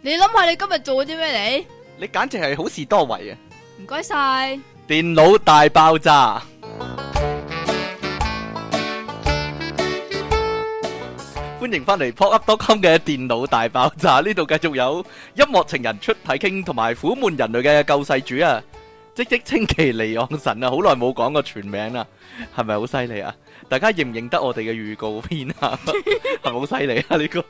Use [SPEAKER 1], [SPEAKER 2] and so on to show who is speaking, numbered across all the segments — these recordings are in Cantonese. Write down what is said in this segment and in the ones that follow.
[SPEAKER 1] 你諗下你今日做咗啲咩
[SPEAKER 2] 你簡直係好事多為啊！
[SPEAKER 1] 你？唔該晒，
[SPEAKER 2] 電腦大爆炸，歡迎翻嚟 popup.com 嘅電腦大爆炸，呢度繼續有音樂情人出體傾，同埋苦悶人類嘅救世主啊！即即稱其離岸神啊，好耐冇講過全名啦，係咪好犀利啊？大家認唔認得我哋嘅預告片啊？ 係咪好犀利啊？呢、個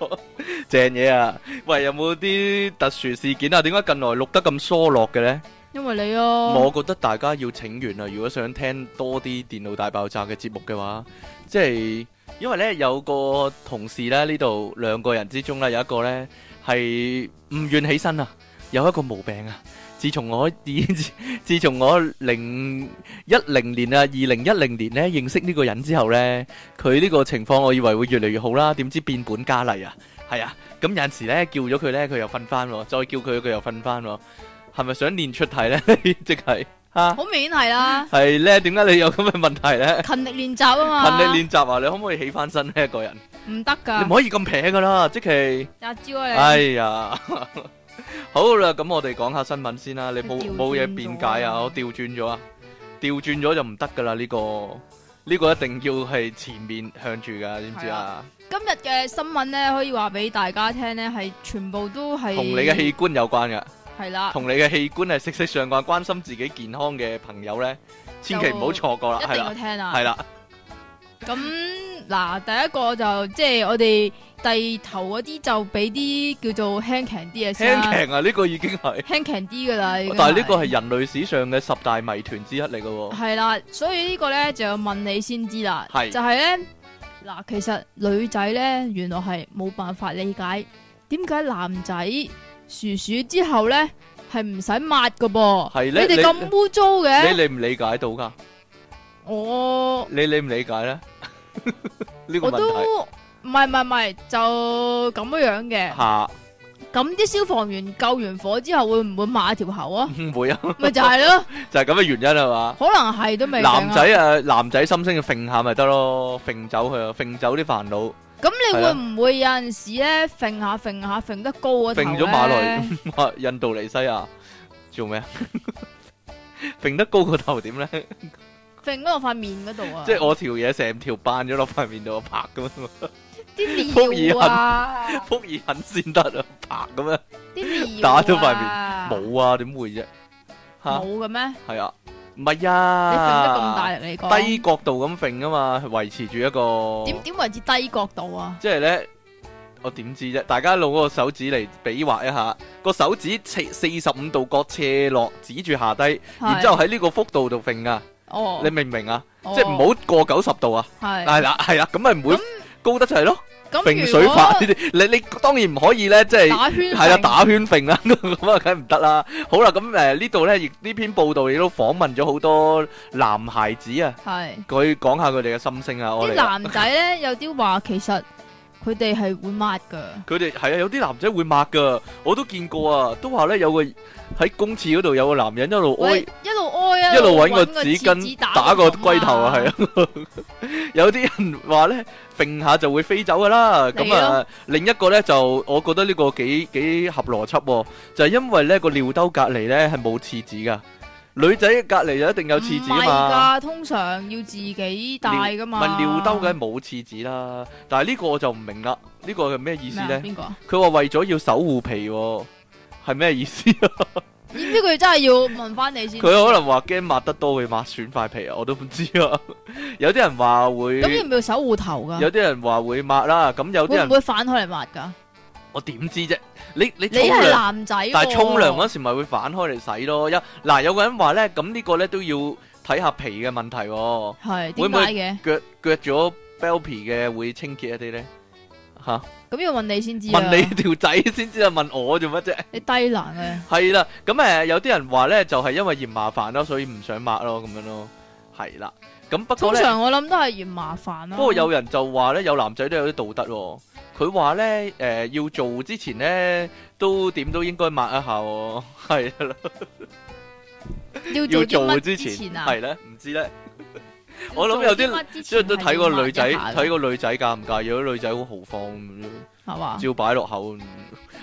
[SPEAKER 2] 正嘢啊！喂，有冇啲特殊事件啊？點解近來錄得咁疏落嘅呢？
[SPEAKER 1] 因為你咯，
[SPEAKER 2] 我覺得大家要請願啊！如果想聽多啲電腦大爆炸嘅節目嘅話，即係因為呢有個同事呢，呢度兩個人之中呢，有一個呢係唔願起身啊，有一個毛病啊。自從我以自從我零一零年啊，二零一零年呢認識呢個人之後呢，佢呢個情況我以為會越嚟越好啦，點知變本加厲啊！係啊，咁有陣時呢叫咗佢呢，佢又瞓翻喎，再叫佢佢又瞓翻喎。係咪想練出題咧？ 即係吓，
[SPEAKER 1] 好明顯係 啦，
[SPEAKER 2] 係咧？點解你有咁嘅問題咧？
[SPEAKER 1] 勤力練習啊啊嘛，
[SPEAKER 2] 勤力練習啊！你可唔可以起翻身呢？個人
[SPEAKER 1] 唔得
[SPEAKER 2] 你唔
[SPEAKER 1] 㗎，
[SPEAKER 2] 可以咁撇噶啦，即係
[SPEAKER 1] 阿招啊
[SPEAKER 2] 哎
[SPEAKER 1] 你，
[SPEAKER 2] 呀， 好啦，咁我哋講下新聞先啦。你冇
[SPEAKER 1] 調轉咗
[SPEAKER 2] 冇嘢辯解啊？我調轉咗啊，調轉咗就唔得噶啦！呢個呢個一定要係前面向住噶，知唔知
[SPEAKER 1] 係
[SPEAKER 2] 啊
[SPEAKER 1] 啊？今日嘅新聞咧可以話俾大家聽咧係全部都係啊
[SPEAKER 2] 同你嘅器官有關噶。
[SPEAKER 1] 係啊啦，
[SPEAKER 2] 同你嘅器官係息息相關，關心自己健康嘅朋友呢，千祈唔好錯過啦，
[SPEAKER 1] 一
[SPEAKER 2] 係
[SPEAKER 1] 定
[SPEAKER 2] 啦
[SPEAKER 1] 要，聽啊
[SPEAKER 2] 係。啦，
[SPEAKER 1] 咁嗱，第一個就即係我哋第頭嗰啲就俾啲叫做輕強啲嘅
[SPEAKER 2] 輕
[SPEAKER 1] 先啦，
[SPEAKER 2] 強啊，呢個已經係，
[SPEAKER 1] 輕強啲噶啦。已經
[SPEAKER 2] 但係呢個係人類史上嘅十大謎團之一嚟嘅喎，
[SPEAKER 1] 係啦，所以呢個咧就要問你先知啦。
[SPEAKER 2] 係
[SPEAKER 1] 就係咧嗱，其實女仔咧原來係冇辦法理解點解男仔薯薯之後咧係唔使抹噶噃。
[SPEAKER 2] 係
[SPEAKER 1] 你
[SPEAKER 2] 咧，
[SPEAKER 1] 哋咁
[SPEAKER 2] 你
[SPEAKER 1] 污糟嘅，
[SPEAKER 2] 你理唔理解到㗎？
[SPEAKER 1] 我
[SPEAKER 2] 你理唔理解呢？ 呢個
[SPEAKER 1] 我都
[SPEAKER 2] 問
[SPEAKER 1] 唔係唔係唔係就咁樣樣嘅
[SPEAKER 2] 題。嚇
[SPEAKER 1] 咁啲消防員救完火之後會唔會抹條喉 啊？
[SPEAKER 2] 唔會啊，
[SPEAKER 1] 咪就係咯，
[SPEAKER 2] 就係咁嘅原因係嘛？
[SPEAKER 1] 可能係都未定啊
[SPEAKER 2] 男仔，啊，男仔心聲揈下咪得咯，揈走佢啊，揈走啲煩惱，
[SPEAKER 1] 咁你
[SPEAKER 2] 係啦
[SPEAKER 1] 會唔會有陣時咧揈下揈下揈得高嗰頭
[SPEAKER 2] 揈咗馬來，印度尼西亞做咩啊？ 揈得高個頭點呢？
[SPEAKER 1] 揈嗰度塊面嗰度啊？
[SPEAKER 2] 即係我條嘢成條扮咗落塊面度，拍咁樣，
[SPEAKER 1] 啲尿啊，
[SPEAKER 2] 福爾肯先得啊，拍咁樣，
[SPEAKER 1] 啲啊尿
[SPEAKER 2] 打咗
[SPEAKER 1] 塊
[SPEAKER 2] 冇啊，點會啫？吓，
[SPEAKER 1] 冇嘅咩？
[SPEAKER 2] 係啊，唔係
[SPEAKER 1] 你揈得咁
[SPEAKER 2] 啊，
[SPEAKER 1] 大力嚟講，
[SPEAKER 2] 低角度咁揈啊嘛，維持住一個，
[SPEAKER 1] 點點為之低角度啊？
[SPEAKER 2] 即係咧，我點知啫？大家攞個手指嚟比劃一下，個手指斜四十五度角斜落，指住下低，
[SPEAKER 1] 係
[SPEAKER 2] 然之後喺呢個幅度度揈啊，
[SPEAKER 1] 哦，
[SPEAKER 2] 你明唔明啊？
[SPEAKER 1] 哦
[SPEAKER 2] 即係唔好過九十度啊，
[SPEAKER 1] 係
[SPEAKER 2] 係啦係啦，咁咪唔會
[SPEAKER 1] 咁
[SPEAKER 2] 高得滯咯。
[SPEAKER 1] 咁
[SPEAKER 2] 揈水法呢啲，你你當然唔可以咧，即
[SPEAKER 1] 如
[SPEAKER 2] 係
[SPEAKER 1] 果打圈
[SPEAKER 2] 係啦，
[SPEAKER 1] 揈
[SPEAKER 2] 打圈揈啦，咁啊，梗係唔得啦。 好啦，咁誒呢度咧，亦呢篇報道亦都訪問咗好多男孩子啊，
[SPEAKER 1] 係
[SPEAKER 2] 佢講下佢哋嘅心聲啊，我
[SPEAKER 1] 啲
[SPEAKER 2] 哋
[SPEAKER 1] 男仔咧有啲話其實佢哋係會抹噶，
[SPEAKER 2] 佢哋係啊，有啲男仔會抹噶，我都見過啊，都話咧有個喺公廁嗰度有個男人一路
[SPEAKER 1] 喂
[SPEAKER 2] 哀，
[SPEAKER 1] 一路哀啊，
[SPEAKER 2] 一路揾
[SPEAKER 1] 揾
[SPEAKER 2] 個
[SPEAKER 1] 個
[SPEAKER 2] 紙巾打
[SPEAKER 1] 打
[SPEAKER 2] 個
[SPEAKER 1] 咁
[SPEAKER 2] 龜頭啊，係啊， 有啲人話咧揈下就會飛走噶啦，咁啊另一個咧就我覺得呢個幾幾合邏輯喎，就係因為咧個尿兜隔離咧係冇廁紙噶，女仔隔離就一定有廁紙啊嘛。
[SPEAKER 1] 唔係㗎，通常要自己帶㗎嘛。
[SPEAKER 2] 咪尿兜梗係冇廁紙啦，但係呢個我就唔明啦，呢個係咩意思
[SPEAKER 1] 咩啊
[SPEAKER 2] 咧？
[SPEAKER 1] 邊個啊？
[SPEAKER 2] 佢話為咗要守護皮喎，係咩意思啊？
[SPEAKER 1] 咦呢句真係要問翻你先。
[SPEAKER 2] 佢可能話驚抹得多會抹損塊皮啊，我都唔知啊。 有啲人話會
[SPEAKER 1] 咁要唔要守護頭㗎？
[SPEAKER 2] 有啲人話會抹啦，咁有啲
[SPEAKER 1] 會唔
[SPEAKER 2] 人
[SPEAKER 1] 會反開嚟抹㗎？
[SPEAKER 2] 我點知啫？你你
[SPEAKER 1] 你
[SPEAKER 2] 沖
[SPEAKER 1] 係
[SPEAKER 2] 涼，
[SPEAKER 1] 男仔喎，
[SPEAKER 2] 但係沖涼啊嗰時咪會反開嚟洗咯。一嗱有個人話咧，咁呢個咧都要睇下皮嘅問題喎。
[SPEAKER 1] 係
[SPEAKER 2] 會
[SPEAKER 1] 點
[SPEAKER 2] 唔會
[SPEAKER 1] 解
[SPEAKER 2] 腳腳咗 bell 皮嘅會清潔一啲咧吓？
[SPEAKER 1] 嘅？咁要問你先知啊。
[SPEAKER 2] 問你條仔先知啊，問我做乜啫？
[SPEAKER 1] 你低能啊嘅，
[SPEAKER 2] 係啦，咁誒、呃有啲人話咧，就係、因為嫌麻煩咯，所以唔想抹咯，咁樣咯，係啦。咁不過
[SPEAKER 1] 通
[SPEAKER 2] 咧。
[SPEAKER 1] 常我諗都係嫌麻煩啊啦。
[SPEAKER 2] 不過有人就話咧，有男仔都有啲道德喎。佢話咧，誒、要做之前咧，都點都應該抹一下喎。 係啦，
[SPEAKER 1] 要
[SPEAKER 2] 要
[SPEAKER 1] 做啲
[SPEAKER 2] 做
[SPEAKER 1] 乜
[SPEAKER 2] 之
[SPEAKER 1] 前啊，
[SPEAKER 2] 係咧，唔知咧，
[SPEAKER 1] 要
[SPEAKER 2] 我諗
[SPEAKER 1] 做
[SPEAKER 2] 有啲
[SPEAKER 1] 乜之前
[SPEAKER 2] 即係都
[SPEAKER 1] 係
[SPEAKER 2] 睇
[SPEAKER 1] 要
[SPEAKER 2] 過
[SPEAKER 1] 抹
[SPEAKER 2] 女
[SPEAKER 1] 一
[SPEAKER 2] 仔，
[SPEAKER 1] 下㗎
[SPEAKER 2] 睇過女仔尷尬，有啲女仔好豪放咁樣，
[SPEAKER 1] 係嘛？
[SPEAKER 2] 照擺落口咁。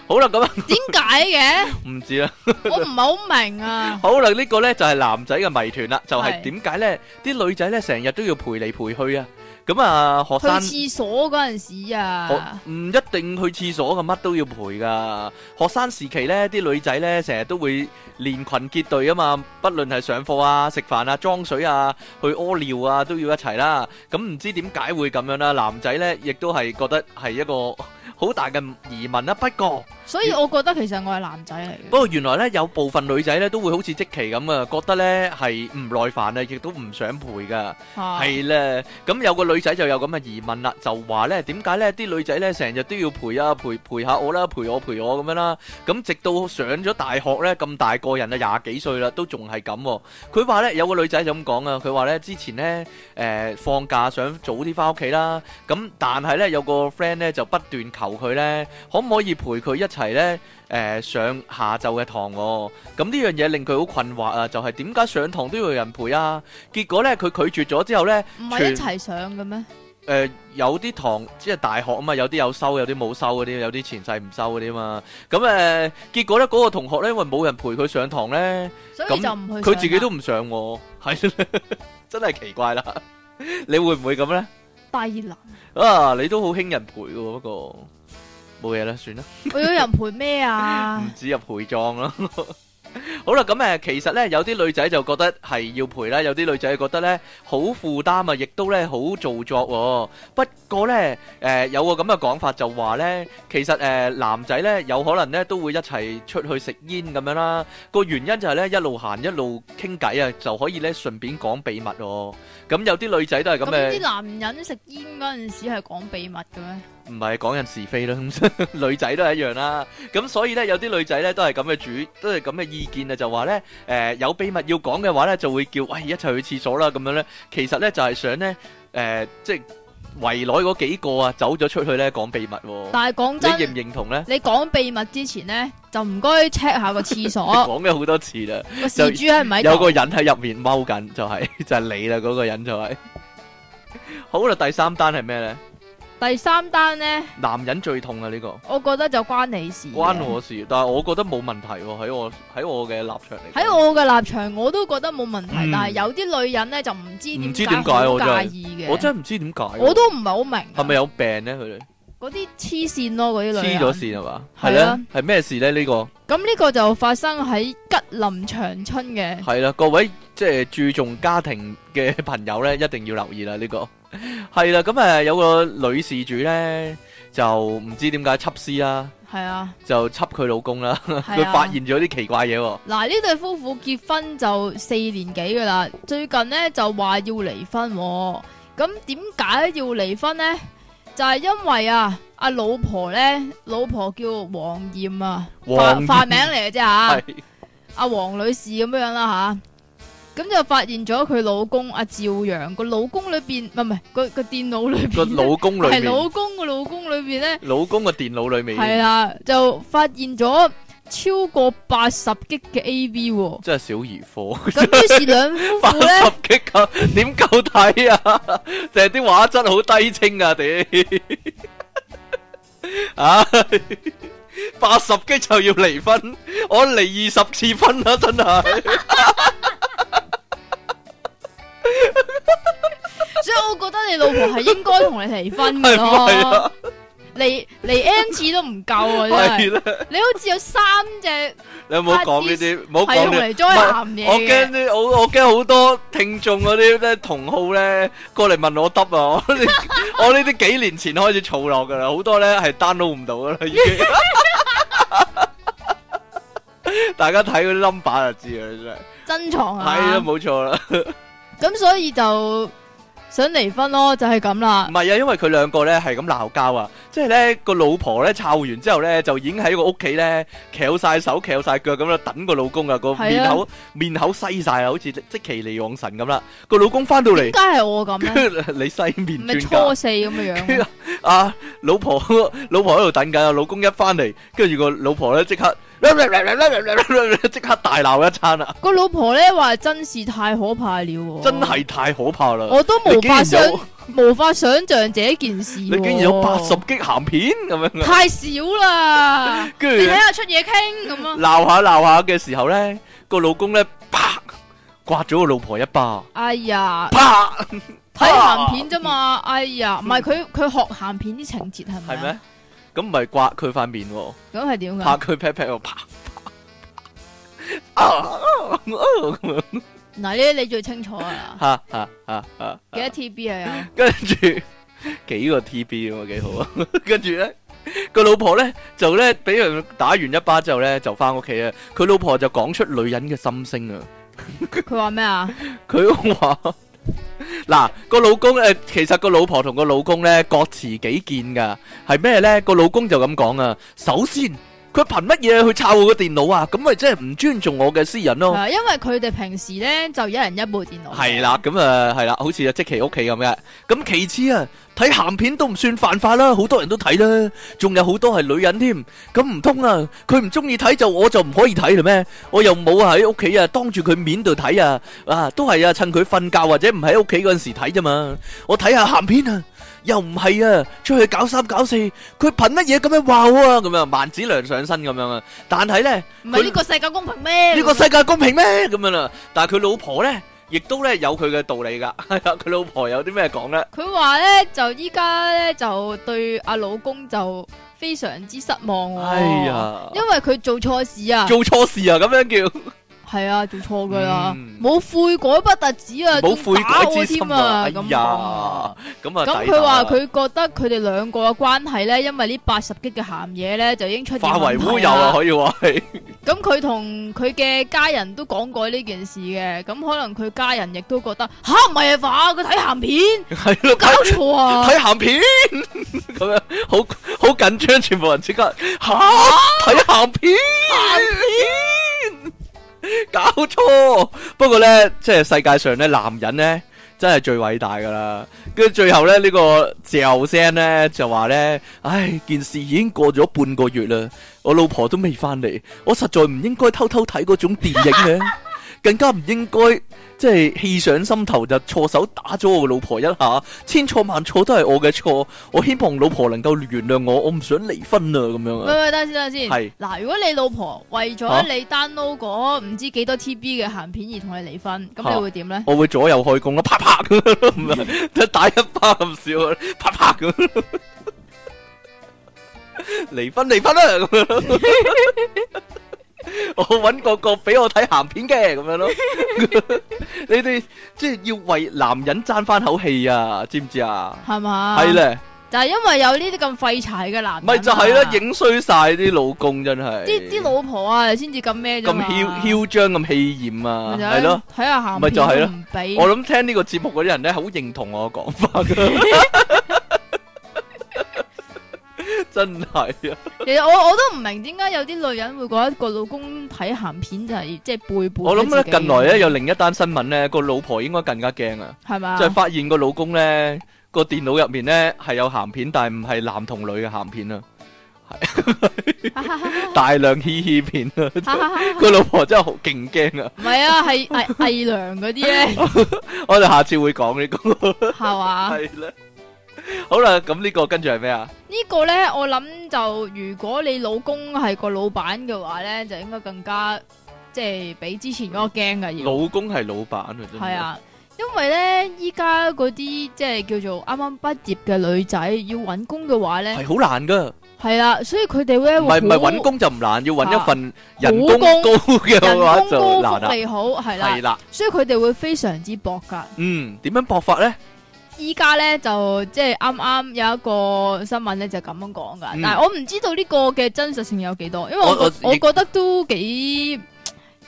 [SPEAKER 2] 好啦，咁啊
[SPEAKER 1] 点解 嘅？
[SPEAKER 2] 唔知啦。
[SPEAKER 1] 我唔系好明啊。
[SPEAKER 2] 好啦，呢個呢就係男仔嘅謎團啦，就係
[SPEAKER 1] 係
[SPEAKER 2] 點解呢啲女仔呢成日都要陪嚟陪去啊？咁啊，學
[SPEAKER 1] 去
[SPEAKER 2] 生。
[SPEAKER 1] 廁所嗰陣時啊，
[SPEAKER 2] 我唔一定去廁所嘅，乜都要陪噶。學生時期呢啲女仔呢，成日都會連群結隊啊嘛，不論係上課啊、食飯啊、裝水啊、去屙尿啊，都要一齊啦。咁唔知點解會咁樣啦？男仔呢，亦都係覺得係一個好大嘅疑問啦。不過，
[SPEAKER 1] 所以我覺得其實我係男仔嚟
[SPEAKER 2] 不
[SPEAKER 1] 嘅。
[SPEAKER 2] 過原來呢，有部分女仔呢，都會好似即期咁啊，覺得呢係唔耐煩啊，亦都唔想陪噶。
[SPEAKER 1] 嚇
[SPEAKER 2] 係咧，咁有個女仔就有咁嘅疑問啦，就話咧點解咧啲女仔咧成日都要陪啊陪陪下我啦，陪我陪我咁樣啦，咁直到上咗大學咧咁大個人啊廿幾歲啦，都仲係咁喎。佢話咧有個女仔就咁講啊，佢話咧之前咧誒、呃放假想早啲翻屋企啦，咁但係咧有個 friend 咧就不斷求佢咧可唔可以陪佢一齊咧誒上下晝嘅堂喎、咁呢樣嘢令佢好困惑啊，就係點解上堂都要有人陪啊？結果咧佢拒絕咗之後咧。
[SPEAKER 1] 唔係一齊上嘅咩？
[SPEAKER 2] 誒、有啲堂即係大學啊嘛，有啲有收，有啲冇收嗰啲，有啲前世唔收嗰啲啊嘛。咁誒、呃，結果咧嗰、個同學咧，因為冇人陪佢上堂咧，
[SPEAKER 1] 所以
[SPEAKER 2] 咁
[SPEAKER 1] 就唔去。啊
[SPEAKER 2] 佢自己都，唔上喎， 係真係奇怪啦。你會唔會咁咧？
[SPEAKER 1] 低能。
[SPEAKER 2] 啊，你都好興人陪嘅喎，不過冇嘢啦，算啦。
[SPEAKER 1] 我要人陪咩啊
[SPEAKER 2] 唔？止入陪葬咯。 好啦，咁誒，其實咧有啲女仔就覺得係要陪啦，有啲女仔覺得咧好負擔啊，亦都咧好做作喎、不過咧，誒、有個咁嘅講法就話咧，其實誒、呃男仔咧有可能咧都會一齊出去食煙咁樣啦。個原因就係咧一路行一路傾偈啊，就可以咧順便講秘密喎、咁有啲女仔都係咁呃
[SPEAKER 1] 咁
[SPEAKER 2] 嘅。
[SPEAKER 1] 啲男人食煙嗰陣時係講秘密嘅咩？
[SPEAKER 2] 唔係講人是非啦，咁 女仔都係一樣啦。咁所以呢，有啲女仔呢都係咁嘅主，都係咁嘅意見啊，就話呢，誒、有秘密要講嘅話呢，就會叫喂一齊去廁所啦咁樣呢，其實呢，就係、想呢，誒、即係圍內嗰幾個啊走咗出去呢講秘密喎。
[SPEAKER 1] 但係講
[SPEAKER 2] 你認
[SPEAKER 1] 真
[SPEAKER 2] 唔，認同呢？
[SPEAKER 1] 你講秘密之前咧，就唔該 check 下個廁所
[SPEAKER 2] 講咗好多次啦，
[SPEAKER 1] 個事主係咪
[SPEAKER 2] 有
[SPEAKER 1] 喺
[SPEAKER 2] 個
[SPEAKER 1] 度？
[SPEAKER 2] 人喺入面踎緊，就係、 就係你啦，嗰、個人就係、好啦，第三單係咩呢？
[SPEAKER 1] 第三單咧，
[SPEAKER 2] 男人最痛啊呢、個。
[SPEAKER 1] 我覺得就關你事嘅。
[SPEAKER 2] 關我事，但係我覺得冇問題喎，喺我喺我嘅立場嚟講，
[SPEAKER 1] 喺我嘅立場，我都覺得冇問題，
[SPEAKER 2] 嗯
[SPEAKER 1] 但係有啲女人咧就唔知
[SPEAKER 2] 唔
[SPEAKER 1] 點
[SPEAKER 2] 知
[SPEAKER 1] 解
[SPEAKER 2] 點解
[SPEAKER 1] 好
[SPEAKER 2] 我真
[SPEAKER 1] 介
[SPEAKER 2] 係
[SPEAKER 1] 意嘅。
[SPEAKER 2] 我真係唔知點解喎，
[SPEAKER 1] 我都唔係好明啊。
[SPEAKER 2] 係咪有病咧？佢哋
[SPEAKER 1] 嗰啲黐線咯？嗰啲女
[SPEAKER 2] 黐
[SPEAKER 1] 人
[SPEAKER 2] 咗線係嘛？係
[SPEAKER 1] 係啊
[SPEAKER 2] 咧，係咩事咧？呢個
[SPEAKER 1] 咁呢個就發生喺吉林長春嘅，
[SPEAKER 2] 係啦，各位即係注重家庭嘅朋友咧，一定要留意啦。呢個係啦，咁誒有個女事主咧，就唔知點解緝私啦，
[SPEAKER 1] 係 啊，
[SPEAKER 2] 就緝佢老公啦，
[SPEAKER 1] 係
[SPEAKER 2] 佢
[SPEAKER 1] 啊。
[SPEAKER 2] 發現咗啲奇怪嘢喎。
[SPEAKER 1] 嗱，呢對夫婦結婚就四年幾噶啦，最近呢就話要離婚、喎。咁點解要離婚呢？就係因為啊，阿老婆呢，老婆叫黃燕啊，化
[SPEAKER 2] 黃
[SPEAKER 1] 化名嚟嘅啫吓，
[SPEAKER 2] 係
[SPEAKER 1] 阿黃女士咁樣啦吓，咁就發現咗佢老公阿趙陽個老公裏邊，唔係唔係個個電腦裏
[SPEAKER 2] 個
[SPEAKER 1] 邊，
[SPEAKER 2] 老公裏
[SPEAKER 1] 係
[SPEAKER 2] 面，
[SPEAKER 1] 老公個老公裏邊呢。
[SPEAKER 2] 老公嘅電腦裏面，
[SPEAKER 1] 系啦，就發現咗超過八十 G 嘅 A V，喎
[SPEAKER 2] 真係小兒科。
[SPEAKER 1] 咁於是兩夫
[SPEAKER 2] 八
[SPEAKER 1] 婦咧
[SPEAKER 2] 十 G 啊，點夠睇啊？就係啲畫質好低清啊！屌 啊！八十 G 就要離婚，我離二十次婚啦，真係。
[SPEAKER 1] 所以我覺得你老婆係應該同你離婚
[SPEAKER 2] 係
[SPEAKER 1] 嘅
[SPEAKER 2] 唔 係
[SPEAKER 1] 咯
[SPEAKER 2] 啊，
[SPEAKER 1] 離離 N 次都唔 夠啊！真係，
[SPEAKER 2] 係啦，
[SPEAKER 1] 你好似有三隻
[SPEAKER 2] 你唔好講呢啲，唔好
[SPEAKER 1] 係
[SPEAKER 2] 講
[SPEAKER 1] 用
[SPEAKER 2] 呢啲。
[SPEAKER 1] 嚟災難嘢
[SPEAKER 2] 我
[SPEAKER 1] 嘅
[SPEAKER 2] 驚啲，我我驚好多聽眾嗰啲咧同好咧過嚟問我得啊！我呢我呢啲幾年前開始儲落噶啦，好多咧係 download 唔到噶啦，已 經。大家睇嗰啲 number 就知啦，
[SPEAKER 1] 珍藏
[SPEAKER 2] 真係。係啊，
[SPEAKER 1] 啊！
[SPEAKER 2] 冇錯啦。
[SPEAKER 1] 咁所以就想離婚咯，就係咁啦
[SPEAKER 2] 唔。係啊，因為佢兩個咧係咁鬧交啊，即係咧個老婆咧摷完之後咧就已經喺個屋企咧翹晒手翹晒腳咁樣等個老公啊，個
[SPEAKER 1] 係啊
[SPEAKER 2] 面口面口西晒啊，好似即其利往神咁啦。個老公翻到嚟
[SPEAKER 1] 點。解係我咁咧？
[SPEAKER 2] 你西
[SPEAKER 1] 唔
[SPEAKER 2] 面
[SPEAKER 1] 係
[SPEAKER 2] 專家
[SPEAKER 1] 初四咁嘅
[SPEAKER 2] 跟
[SPEAKER 1] 樣
[SPEAKER 2] 住 啊！老婆 老婆喺度等緊啊，老公一翻嚟，跟住個老婆咧即刻 即刻大鬧一餐啊！
[SPEAKER 1] 個老婆咧話真是太可怕了喎，
[SPEAKER 2] 真係太可怕啦！啊
[SPEAKER 1] 我都無法
[SPEAKER 2] 你竟然
[SPEAKER 1] 相
[SPEAKER 2] 有
[SPEAKER 1] 无法想象这件事喎。
[SPEAKER 2] 你竟然有八十哎激鹹片 咁樣啊！
[SPEAKER 1] 太少 啦！
[SPEAKER 2] 跟
[SPEAKER 1] 你
[SPEAKER 2] 住
[SPEAKER 1] 睇下出嘢倾咁啊！
[SPEAKER 2] 鬧下鬧下嘅時候咧，個老公咧啪刮咗個老婆一巴，
[SPEAKER 1] 哎呀，
[SPEAKER 2] 啪
[SPEAKER 1] 啊
[SPEAKER 2] 嗯
[SPEAKER 1] 睇鹹片啫嘛！哎呀，唔係佢佢学鹹片啲情節係咪
[SPEAKER 2] 係
[SPEAKER 1] 啊？
[SPEAKER 2] 咩？咁唔係刮佢塊面喎，
[SPEAKER 1] 咁係點
[SPEAKER 2] 拍
[SPEAKER 1] 㗎？
[SPEAKER 2] 佢 pat pat 喎，嗯啪啪啊啊咁樣
[SPEAKER 1] 嗱呢啲你最清楚 啦，
[SPEAKER 2] 嚇嚇嚇嚇，
[SPEAKER 1] 幾多 TB 啊？
[SPEAKER 2] 跟住 幾個 TB 咁啊，幾好啊！ 跟住咧。個老婆咧就咧俾人打完一巴之後咧就翻屋企啊！佢老婆就講出女人嘅心聲啊！
[SPEAKER 1] 有佢話咩啊？
[SPEAKER 2] 佢話： 嗱，個老公诶、呃其實個老婆同個老公咧各持己見噶，係咩咧？個老公就咁講啊，首先佢憑乜嘢去抄我個電腦啊？咁咪即係唔尊重我嘅私隱咯。
[SPEAKER 1] 啊因為佢哋平時咧就一人一部電腦。
[SPEAKER 2] 係啦，咁啊係啦，好似啊即其屋企咁嘅。咁其次啊，睇鹹片都唔算犯法啦，好多人都睇啦，仲有好多係女人添。咁唔通啊，佢唔中意睇就我就唔可以睇啦咩？ 我又冇喺屋企啊，當住佢面度睇啊，啊都係啊，趁佢瞓覺或者唔喺屋企嗰陣時睇啫嘛。我睇下鹹片啊。又唔係啊，出去搞三搞四，佢憑乜嘢咁樣話我啊？咁樣萬子良上身咁樣啊！但係呢。
[SPEAKER 1] 唔係呢個世界公平咩？
[SPEAKER 2] 呢個世界公平咩？咁樣啦，但係佢老婆咧，亦都咧有佢嘅道理㗎。 係啦，佢老婆有啲咩講咧？
[SPEAKER 1] 佢話咧就依家咧就對阿老公就非常之失望喎。
[SPEAKER 2] 哎，呀，
[SPEAKER 1] 因為佢做錯事啊，
[SPEAKER 2] 做錯事啊，咁樣叫
[SPEAKER 1] 係啊，做錯㗎啦
[SPEAKER 2] 嗯，
[SPEAKER 1] 冇悔改不特止啊，
[SPEAKER 2] 冇悔
[SPEAKER 1] 仲打
[SPEAKER 2] 改
[SPEAKER 1] 我
[SPEAKER 2] 之心
[SPEAKER 1] 添
[SPEAKER 2] 啊！
[SPEAKER 1] 啊，
[SPEAKER 2] 哎
[SPEAKER 1] 咁啊
[SPEAKER 2] 呀，咁啊，
[SPEAKER 1] 咁
[SPEAKER 2] 抵
[SPEAKER 1] 佢
[SPEAKER 2] 打
[SPEAKER 1] 話
[SPEAKER 2] 啦
[SPEAKER 1] 佢覺得佢哋兩個嘅關係咧，因為呢八十激嘅鹹嘢咧，就已經出現
[SPEAKER 2] 化為
[SPEAKER 1] 問
[SPEAKER 2] 烏
[SPEAKER 1] 題
[SPEAKER 2] 有啊，
[SPEAKER 1] 啦。
[SPEAKER 2] 可以話 係
[SPEAKER 1] 咁佢同佢嘅家人都講過呢件事嘅，咁可能佢家人亦都覺得吓唔係啊話佢睇鹹片，
[SPEAKER 2] 係咯，
[SPEAKER 1] 搞
[SPEAKER 2] 睇
[SPEAKER 1] 錯啊！
[SPEAKER 2] 睇鹹片 咁樣，好好緊張，全部人即刻吓睇鹹片，搞錯。不過咧，即係世界上咧，男人咧真係最偉大噶啦。跟住最後咧，呢、個嚼聲咧就話咧，唉，件事已經過咗半個月啦，我老婆都未翻嚟，我實在唔應該偷偷睇嗰種電影嘅， 更加唔應該即係氣上心頭就錯手打咗我老婆一下，千錯萬錯都係我嘅錯，我希望老婆能夠原諒我，我唔想離婚啊咁樣
[SPEAKER 1] 喂
[SPEAKER 2] 啊，
[SPEAKER 1] 喂，等下先，等下
[SPEAKER 2] 係啊
[SPEAKER 1] 先。嗱，如果你老婆為
[SPEAKER 2] 嚇
[SPEAKER 1] 咗你 download 嗰唔知幾多 TB 嘅鹹片而同你離婚，咁
[SPEAKER 2] 嚇
[SPEAKER 1] 你會點咧？
[SPEAKER 2] 我會左右開弓啦，啪啪咁樣唔係打一巴咁少啊，啪啪咁樣。離婚離婚啦咁樣咯， 我揾個個俾我睇鹹片嘅咁樣咯。 你哋即係要為男人爭翻口氣啊，知唔知啊？
[SPEAKER 1] 係嘛？
[SPEAKER 2] 係咧，
[SPEAKER 1] 就係因為有呢啲咁廢柴嘅男人啊，
[SPEAKER 2] 咪就係啦，影衰晒啲老公真係。
[SPEAKER 1] 啲啲老婆啊，先至咁咩啫
[SPEAKER 2] 咁
[SPEAKER 1] 嘛
[SPEAKER 2] 囂囂張咁氣焰
[SPEAKER 1] 咪
[SPEAKER 2] 啊，
[SPEAKER 1] 就係
[SPEAKER 2] 係咯。，
[SPEAKER 1] 睇下鹹
[SPEAKER 2] 咪
[SPEAKER 1] 片
[SPEAKER 2] 就係
[SPEAKER 1] 都
[SPEAKER 2] 咯
[SPEAKER 1] 唔俾。
[SPEAKER 2] 我諗聽呢個節目嗰啲人咧，好認同我嘅 講法㗎真係啊！
[SPEAKER 1] 其實我我都唔明點解有啲女人會覺得個老公睇鹹片就係即係背叛。
[SPEAKER 2] 我諗咧近來咧有另一單新聞咧，個老婆應該更加驚啊，
[SPEAKER 1] 係咪
[SPEAKER 2] 就係
[SPEAKER 1] 啊？
[SPEAKER 2] 發現個老公咧個電腦入面咧係有鹹片，但係唔係男同女嘅鹹片啊， 大量嘻嘻片啊！個老婆真係好 勁驚啊！
[SPEAKER 1] 唔係啊，係偽偽娘嗰啲咧，
[SPEAKER 2] 我哋下次會講呢個
[SPEAKER 1] 係嘛？
[SPEAKER 2] 係啦。好啦，咁呢個跟住係咩啊？
[SPEAKER 1] 呢個咧，我諗就如果你老公係個老闆嘅話咧，就應該更加即係比之前嗰個驚嘅要。
[SPEAKER 2] 老公係老闆啊，真
[SPEAKER 1] 係啊，因為咧依家嗰啲即係叫做啱啱畢業嘅女仔要揾工嘅話咧，
[SPEAKER 2] 係好難㗎。
[SPEAKER 1] 係啦，所以佢哋咧
[SPEAKER 2] 唔係唔係
[SPEAKER 1] 好啊
[SPEAKER 2] 揾工就唔難，要揾一份人
[SPEAKER 1] 好
[SPEAKER 2] 工
[SPEAKER 1] 工
[SPEAKER 2] 高嘅話
[SPEAKER 1] 人
[SPEAKER 2] 就
[SPEAKER 1] 工
[SPEAKER 2] 難
[SPEAKER 1] 高福
[SPEAKER 2] 啦。
[SPEAKER 1] 利好係啦
[SPEAKER 2] 係，啦，
[SPEAKER 1] 所以佢哋會非常之搏噶。
[SPEAKER 2] 嗯，點樣搏法咧？
[SPEAKER 1] 依家咧就即係啱啱有一個新聞咧就咁樣講噶，
[SPEAKER 2] 嗯
[SPEAKER 1] 但係我唔知道呢個嘅真實性有幾多，因為我
[SPEAKER 2] 我
[SPEAKER 1] 我
[SPEAKER 2] 我亦
[SPEAKER 1] 覺得都幾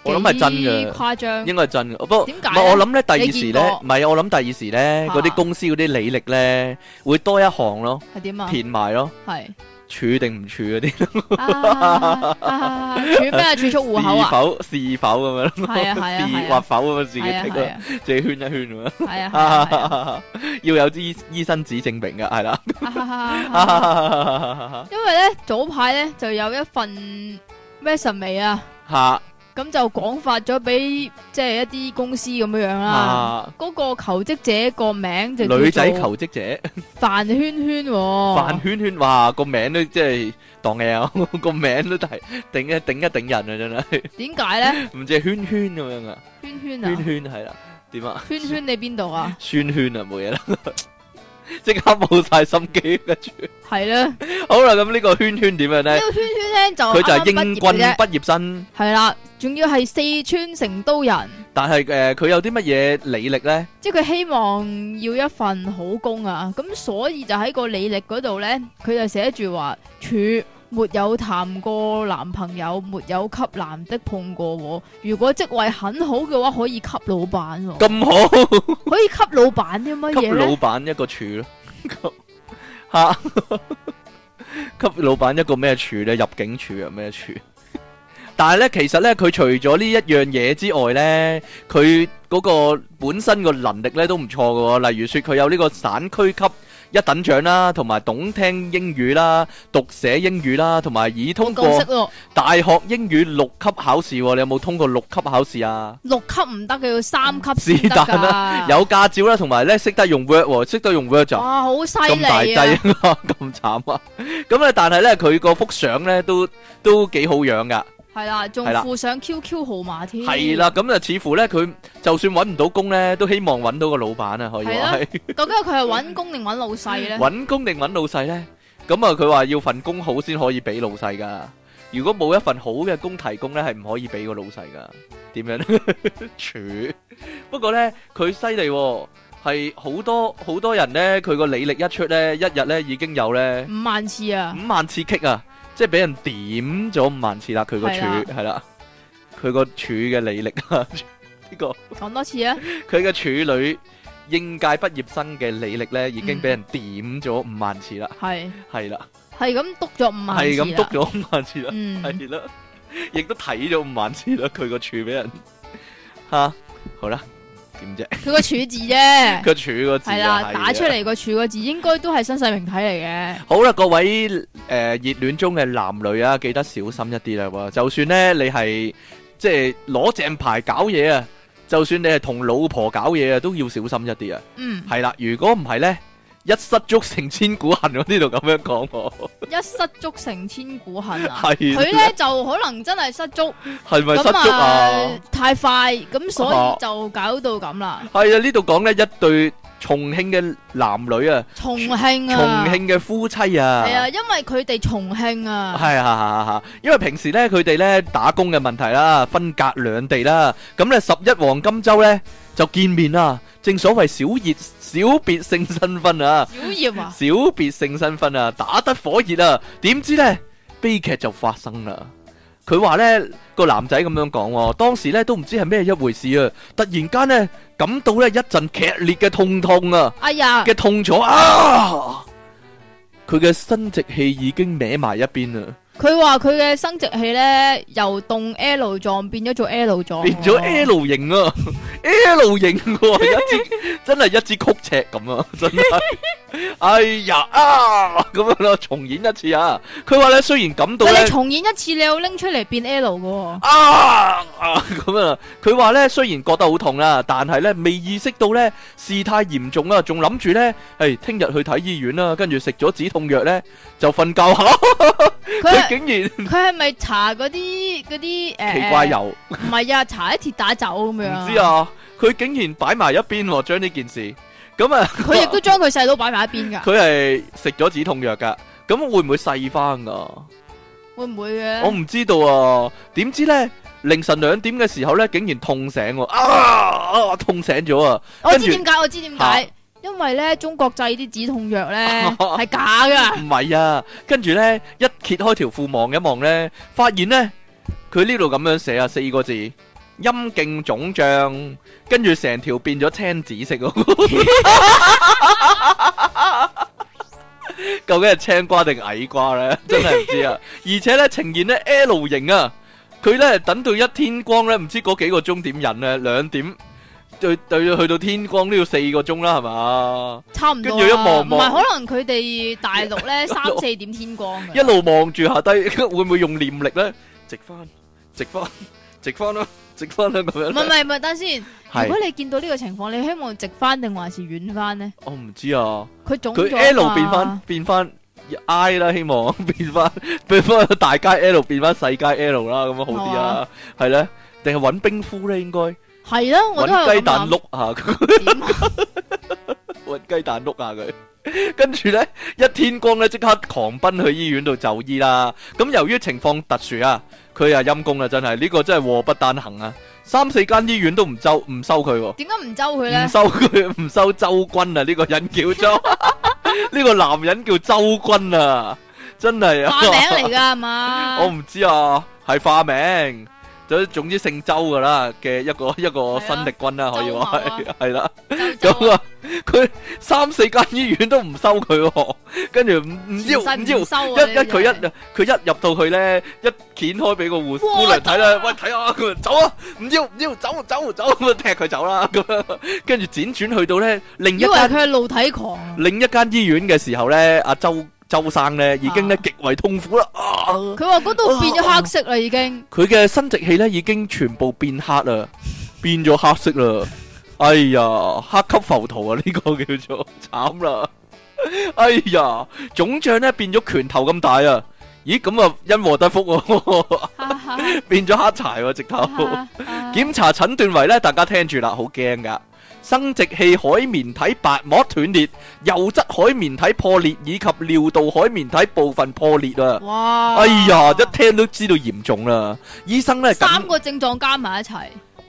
[SPEAKER 2] 我諗係真嘅
[SPEAKER 1] 幾誇張。
[SPEAKER 2] 應該係真嘅。不過
[SPEAKER 1] 嗯點
[SPEAKER 2] 唔
[SPEAKER 1] 解
[SPEAKER 2] 係
[SPEAKER 1] 咧
[SPEAKER 2] 我諗咧，第二時
[SPEAKER 1] 你見
[SPEAKER 2] 咧，
[SPEAKER 1] 過啊
[SPEAKER 2] 唔係我諗第二時咧，
[SPEAKER 1] 嚇
[SPEAKER 2] 嗰啲公司嗰啲履歷咧會多一行咯，
[SPEAKER 1] 係點啊？
[SPEAKER 2] 填埋咯，
[SPEAKER 1] 係
[SPEAKER 2] 處定唔處嗰啲，
[SPEAKER 1] 啊啊儲咩啊？儲蓄户口
[SPEAKER 2] 是
[SPEAKER 1] 啊？
[SPEAKER 2] 否是否咁樣咯，
[SPEAKER 1] 係啊係啊
[SPEAKER 2] 是
[SPEAKER 1] 係
[SPEAKER 2] 或
[SPEAKER 1] 啊
[SPEAKER 2] 否咁樣自己
[SPEAKER 1] 係啊
[SPEAKER 2] 剔
[SPEAKER 1] 係
[SPEAKER 2] 咯，
[SPEAKER 1] 啊
[SPEAKER 2] 自己圈一圈咁
[SPEAKER 1] 係啊 係啊係啊
[SPEAKER 2] 樣， 要有啲醫生紙證明㗎，係啦。
[SPEAKER 1] 啊哈哈哈哈！因為咧早排咧就有一份 resume 啊，
[SPEAKER 2] 嚇
[SPEAKER 1] 咁就廣發咗俾即係一啲公司咁樣樣啦。
[SPEAKER 2] 啊，
[SPEAKER 1] 嗰、個求職者個名就
[SPEAKER 2] 女仔
[SPEAKER 1] 叫做
[SPEAKER 2] 求職者。
[SPEAKER 1] 范圈圈、
[SPEAKER 2] 飯
[SPEAKER 1] 喎，
[SPEAKER 2] 圈圈，哇個名都即係當 L，個名都係頂一頂一頂 人啊！真係
[SPEAKER 1] 點解 咧？
[SPEAKER 2] 唔知係圈圈咁樣啊，
[SPEAKER 1] 圈圈
[SPEAKER 2] 圈
[SPEAKER 1] 啊，
[SPEAKER 2] 圈係啦，點啊？
[SPEAKER 1] 圈圈你邊度 啊？
[SPEAKER 2] 圈圈啊，冇嘢啦， 即刻冇晒心 機跟住。
[SPEAKER 1] 係咧，呢
[SPEAKER 2] 好啦，咁呢個圈圈點樣咧？
[SPEAKER 1] 個圈圈咧就
[SPEAKER 2] 佢就
[SPEAKER 1] 係
[SPEAKER 2] 係英軍
[SPEAKER 1] 啫，
[SPEAKER 2] 畢業生，
[SPEAKER 1] 係啦，仲要係四川成都人，
[SPEAKER 2] 但係誒佢有啲乜嘢履歷咧？
[SPEAKER 1] 即係佢希望要一份好工啊。咁所以就喺個履歷嗰度咧，佢就寫住話處。沒有談過男朋友，沒有給男的碰過我。如果職位很好嘅話，可以給老闆、喎，
[SPEAKER 2] 咁 好，
[SPEAKER 1] 可以給老闆啊啲乜
[SPEAKER 2] 給
[SPEAKER 1] 嘢
[SPEAKER 2] 老
[SPEAKER 1] 咧？
[SPEAKER 2] 闆一個處咯， 嚇， 給老闆一個咩處咧？入境處啊，咩處？ 但係咧，其實咧，佢除咗呢一樣嘢之外咧，佢嗰個本身個能力咧都唔錯嘅喎。例如說，佢有呢個省區級一等獎啦，同埋懂聽英語啦、讀寫英語啦，同埋已通
[SPEAKER 1] 角
[SPEAKER 2] 過
[SPEAKER 1] 色咯，
[SPEAKER 2] 大學英語六級考試喎。你有冇通過六級考試啊？
[SPEAKER 1] 六級唔得嘅，要三級先得
[SPEAKER 2] 是但
[SPEAKER 1] 噶。
[SPEAKER 2] 有駕照啦，同埋咧識得用 Word 喎，識得用 Word 就
[SPEAKER 1] 哇，好犀
[SPEAKER 2] 咁大
[SPEAKER 1] 利 啊！
[SPEAKER 2] 劑啊，咁慘啊！咁咧，但係咧，佢個幅相咧都都幾好樣噶，
[SPEAKER 1] 係啦，仲
[SPEAKER 2] 係啦
[SPEAKER 1] 附上 QQ 號碼添。
[SPEAKER 2] 係啦，，咁啊，似乎咧佢就算揾唔到工咧，都希望揾到個老闆啊，可以
[SPEAKER 1] 係
[SPEAKER 2] 話
[SPEAKER 1] 啦
[SPEAKER 2] 係
[SPEAKER 1] 究竟佢係揾工定揾老細咧？
[SPEAKER 2] 揾工定揾老細咧？咁啊，佢話要份工好先可以俾老細噶，如果冇一份好嘅工提供咧，係唔可以俾個老細噶。點樣 咧？處不過咧，佢犀利喎，係好多好多人咧，佢個履歷一出咧，一日咧已經有咧
[SPEAKER 1] 五萬次啊！
[SPEAKER 2] 五萬次 kick 啊，即係俾人點咗五萬次啦。佢個處
[SPEAKER 1] 係啦
[SPEAKER 2] 係啦，佢個處嘅履歷啊， 呢個
[SPEAKER 1] 講多次啊！
[SPEAKER 2] 佢嘅處女應屆畢業生嘅履歷咧，已
[SPEAKER 1] 嗯
[SPEAKER 2] 經俾人點咗五萬次啦，
[SPEAKER 1] 係
[SPEAKER 2] 係啦。
[SPEAKER 1] 係咁篤咗五萬次啊
[SPEAKER 2] 系咁
[SPEAKER 1] 啦
[SPEAKER 2] 督咗五萬次啦，
[SPEAKER 1] 嗯，
[SPEAKER 2] 係啦，亦都睇咗五萬次啦，佢個柱俾人吓，好啦，點啫？
[SPEAKER 1] 佢個柱字啫，
[SPEAKER 2] 個柱個字
[SPEAKER 1] 係
[SPEAKER 2] 啊
[SPEAKER 1] 啦，打出。嚟個柱個字應該都係新世名體嚟嘅。
[SPEAKER 2] 好啦，各位诶热恋中嘅男女啊，記得小心一啲啦喎，就算咧你係即係攞正牌搞嘢啊，就算你係同老婆搞嘢啊，都要小心一啲啊。
[SPEAKER 1] 嗯，
[SPEAKER 2] 係啦，如果唔係咧，一失足成千古恨，我呢度咁樣講喎，
[SPEAKER 1] 一失足成千古恨啊！
[SPEAKER 2] 係
[SPEAKER 1] 佢
[SPEAKER 2] 啦
[SPEAKER 1] 咧就可能真係失足，
[SPEAKER 2] 係咪失
[SPEAKER 1] 咁
[SPEAKER 2] 足啊？
[SPEAKER 1] 啊太快，咁所
[SPEAKER 2] 啊
[SPEAKER 1] 以就搞到咁啦。
[SPEAKER 2] 係啊，呢度講咧一對重慶嘅男女啊，
[SPEAKER 1] 重慶
[SPEAKER 2] 重
[SPEAKER 1] 啊，
[SPEAKER 2] 慶嘅夫妻啊，
[SPEAKER 1] 係啊，因為佢哋重慶啊。
[SPEAKER 2] 係啊，係啊，係啊，因為平時咧佢哋咧打工嘅問題啦，分隔兩地啦，咁咧十一黃金周咧就見面啦，正所謂小熱小別勝新婚啊，
[SPEAKER 1] 小葉啊，
[SPEAKER 2] 小別勝新婚啊，打得火熱啊，點知咧悲劇就發生啦。佢話咧個男仔咁樣講喎，當時咧都唔知係咩一回事啊，突然間咧感到咧一陣劇烈嘅痛痛啊！
[SPEAKER 1] 哎呀，
[SPEAKER 2] 嘅痛楚啊！佢嘅生殖器已經歪埋一邊啦，
[SPEAKER 1] 佢話佢嘅生殖器咧由動 L 狀變咗做 L 狀喎，
[SPEAKER 2] 變咗 L 型啊，L 型喎、一支真係一支曲尺咁啊，真 係，哎呀啊咁樣咯，重演一次啊！佢話咧，雖然感到
[SPEAKER 1] 喂。
[SPEAKER 2] 咧
[SPEAKER 1] 你。重演一次，你要拎出嚟變 L 噶，
[SPEAKER 2] 啊啊咁啊！佢話咧，雖然覺得好痛啦，但係咧未意識到咧事態嚴重啊，仲諗住咧，誒聽日去睇醫院啦，跟住食咗止痛藥咧就瞓覺 下。佢
[SPEAKER 1] 佢
[SPEAKER 2] 竟然
[SPEAKER 1] 佢係咪搽嗰啲嗰啲诶？
[SPEAKER 2] 奇怪油。
[SPEAKER 1] 唔係啊，搽啲鐵打酒咁樣。
[SPEAKER 2] 唔知，啊，佢竟然擺埋一邊喎，將呢件事咁啊，
[SPEAKER 1] 佢亦都將佢細佬擺埋一邊㗎，
[SPEAKER 2] 佢係食咗止痛藥噶，咁會唔會細翻噶？
[SPEAKER 1] 會唔會嘅？
[SPEAKER 2] 我唔知道啊，點知呢？凌晨兩點嘅時候呢，竟然痛醒喎，啊啊痛醒咗啊！
[SPEAKER 1] 我
[SPEAKER 2] 跟
[SPEAKER 1] 知
[SPEAKER 2] 住
[SPEAKER 1] 點解，我知點解，因為咧中國製啲止痛 藥咧係假㗎，
[SPEAKER 2] 唔係啊，跟住呢，一揭開條褲望一望呢，發現呢，佢呢度咁樣寫啊，四個字陰莖腫脹，跟住成條變咗青紫色喎。究竟係青瓜定矮瓜呢？真係唔知啊！而且呢，呈現呢 L 型啊，佢呢，等到一天光呢，唔知嗰幾個鐘點忍呢？兩點對對去到天光都要四個鐘啦，係嘛？
[SPEAKER 1] 差唔多
[SPEAKER 2] 跟住一望
[SPEAKER 1] 啦。
[SPEAKER 2] 望
[SPEAKER 1] 唔係可能佢哋大陸 咧三四點天光
[SPEAKER 2] 一
[SPEAKER 1] 嘅，
[SPEAKER 2] 路望住下低，會唔會用念力咧？直翻，直翻， 直翻啦，直翻啦咁
[SPEAKER 1] 唔係
[SPEAKER 2] 樣
[SPEAKER 1] 唔
[SPEAKER 2] 呢。
[SPEAKER 1] 係唔係，等先。如
[SPEAKER 2] 係
[SPEAKER 1] 果你見到呢個情況，你希望直翻定還是遠翻呢？
[SPEAKER 2] 我唔知啊，
[SPEAKER 1] 佢腫
[SPEAKER 2] 佢
[SPEAKER 1] 咗
[SPEAKER 2] L
[SPEAKER 1] 嘛
[SPEAKER 2] 變翻變翻 I 啦，希望 變翻變翻大街 L 變翻細街 L 啦，咁樣好啲啊，係咧。定係揾冰敷咧，應該
[SPEAKER 1] 係啦，我都
[SPEAKER 2] 揾
[SPEAKER 1] 係
[SPEAKER 2] 雞
[SPEAKER 1] 咁
[SPEAKER 2] 蛋
[SPEAKER 1] 諗
[SPEAKER 2] 碌下佢。
[SPEAKER 1] 點啊
[SPEAKER 2] 搵雞蛋碌下佢。 跟住呢，一天光呢，即刻狂奔去醫院度就醫啦。咁由於情況特殊啊，佢啊陰公啦，真係呢、個真係禍不單行啊！三四間醫院都唔收唔收佢、喎。
[SPEAKER 1] 點啊解唔周佢
[SPEAKER 2] 唔
[SPEAKER 1] 呢？
[SPEAKER 2] 收佢，唔收周君啊！呢、個人叫周， 呢個男人叫周君啊，真係啊！
[SPEAKER 1] 化名嚟㗎係嘛？
[SPEAKER 2] 我唔知啊，係化名，總總之姓周噶啦嘅一個一
[SPEAKER 1] 係
[SPEAKER 2] 個
[SPEAKER 1] 啊
[SPEAKER 2] 新力軍啦，可以
[SPEAKER 1] 周
[SPEAKER 2] 話
[SPEAKER 1] 啊某
[SPEAKER 2] 係係啦。
[SPEAKER 1] 周周
[SPEAKER 2] 咁啊，佢三四間醫院都唔收佢、喎，跟住唔唔
[SPEAKER 1] 全
[SPEAKER 2] 要
[SPEAKER 1] 世
[SPEAKER 2] 唔要，
[SPEAKER 1] 唔收啊
[SPEAKER 2] 一一
[SPEAKER 1] 呢啲
[SPEAKER 2] 佢
[SPEAKER 1] 真係
[SPEAKER 2] 一佢一入到去咧，一掀開俾個護士姑娘睇啦，喂睇下佢走啊，唔要唔要，走走走，咁啊踢佢走啦，咁樣跟住輾轉去到咧另一
[SPEAKER 1] 以為佢
[SPEAKER 2] 間
[SPEAKER 1] 係露體狂啊，
[SPEAKER 2] 另一間醫院嘅時候咧，阿周周生咧已經咧
[SPEAKER 1] 啊
[SPEAKER 2] 極為痛苦啦，啊
[SPEAKER 1] 佢話嗰度變咗黑色啦已經。
[SPEAKER 2] 佢嘅生殖器咧已經全部變黑 啦，變咗黑色啦。哎呀，黑級浮屠啊！呢、個叫做 慘啦。哎呀，腫脹咧變咗拳頭咁大啊！咦，咁啊因禍得福喎、
[SPEAKER 1] 哈哈
[SPEAKER 2] 變咗黑柴喎、直頭。
[SPEAKER 1] 哈哈
[SPEAKER 2] 檢查診斷為咧，大家聽住啦，好驚噶。生殖器海綿體白膜斷裂，右側海綿體破裂，以及尿道海綿體部分破裂啊！
[SPEAKER 1] 哇！
[SPEAKER 2] 哎呀，一聽都知道嚴重啦。醫生咧緊
[SPEAKER 1] 三個症狀加埋一齊，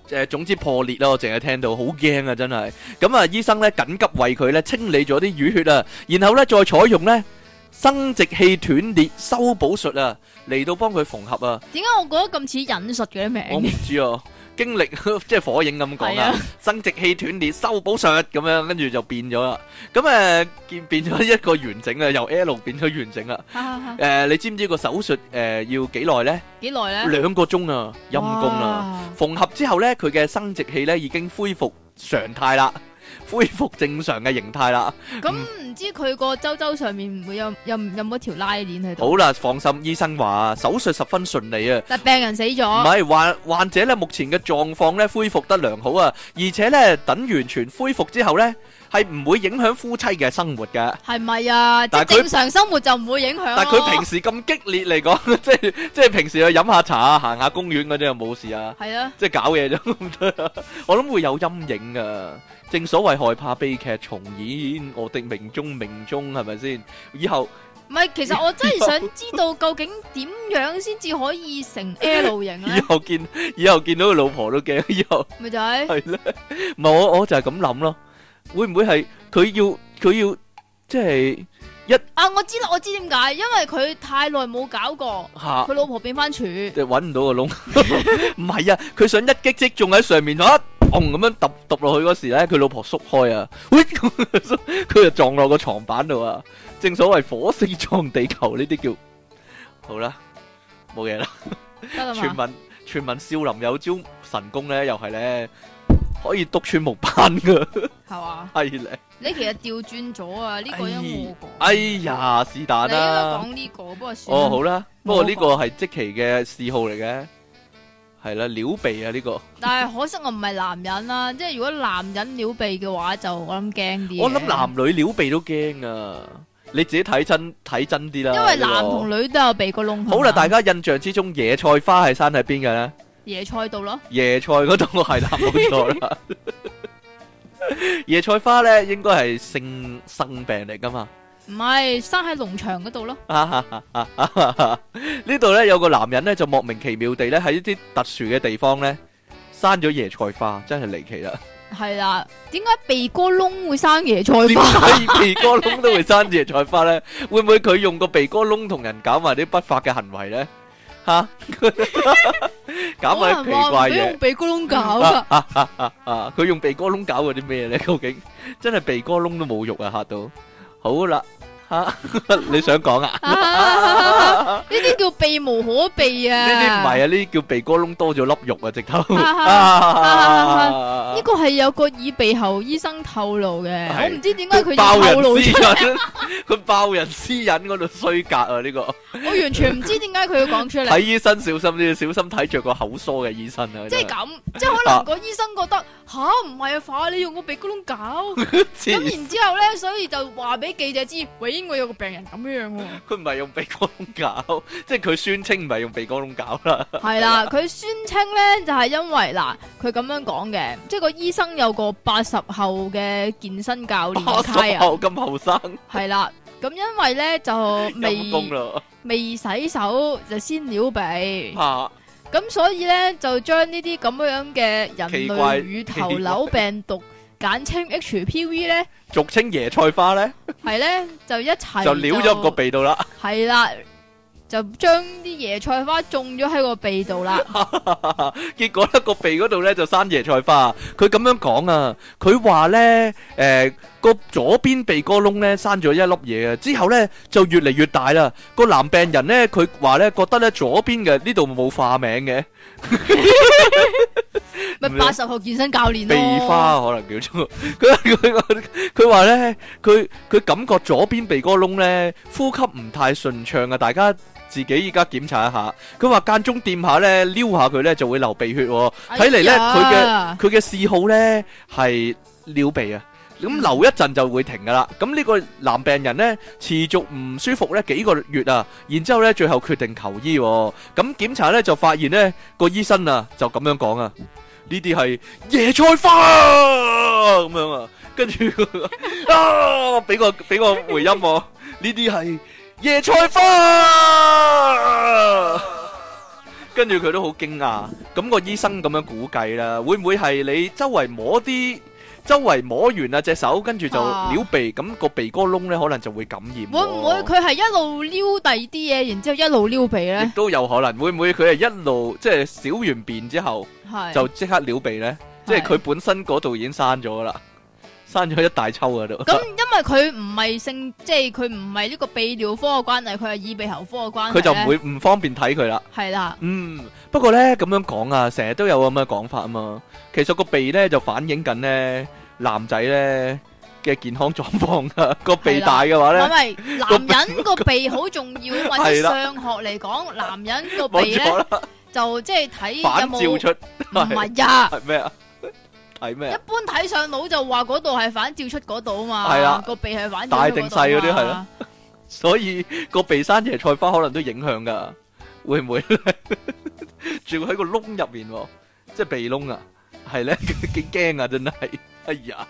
[SPEAKER 2] 誒、總之破裂啦，我淨係聽到好驚啊，真係。咁啊，醫生咧緊急為佢咧清理咗啲淤血啊，然後咧再採用咧生殖器斷裂修補術啊，嚟到幫佢縫合啊。
[SPEAKER 1] 點解我覺得咁似引述嘅啲
[SPEAKER 2] 我唔
[SPEAKER 1] 名？
[SPEAKER 2] 知啊，經歷 即係火影咁講
[SPEAKER 1] 係
[SPEAKER 2] 啊
[SPEAKER 1] 啊，
[SPEAKER 2] 生殖器斷裂修補術咁樣，跟住就變咗啦。咁誒、變變咗一個完整啊，由 L 變咗完整啦。
[SPEAKER 1] 哈哈哈
[SPEAKER 2] 誒、你知唔知個手術誒、要幾耐呢？
[SPEAKER 1] 幾耐咧？
[SPEAKER 2] 兩個鐘啊，陰公啦。
[SPEAKER 1] 哇！
[SPEAKER 2] 縫合之後呢，佢嘅生殖器呢已經恢復常態啦， 恢復正常嘅形態啦。
[SPEAKER 1] 咁唔知佢個周周上面會有有有冇一條拉鏈喺度？
[SPEAKER 2] 好啦，放心，醫生話手術十分順利啊。
[SPEAKER 1] 但病人死
[SPEAKER 2] 唔
[SPEAKER 1] 咗，
[SPEAKER 2] 係患患者呢，目前嘅狀況呢恢復得良好啊，而且呢，等完全恢復之後呢，係唔會影響夫妻嘅生活嘅。
[SPEAKER 1] 係咪啊？即係
[SPEAKER 2] 但係佢
[SPEAKER 1] 正常生活就唔會影響咯。
[SPEAKER 2] 但佢平時咁激烈嚟講， 即係即係平時去飲下茶啊、行下公園嗰啲就冇事啊。
[SPEAKER 1] 係啊，
[SPEAKER 2] 即係搞嘢啫， 唔得啊！我諗會有陰影噶。正所謂害怕悲劇重演，我的命中命中係咪先？以後
[SPEAKER 1] 唔係其實我真係想知道究竟點樣先至可以成 L 型
[SPEAKER 2] 以
[SPEAKER 1] 咧？
[SPEAKER 2] 後見以後見到佢老婆都驚， 以後
[SPEAKER 1] 咪就係
[SPEAKER 2] 係咧。唔係我我就係咁諗咯。會唔會係佢要佢要即係
[SPEAKER 1] 啊！我知啦，我知點解，因為佢太耐冇搞過，
[SPEAKER 2] 嚇
[SPEAKER 1] 佢老婆變翻處。
[SPEAKER 2] 就揾唔到個窿？ 唔係啊，佢想一擊即中喺上面，一砰咁樣揼揼落去嗰時咧，佢老婆縮開啊，喂 佢就撞落個床板度啊！正所謂火星撞地球呢啲叫好啦，冇嘢啦。
[SPEAKER 1] 得啦
[SPEAKER 2] 傳
[SPEAKER 1] 嘛，
[SPEAKER 2] 聞傳聞少林有招神功咧，又係咧可以督穿木板 噶，
[SPEAKER 1] 係嘛？
[SPEAKER 2] 係咧。
[SPEAKER 1] 你其實調轉咗啊，呢個因我講，
[SPEAKER 2] 哎呀，是但
[SPEAKER 1] 你應該
[SPEAKER 2] 啦。
[SPEAKER 1] 講呢個，不過算啦。
[SPEAKER 2] 哦，好啦，不過
[SPEAKER 1] 我
[SPEAKER 2] 呢個係即期嘅嗜好嚟嘅，係啦，撩鼻啊呢個。
[SPEAKER 1] 但係可惜我唔係男人啦，即係如果男人撩鼻嘅話，就我諗驚啲嘅。
[SPEAKER 2] 我諗男女撩鼻都驚啊，你自己睇真睇真啲啦。
[SPEAKER 1] 因為男
[SPEAKER 2] 呢個
[SPEAKER 1] 同女都有鼻個窿。
[SPEAKER 2] 好啦，大
[SPEAKER 1] 家
[SPEAKER 2] 家印象之中野菜花係生喺邊嘅咧？
[SPEAKER 1] 椰菜度咯，
[SPEAKER 2] 椰菜嗰度係啦，冇錯 啦。椰菜花咧應該係性生病嚟噶嘛？
[SPEAKER 1] 唔係生喺農場嗰度咯。
[SPEAKER 2] 呢度咧有個男人咧就莫名其妙地咧喺啲特殊嘅地方咧生咗椰菜花，真係離奇啦！
[SPEAKER 1] 係啦，點解鼻哥窿會生椰菜
[SPEAKER 2] 點
[SPEAKER 1] 花？
[SPEAKER 2] 解鼻哥窿都會生椰菜花咧？會唔會佢用個鼻哥窿同人搞埋啲不法嘅行為咧？吓，
[SPEAKER 1] 可能話唔俾
[SPEAKER 2] 搞埋啲奇怪嘢
[SPEAKER 1] 用。鼻哥窿搞噶，
[SPEAKER 2] 啊！佢用鼻哥窿搞過啲咩咧？究竟真係鼻哥窿都冇肉啊！嚇到好啦， 你想講啊？
[SPEAKER 1] 呢啲叫避無可避啊！
[SPEAKER 2] 呢啲唔係啊，呢啲叫鼻哥窿多咗粒肉啊，直頭。
[SPEAKER 1] 呢個係有個耳鼻喉醫生透露嘅，
[SPEAKER 2] 啊係
[SPEAKER 1] 我唔知點解佢
[SPEAKER 2] 佢爆
[SPEAKER 1] 要
[SPEAKER 2] 人
[SPEAKER 1] 透露
[SPEAKER 2] 私
[SPEAKER 1] 出，
[SPEAKER 2] 隱， 佢爆人私隱嗰度衰格啊！呢個
[SPEAKER 1] 我完全唔知點解佢要講出
[SPEAKER 2] 睇
[SPEAKER 1] 嚟。
[SPEAKER 2] 醫生小心啲，小心睇着個口疏嘅醫生啊！
[SPEAKER 1] 即係咁，即係可能個醫生覺得吓唔係啊，化你用個鼻哥窿 搞，
[SPEAKER 2] 真係
[SPEAKER 1] 咁然之後咧，所以就話俾記者知，喂，我有個病人咁樣樣喎。
[SPEAKER 2] 佢唔係用鼻哥窿搞， 即係佢宣稱唔係用鼻哥窿搞啦。
[SPEAKER 1] 係啦， 佢宣稱咧就係因為嗱，佢咁樣講嘅，即係個醫生有個八十後嘅健身教 練卡啊，
[SPEAKER 2] 咁後生，
[SPEAKER 1] 係啦，咁因為咧 就
[SPEAKER 2] 陰公
[SPEAKER 1] 未
[SPEAKER 2] 啦
[SPEAKER 1] 未洗手就先撩 鼻，
[SPEAKER 2] 嚇！
[SPEAKER 1] 咁所以咧就將呢啲咁樣嘅人
[SPEAKER 2] 奇怪
[SPEAKER 1] 類乳頭瘤病毒，簡 稱 HPV 咧，
[SPEAKER 2] 俗稱椰菜花咧，
[SPEAKER 1] 係咧就一齊
[SPEAKER 2] 就撩咗入個，鼻度啦。
[SPEAKER 1] 係啦，就將啲椰菜花種咗喺個鼻度 啦。
[SPEAKER 2] 結果咧個鼻嗰度咧就生椰菜花。佢咁樣講啊，佢話咧誒個左邊鼻哥窿咧生咗一粒嘢啊，之後咧就越嚟越大啦。個男病人咧佢話咧覺得咧左邊嘅呢度冇化名嘅
[SPEAKER 1] 咪
[SPEAKER 2] 咩
[SPEAKER 1] 八十號健身教練咯，
[SPEAKER 2] 鼻花可能叫做 佢佢佢佢話咧佢佢感覺左邊鼻哥窿咧呼吸唔太順暢啊，大家。自己依家檢查一下，佢話間中掂下咧，撩下佢咧就會流鼻血喎、
[SPEAKER 1] 哎呀，
[SPEAKER 2] 睇嚟呢佢佢嘅嗜好呢係撩鼻啊。咁
[SPEAKER 1] 嗯
[SPEAKER 2] 留一陣就會停噶啦。咁呢個男病人呢，持續唔舒服呢幾個月啊，然之後呢，最後決定求醫、喎。咁檢查呢，就發現呢個醫生啊就咁樣講啊，呢啲係椰菜花啊咁樣啊，跟住啊 俾個俾個回音我，呢啲係椰菜花 啊。跟住佢都好驚訝，咁個醫生咁樣估計啦，會唔會係你周圍摸啲，周圍摸完啊隻手，跟住就
[SPEAKER 1] 啊
[SPEAKER 2] 撩鼻，咁個鼻哥窿咧可能就會感染喎。
[SPEAKER 1] 會唔會佢係一路撩第啲嘢，然之後一路撩鼻
[SPEAKER 2] 亦
[SPEAKER 1] 咧？
[SPEAKER 2] 都有可能，會唔會佢係一路即係小完便之後
[SPEAKER 1] 係
[SPEAKER 2] 哦就即刻撩鼻呢？即係佢本身嗰度已經生咗啦，生咗一大抽嗰度。
[SPEAKER 1] 咁，因為佢唔係性，即係佢唔係呢個泌尿科嘅關係，佢係耳鼻喉科嘅關係
[SPEAKER 2] 佢
[SPEAKER 1] 呢
[SPEAKER 2] 就唔會唔方便睇佢啦。
[SPEAKER 1] 係啦，
[SPEAKER 2] 嗯，不過呢，咁樣講啊，成日都有咁嘅講法啊嘛。其實個鼻呢，就反映緊呢男仔呢嘅健康狀況 噶，個鼻大嘅話
[SPEAKER 1] 唔係
[SPEAKER 2] 呢，
[SPEAKER 1] 咪 男人個鼻好重要，或者
[SPEAKER 2] 係啦
[SPEAKER 1] 上學嚟講，男人個
[SPEAKER 2] 冇
[SPEAKER 1] 鼻
[SPEAKER 2] 咗
[SPEAKER 1] 咧
[SPEAKER 2] 啦，
[SPEAKER 1] 就即係睇有
[SPEAKER 2] 反照
[SPEAKER 1] 冇
[SPEAKER 2] 出
[SPEAKER 1] 唔係呀？
[SPEAKER 2] 係咩啊？係
[SPEAKER 1] 一
[SPEAKER 2] 咩啊？
[SPEAKER 1] 般睇上腦就話嗰度係反照出嗰度啊嘛，
[SPEAKER 2] 係啦
[SPEAKER 1] 個鼻係反照
[SPEAKER 2] 大
[SPEAKER 1] 出
[SPEAKER 2] 定
[SPEAKER 1] 嗰度啊
[SPEAKER 2] 細嗰啲係
[SPEAKER 1] 嘛
[SPEAKER 2] 咯所以個鼻生椰菜花可能都影響噶，會唔會呢？ 仲要喺個窿入面喎，即係鼻窿啊，係呢， 幾驚啊，真係，哎呀，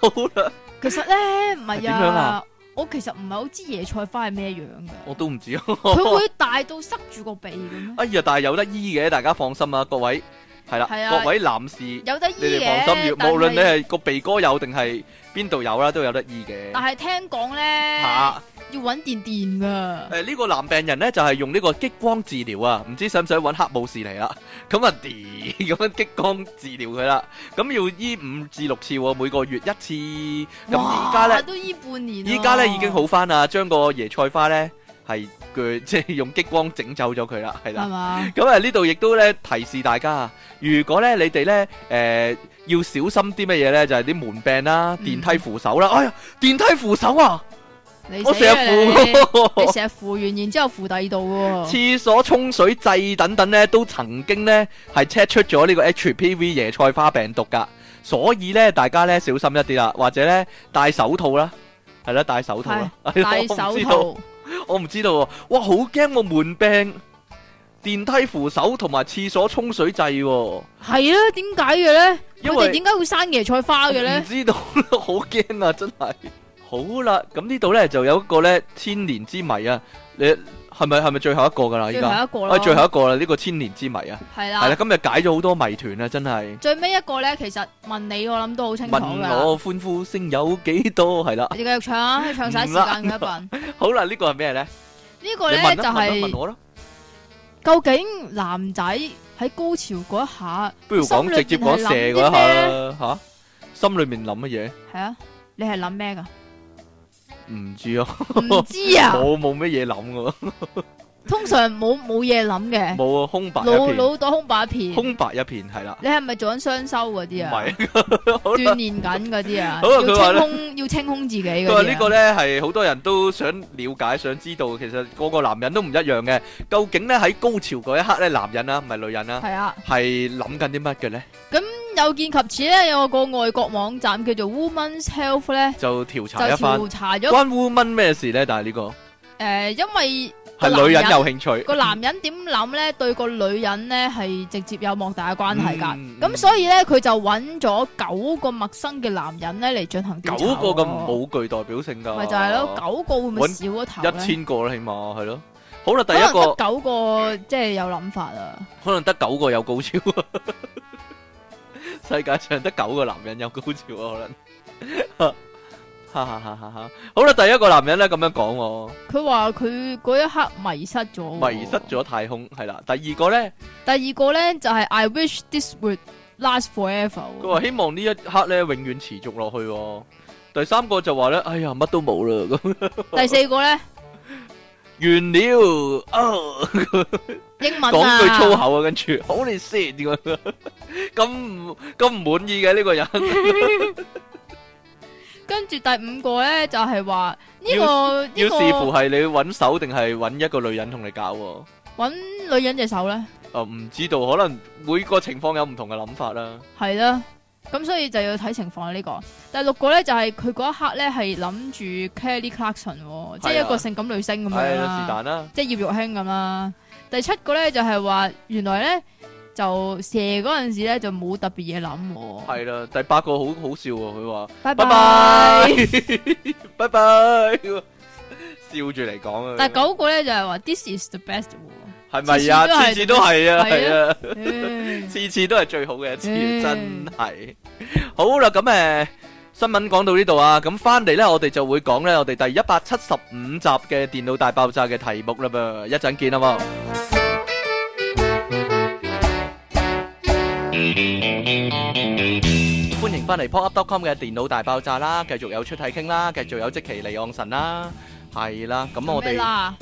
[SPEAKER 2] 好啦，
[SPEAKER 1] 其實咧唔係
[SPEAKER 2] 係點樣啊
[SPEAKER 1] 啊，我其實唔係好知椰菜花係咩樣
[SPEAKER 2] 我
[SPEAKER 1] 噶，
[SPEAKER 2] 都唔知啊。
[SPEAKER 1] 佢會大到塞住個鼻嘅咩？
[SPEAKER 2] 哎呀，但係有得醫嘅，大家放心啊，各位係啦，
[SPEAKER 1] 係啊
[SPEAKER 2] 各位男士，你
[SPEAKER 1] 有得醫
[SPEAKER 2] 哋放心，
[SPEAKER 1] E 嘅，但
[SPEAKER 2] 無論你
[SPEAKER 1] 係
[SPEAKER 2] 係個鼻哥有定係邊度有啦，都有得醫嘅。
[SPEAKER 1] 但係聽講咧
[SPEAKER 2] 嚇，
[SPEAKER 1] 要揾電電噶，
[SPEAKER 2] 誒呢個男病人咧就係用呢個激光治療啊，唔知使唔使揾黑武士嚟啦？咁啊， 啲咁樣激光治療佢啦，咁要醫五至六次喎，每個月一次。咁
[SPEAKER 1] 哇
[SPEAKER 2] 而家咧，
[SPEAKER 1] 都醫半年啊啦，
[SPEAKER 2] 依家咧已經好翻啦，將個椰菜花咧係佢 即係用激光整走咗佢啦，係啦
[SPEAKER 1] 係。嘛？
[SPEAKER 2] 咁啊，呢度亦都咧提示大家啊，如果咧你哋咧誒要小心啲乜嘢咧，就係、啲門病啦、
[SPEAKER 1] 嗯
[SPEAKER 2] 電梯扶手啦。哎呀，電梯扶手啊，
[SPEAKER 1] 你
[SPEAKER 2] 我
[SPEAKER 1] 死
[SPEAKER 2] 成日
[SPEAKER 1] 啦你
[SPEAKER 2] 扶喎
[SPEAKER 1] 你成日扶完，然之後扶第二度喎，
[SPEAKER 2] 廁所沖水掣等等咧，都曾經咧係 check 出咗呢個 HPV 椰菜花病毒噶，所以咧大家咧小心一啲啦，或者咧戴手套啦，係啦，戴手套啦，係 啦
[SPEAKER 1] 戴
[SPEAKER 2] 我唔
[SPEAKER 1] 手
[SPEAKER 2] 知道
[SPEAKER 1] 套，
[SPEAKER 2] 我唔知道喎，哇，好驚我門病、電梯扶手同埋廁所沖水掣喎。
[SPEAKER 1] 係啦，點解嘅咧？
[SPEAKER 2] 因
[SPEAKER 1] 佢
[SPEAKER 2] 為嗯
[SPEAKER 1] 哋點解會生椰菜花嘅
[SPEAKER 2] 唔
[SPEAKER 1] 咧？
[SPEAKER 2] 知道啦，好驚啊，真係。好啦，咁呢度咧就有一個咧千年之謎啊，你係咪係咪最後一個噶啦？而
[SPEAKER 1] 最後
[SPEAKER 2] 家
[SPEAKER 1] 一個
[SPEAKER 2] 啊，
[SPEAKER 1] 啦，
[SPEAKER 2] 最後一個啦，呢、個千年之謎啊，
[SPEAKER 1] 係
[SPEAKER 2] 係啦，
[SPEAKER 1] 啦，
[SPEAKER 2] 今日解咗好多謎團啊啦，真係。
[SPEAKER 1] 最尾一個咧，其實問你我諗都好清楚
[SPEAKER 2] 問
[SPEAKER 1] 㗎啦。
[SPEAKER 2] 我歡呼聲有幾多？係啦，
[SPEAKER 1] 你繼續唱啊，佢唱晒時間佢一笨。
[SPEAKER 2] 好啦，呢、個係咩咧？
[SPEAKER 1] 呢
[SPEAKER 2] 你
[SPEAKER 1] 個咧
[SPEAKER 2] 問
[SPEAKER 1] 就
[SPEAKER 2] 啦，問啦問
[SPEAKER 1] 係
[SPEAKER 2] 我啦，
[SPEAKER 1] 究竟男仔喺高潮嗰一下，
[SPEAKER 2] 不如
[SPEAKER 1] 心
[SPEAKER 2] 講
[SPEAKER 1] 裏
[SPEAKER 2] 直接講
[SPEAKER 1] 面係
[SPEAKER 2] 射
[SPEAKER 1] 諗
[SPEAKER 2] 嗰一
[SPEAKER 1] 啲
[SPEAKER 2] 下
[SPEAKER 1] 咩
[SPEAKER 2] 啦，吓、心裏面諗乜嘢？
[SPEAKER 1] 係啊，你係諗咩噶？
[SPEAKER 2] 唔知啊，
[SPEAKER 1] 唔知 啊，
[SPEAKER 2] 冇冇乜嘢諗噶，
[SPEAKER 1] 通常冇冇嘢諗嘅，
[SPEAKER 2] 冇啊，空白
[SPEAKER 1] 腦
[SPEAKER 2] 一片，
[SPEAKER 1] 腦袋空白一片。
[SPEAKER 2] 空白一片係啦，
[SPEAKER 1] 你係咪做緊雙修嗰
[SPEAKER 2] 唔
[SPEAKER 1] 啲啊？
[SPEAKER 2] 係。
[SPEAKER 1] 鍛鍊緊嗰啲啊？
[SPEAKER 2] 好啊
[SPEAKER 1] 要
[SPEAKER 2] 佢話
[SPEAKER 1] 清
[SPEAKER 2] 呢
[SPEAKER 1] 空要清空自己嗰
[SPEAKER 2] 佢話呢
[SPEAKER 1] 啲
[SPEAKER 2] 個
[SPEAKER 1] 啊。
[SPEAKER 2] 呢係好多人都想了解、想知道，其實個個男人都唔一樣嘅。究竟呢喺高潮嗰一刻呢，男人啦、唔係女人啦、
[SPEAKER 1] 係啊，
[SPEAKER 2] 係諗緊啲乜嘅呢？
[SPEAKER 1] 有見及此咧，有個外國網站叫做 Women's Health 咧，
[SPEAKER 2] 就調
[SPEAKER 1] 就
[SPEAKER 2] 查一番，
[SPEAKER 1] 調查咗
[SPEAKER 2] 關 woman 咩事呢？但係呢個
[SPEAKER 1] 誒，因為
[SPEAKER 2] 係女
[SPEAKER 1] 個男
[SPEAKER 2] 人
[SPEAKER 1] 人
[SPEAKER 2] 有興趣，
[SPEAKER 1] 個男人點諗咧，對個女人咧係直接有莫大嘅關係㗎。
[SPEAKER 2] 嗯
[SPEAKER 1] 咁所以咧，佢就揾咗九個陌生嘅男人咧嚟進行
[SPEAKER 2] 九
[SPEAKER 1] 調查喎。
[SPEAKER 2] 個咁冇具代表性㗎，
[SPEAKER 1] 咪就係咯，九個會唔會
[SPEAKER 2] 搵
[SPEAKER 1] 少咗頭
[SPEAKER 2] 一
[SPEAKER 1] 咧？
[SPEAKER 2] 千個啦，起碼係咯。好啦，第
[SPEAKER 1] 可
[SPEAKER 2] 一
[SPEAKER 1] 能
[SPEAKER 2] 個
[SPEAKER 1] 得九個即係有諗法啊！
[SPEAKER 2] 可能得九個有高潮， 世界上得九個男人有高潮啊，可能。 哈哈哈哈哈！好啦，第一個男人咧咁樣講我，
[SPEAKER 1] 佢話佢嗰一刻迷失咗喎，
[SPEAKER 2] 迷失咗太空係啦。第二個咧，
[SPEAKER 1] 第二個咧就係 I wish this would last forever 喎。
[SPEAKER 2] 佢話希望呢一刻咧永遠持續落去喎。第三個就話咧，哎呀乜都冇啦， 咁
[SPEAKER 1] 第四個咧
[SPEAKER 2] 完了，哦
[SPEAKER 1] 英
[SPEAKER 2] 講
[SPEAKER 1] 文啊，
[SPEAKER 2] 句粗口啊，跟住 Holy shit 咁樣 咁唔咁唔滿意嘅呢個人，
[SPEAKER 1] 跟住第五個咧就係話呢
[SPEAKER 2] 要
[SPEAKER 1] 個
[SPEAKER 2] 要
[SPEAKER 1] 呢
[SPEAKER 2] 視乎
[SPEAKER 1] 個
[SPEAKER 2] 係你揾手定係揾一個女人同你搞喎。
[SPEAKER 1] 揾女人隻手咧
[SPEAKER 2] 啊，唔知道，可能每個情況有唔同嘅諗法啦。
[SPEAKER 1] 係啦，咁所以就要睇情況啦呢個。第六個咧就係佢嗰一刻咧係諗住 Kelly Clarkson，喎即係
[SPEAKER 2] 係啊
[SPEAKER 1] 一個性感女星咁啊
[SPEAKER 2] 係啊
[SPEAKER 1] 樣
[SPEAKER 2] 啦，是
[SPEAKER 1] 啦，
[SPEAKER 2] 但啦。
[SPEAKER 1] 即係葉玉卿咁啦。第七個咧就係話原來咧就射嗰陣時咧就冇特別嘢諗喎，
[SPEAKER 2] 係啦，第八個好好笑喎，佢話
[SPEAKER 1] 拜
[SPEAKER 2] 拜
[SPEAKER 1] 拜。
[SPEAKER 2] 拜，拜拜，笑住嚟講啊。
[SPEAKER 1] 第九個咧就係話 This is the best 喎
[SPEAKER 2] 係咪啊？次次
[SPEAKER 1] 次次
[SPEAKER 2] 都
[SPEAKER 1] 都
[SPEAKER 2] 係啊，
[SPEAKER 1] 係
[SPEAKER 2] 係啊，
[SPEAKER 1] 唉
[SPEAKER 2] 次次都係最好嘅一次，
[SPEAKER 1] 嗯
[SPEAKER 2] 真係。好啦，咁誒。新聞講到呢度啊，咁翻嚟呢，我哋就會講呢，我哋第一百七十五集嘅電腦大爆炸嘅題目啦噃，一陣見啦啊喎。欢迎翻嚟 popup.com 嘅電腦大爆炸啦，繼續有出體傾啦，繼續有即其利昂神啦，係啦，咁
[SPEAKER 1] 做
[SPEAKER 2] 我
[SPEAKER 1] 咩
[SPEAKER 2] 哋。
[SPEAKER 1] 啦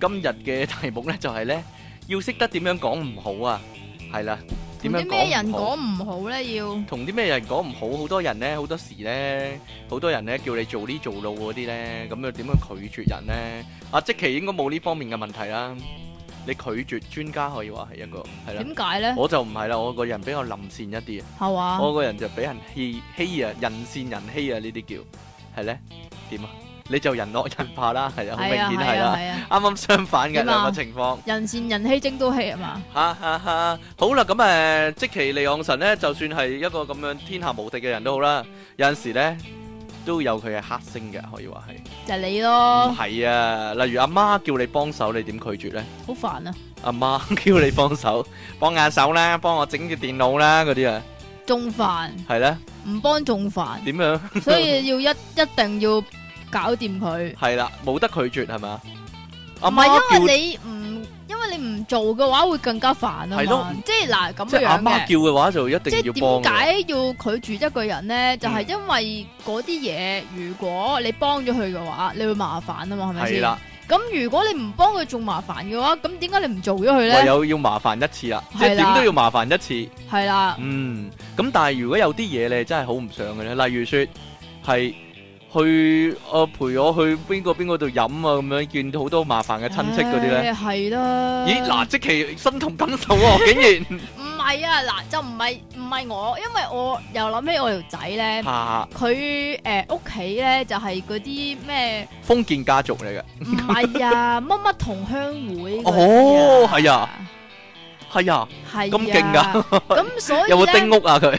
[SPEAKER 2] 今日嘅題目呢，就係呢：要識得點樣講唔好啊，係啦，
[SPEAKER 1] 同
[SPEAKER 2] 點樣
[SPEAKER 1] 啲咩人
[SPEAKER 2] 講唔
[SPEAKER 1] 講
[SPEAKER 2] 好？
[SPEAKER 1] 唔好咧要？
[SPEAKER 2] 同啲咩人講唔好？好多人呢，好多時呢，好多人呢叫你做呢做路嗰啲呢，咁又點樣拒絕人呢？阿即其應該冇呢方面嘅問題啦。你拒絕專家可以話係一個係啦，
[SPEAKER 1] 點解咧？
[SPEAKER 2] 我就唔係啦，我個人比較臨善一啲啊，
[SPEAKER 1] 係嘛？
[SPEAKER 2] 我個人就俾人欺欺啊，人善人欺啊呢啲叫係呢點啊？你就人惡人怕啦，係啊，好明
[SPEAKER 1] 係啊
[SPEAKER 2] 顯
[SPEAKER 1] 係
[SPEAKER 2] 係
[SPEAKER 1] 啊
[SPEAKER 2] 啦，
[SPEAKER 1] 係啊！
[SPEAKER 2] 啱啱相反嘅
[SPEAKER 1] 點啊
[SPEAKER 2] 兩個情況。
[SPEAKER 1] 人善人欺精都欺啊嘛！
[SPEAKER 2] 哈哈哈！好啦，咁誒，即其利昂神咧，就算係一個咁樣天下無敵嘅人都好啦，有陣時咧都有佢嘅黑星嘅，可以話係。
[SPEAKER 1] 就係你
[SPEAKER 2] 唔
[SPEAKER 1] 咯，
[SPEAKER 2] 係啊，例如阿媽叫你幫手，你點拒絕咧？
[SPEAKER 1] 好煩啊！
[SPEAKER 2] 阿媽 叫你幫手，幫下手啦，幫我整個電腦啦，嗰啲啊，
[SPEAKER 1] 仲煩，
[SPEAKER 2] 係咧，
[SPEAKER 1] 唔幫仲煩，
[SPEAKER 2] 點樣？
[SPEAKER 1] 所以要一一定要搞掂佢。
[SPEAKER 2] 係啦，冇得拒絕係嘛？
[SPEAKER 1] 唔
[SPEAKER 2] 阿媽
[SPEAKER 1] 係因
[SPEAKER 2] 叫
[SPEAKER 1] 為你唔因為你唔做嘅話會更加煩啊
[SPEAKER 2] 係咯
[SPEAKER 1] 嘛！即係嗱咁
[SPEAKER 2] 即係阿
[SPEAKER 1] 樣
[SPEAKER 2] 媽
[SPEAKER 1] 嘅。
[SPEAKER 2] 叫嘅話，就一
[SPEAKER 1] 即
[SPEAKER 2] 定
[SPEAKER 1] 係
[SPEAKER 2] 要幫
[SPEAKER 1] 點
[SPEAKER 2] 嘅。嗯
[SPEAKER 1] 解要拒絕一個人咧？就係、因為嗰啲嘢，如果你幫咗佢嘅話，你會麻煩啊嘛，係咪
[SPEAKER 2] 係
[SPEAKER 1] 先？
[SPEAKER 2] 啦，
[SPEAKER 1] 咁如果你唔幫佢仲麻煩嘅話，咁點解你唔做咗佢
[SPEAKER 2] 唯
[SPEAKER 1] 咧？
[SPEAKER 2] 有要麻煩一次啦，即係
[SPEAKER 1] 係啦
[SPEAKER 2] 點都要麻煩一次。
[SPEAKER 1] 係啦，
[SPEAKER 2] 嗯，咁但係如果有啲嘢你係真係好唔想嘅咧，例如說係去我陪我去邊個邊個度飲啊，咁樣見到好多麻煩嘅親戚嗰啲咧。
[SPEAKER 1] 唉係啊啦。
[SPEAKER 2] 咦，嗱，即其身同感受喎，竟然哦
[SPEAKER 1] 唔係啊，嗱就唔係唔係我，因為我又諗起我條仔咧，
[SPEAKER 2] 嚇
[SPEAKER 1] 佢誒屋企咧就係嗰啲咩
[SPEAKER 2] 封建家族嚟嘅，
[SPEAKER 1] 唔係啊乜乜同鄉會嗰啲
[SPEAKER 2] 哦係啊，係啊，
[SPEAKER 1] 係
[SPEAKER 2] 咁勁㗎
[SPEAKER 1] 啊，咁所以
[SPEAKER 2] 有冇丁
[SPEAKER 1] 咧
[SPEAKER 2] 屋啊佢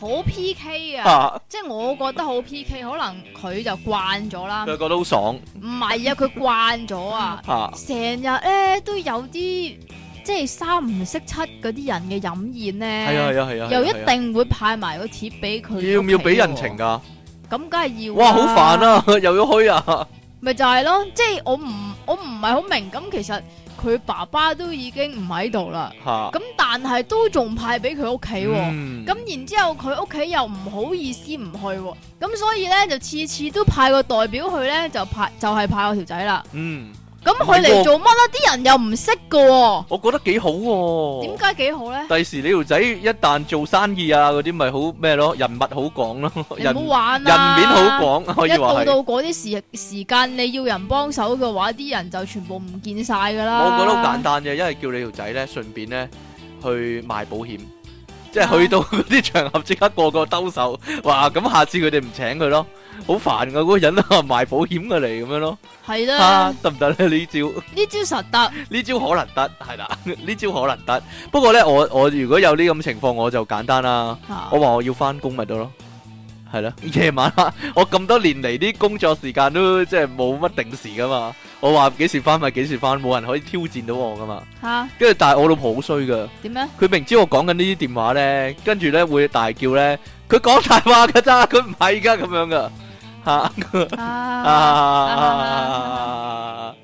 [SPEAKER 1] 好 P K 啊，
[SPEAKER 2] 啊？
[SPEAKER 1] 即係我覺得好 P K，可能佢就慣咗啦，
[SPEAKER 2] 佢覺得好爽
[SPEAKER 1] 唔係啊，佢慣咗啊，
[SPEAKER 2] 嚇，
[SPEAKER 1] 成日咧都有啲即係三唔識七嗰啲人嘅飲宴咧，
[SPEAKER 2] 係啊係啊係啊，
[SPEAKER 1] 又一
[SPEAKER 2] 係啊
[SPEAKER 1] 定會派埋個貼俾佢。
[SPEAKER 2] 要唔要俾人情？㗎？
[SPEAKER 1] 咁梗係要。
[SPEAKER 2] 哇，好啊 煩！啊，又要虛啊，
[SPEAKER 1] 咪就係咯，即係我唔我唔係好明。咁其實佢爸爸都已經唔喺度啦，
[SPEAKER 2] 吓，
[SPEAKER 1] 咁但係都仲派俾佢屋企喎。
[SPEAKER 2] 嗯
[SPEAKER 1] 咁然之後佢屋企又唔好意思唔去喎，咁所以咧就次次都派個代表去咧，就派就係、派我條仔啦。
[SPEAKER 2] 嗯，
[SPEAKER 1] 咁佢
[SPEAKER 2] 唔係喎哦
[SPEAKER 1] 嚟做乜啦？啲人又唔識噶喎，
[SPEAKER 2] 我覺得幾好喎。
[SPEAKER 1] 點解幾好咧？
[SPEAKER 2] 第時你條仔一旦做生意啊嗰啲，咪好咩咯？人物好講咯，
[SPEAKER 1] 你
[SPEAKER 2] 人
[SPEAKER 1] 唔好玩
[SPEAKER 2] 人
[SPEAKER 1] 啦，
[SPEAKER 2] 面好講，可以
[SPEAKER 1] 一
[SPEAKER 2] 話
[SPEAKER 1] 到到
[SPEAKER 2] 係。
[SPEAKER 1] 嗰啲時時間，你要人幫手嘅話，啲人就全部唔見晒噶啦。
[SPEAKER 2] 我覺得好簡單嘅，因為叫你條仔咧，順便咧去賣保險，即係
[SPEAKER 1] 啊
[SPEAKER 2] 去到嗰啲場合即刻個個兜售，哇！咁下次佢哋唔請佢咯，好煩噶嗰個人啊，賣保險嘅嚟咁樣咯，
[SPEAKER 1] 係啦
[SPEAKER 2] 啊，得唔得咧？呢招？
[SPEAKER 1] 呢招實得，
[SPEAKER 2] 呢招可能得，係啦，呢招可能得。不過呢，我我如果有呢咁情況，我就簡單啦。
[SPEAKER 1] 啊
[SPEAKER 2] 我話我要翻工咪得咯，係咯，夜晚黑我咁多年嚟啲工作時間都即係冇乜定時噶嘛。我話幾時翻咪幾時翻，冇人可以挑戰到我噶嘛。
[SPEAKER 1] 吓
[SPEAKER 2] 跟住但係我老婆好衰噶，
[SPEAKER 1] 點咧？
[SPEAKER 2] 佢明知我講緊呢啲電話呢，跟住呢會大叫呢，佢講大話噶咋， 佢唔係噶咁樣噶吓。
[SPEAKER 1] 啊，
[SPEAKER 2] 啊，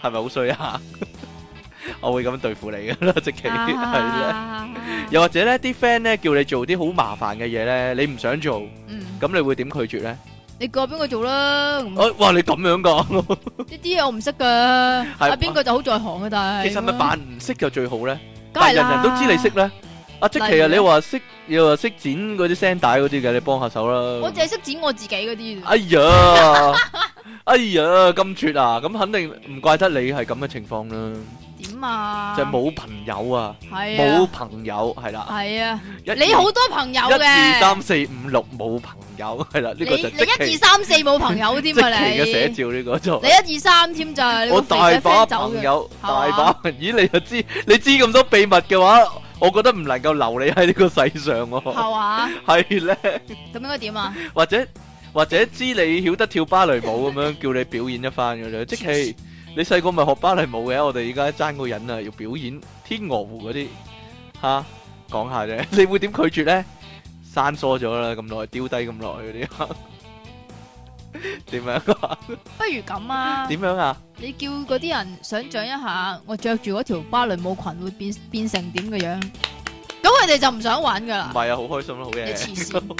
[SPEAKER 2] 系咪好衰啊？ 我會咁對付你噶啦，即期
[SPEAKER 1] 啊
[SPEAKER 2] 係咧。又或者咧，啲 friend 咧叫你做啲好麻煩嘅嘢咧，你唔想做，
[SPEAKER 1] 嗯，
[SPEAKER 2] 咁你會點拒絕咧？
[SPEAKER 1] 你叫我邊個做啦？咁
[SPEAKER 2] 啊，哇，你咁樣噶，
[SPEAKER 1] 呢啲嘢我唔識噶，阿邊個就好在行嘅，但係
[SPEAKER 2] 其實咪扮唔識就最好咧，
[SPEAKER 1] 梗
[SPEAKER 2] 但
[SPEAKER 1] 係
[SPEAKER 2] 係人
[SPEAKER 1] 啦
[SPEAKER 2] 人都知你識。咧。啊，即期
[SPEAKER 1] 例
[SPEAKER 2] 啊，
[SPEAKER 1] 如
[SPEAKER 2] 你
[SPEAKER 1] 呢
[SPEAKER 2] 話識，又話識剪嗰啲聲帶嗰啲嘅，你幫下手啦。
[SPEAKER 1] 我淨係識剪我自己嗰啲，
[SPEAKER 2] 哎呀， 哎呀，咁絕啊！咁肯定唔怪得你係咁嘅情況啦，
[SPEAKER 1] 點啊？
[SPEAKER 2] 就係冇朋友啊。
[SPEAKER 1] 係
[SPEAKER 2] 冇
[SPEAKER 1] 啊，
[SPEAKER 2] 朋友係啦，
[SPEAKER 1] 係啊，
[SPEAKER 2] 一
[SPEAKER 1] 你好多朋友
[SPEAKER 2] 二一二
[SPEAKER 1] 嘅。
[SPEAKER 2] 三四五六冇朋友係啦，呢
[SPEAKER 1] 你
[SPEAKER 2] 個就
[SPEAKER 1] 你
[SPEAKER 2] 即
[SPEAKER 1] 一
[SPEAKER 2] 期
[SPEAKER 1] 二三四冇朋友
[SPEAKER 2] 即
[SPEAKER 1] 添
[SPEAKER 2] 期
[SPEAKER 1] 啊你，
[SPEAKER 2] 嘅寫照呢個就
[SPEAKER 1] 你一二三添咋？你個
[SPEAKER 2] 我
[SPEAKER 1] 肥
[SPEAKER 2] 大
[SPEAKER 1] 仔 friend
[SPEAKER 2] 把
[SPEAKER 1] 走
[SPEAKER 2] 朋
[SPEAKER 1] 嘅，
[SPEAKER 2] 友，
[SPEAKER 1] 係
[SPEAKER 2] 大
[SPEAKER 1] 嘛
[SPEAKER 2] 把朋友咦你就知你知咁多秘密嘅話，我覺得唔能夠留你喺呢個世上喎，
[SPEAKER 1] 係嘛？
[SPEAKER 2] 係咧，
[SPEAKER 1] 咁應該點啊？
[SPEAKER 2] 或者或者知你曉得跳芭蕾舞咁樣，叫你表演一番嘅啫，即期。你細個咪學芭蕾舞嘅，我哋而家爭個人啊，要表演天鵝湖嗰啲吓，講下啫。 你會點拒絕咧？生疏咗啦，咁耐丟低咁耐嗰 啲哈點樣啊？
[SPEAKER 1] 不如咁啊，
[SPEAKER 2] 點樣啊？
[SPEAKER 1] 你叫嗰啲人想象一下，我着住嗰條芭蕾舞裙會變變成點嘅樣？咁佢哋就唔想玩噶
[SPEAKER 2] 唔
[SPEAKER 1] 啦，
[SPEAKER 2] 係啊，好開心咯， 好
[SPEAKER 1] 你
[SPEAKER 2] 嘢。
[SPEAKER 1] 黐線，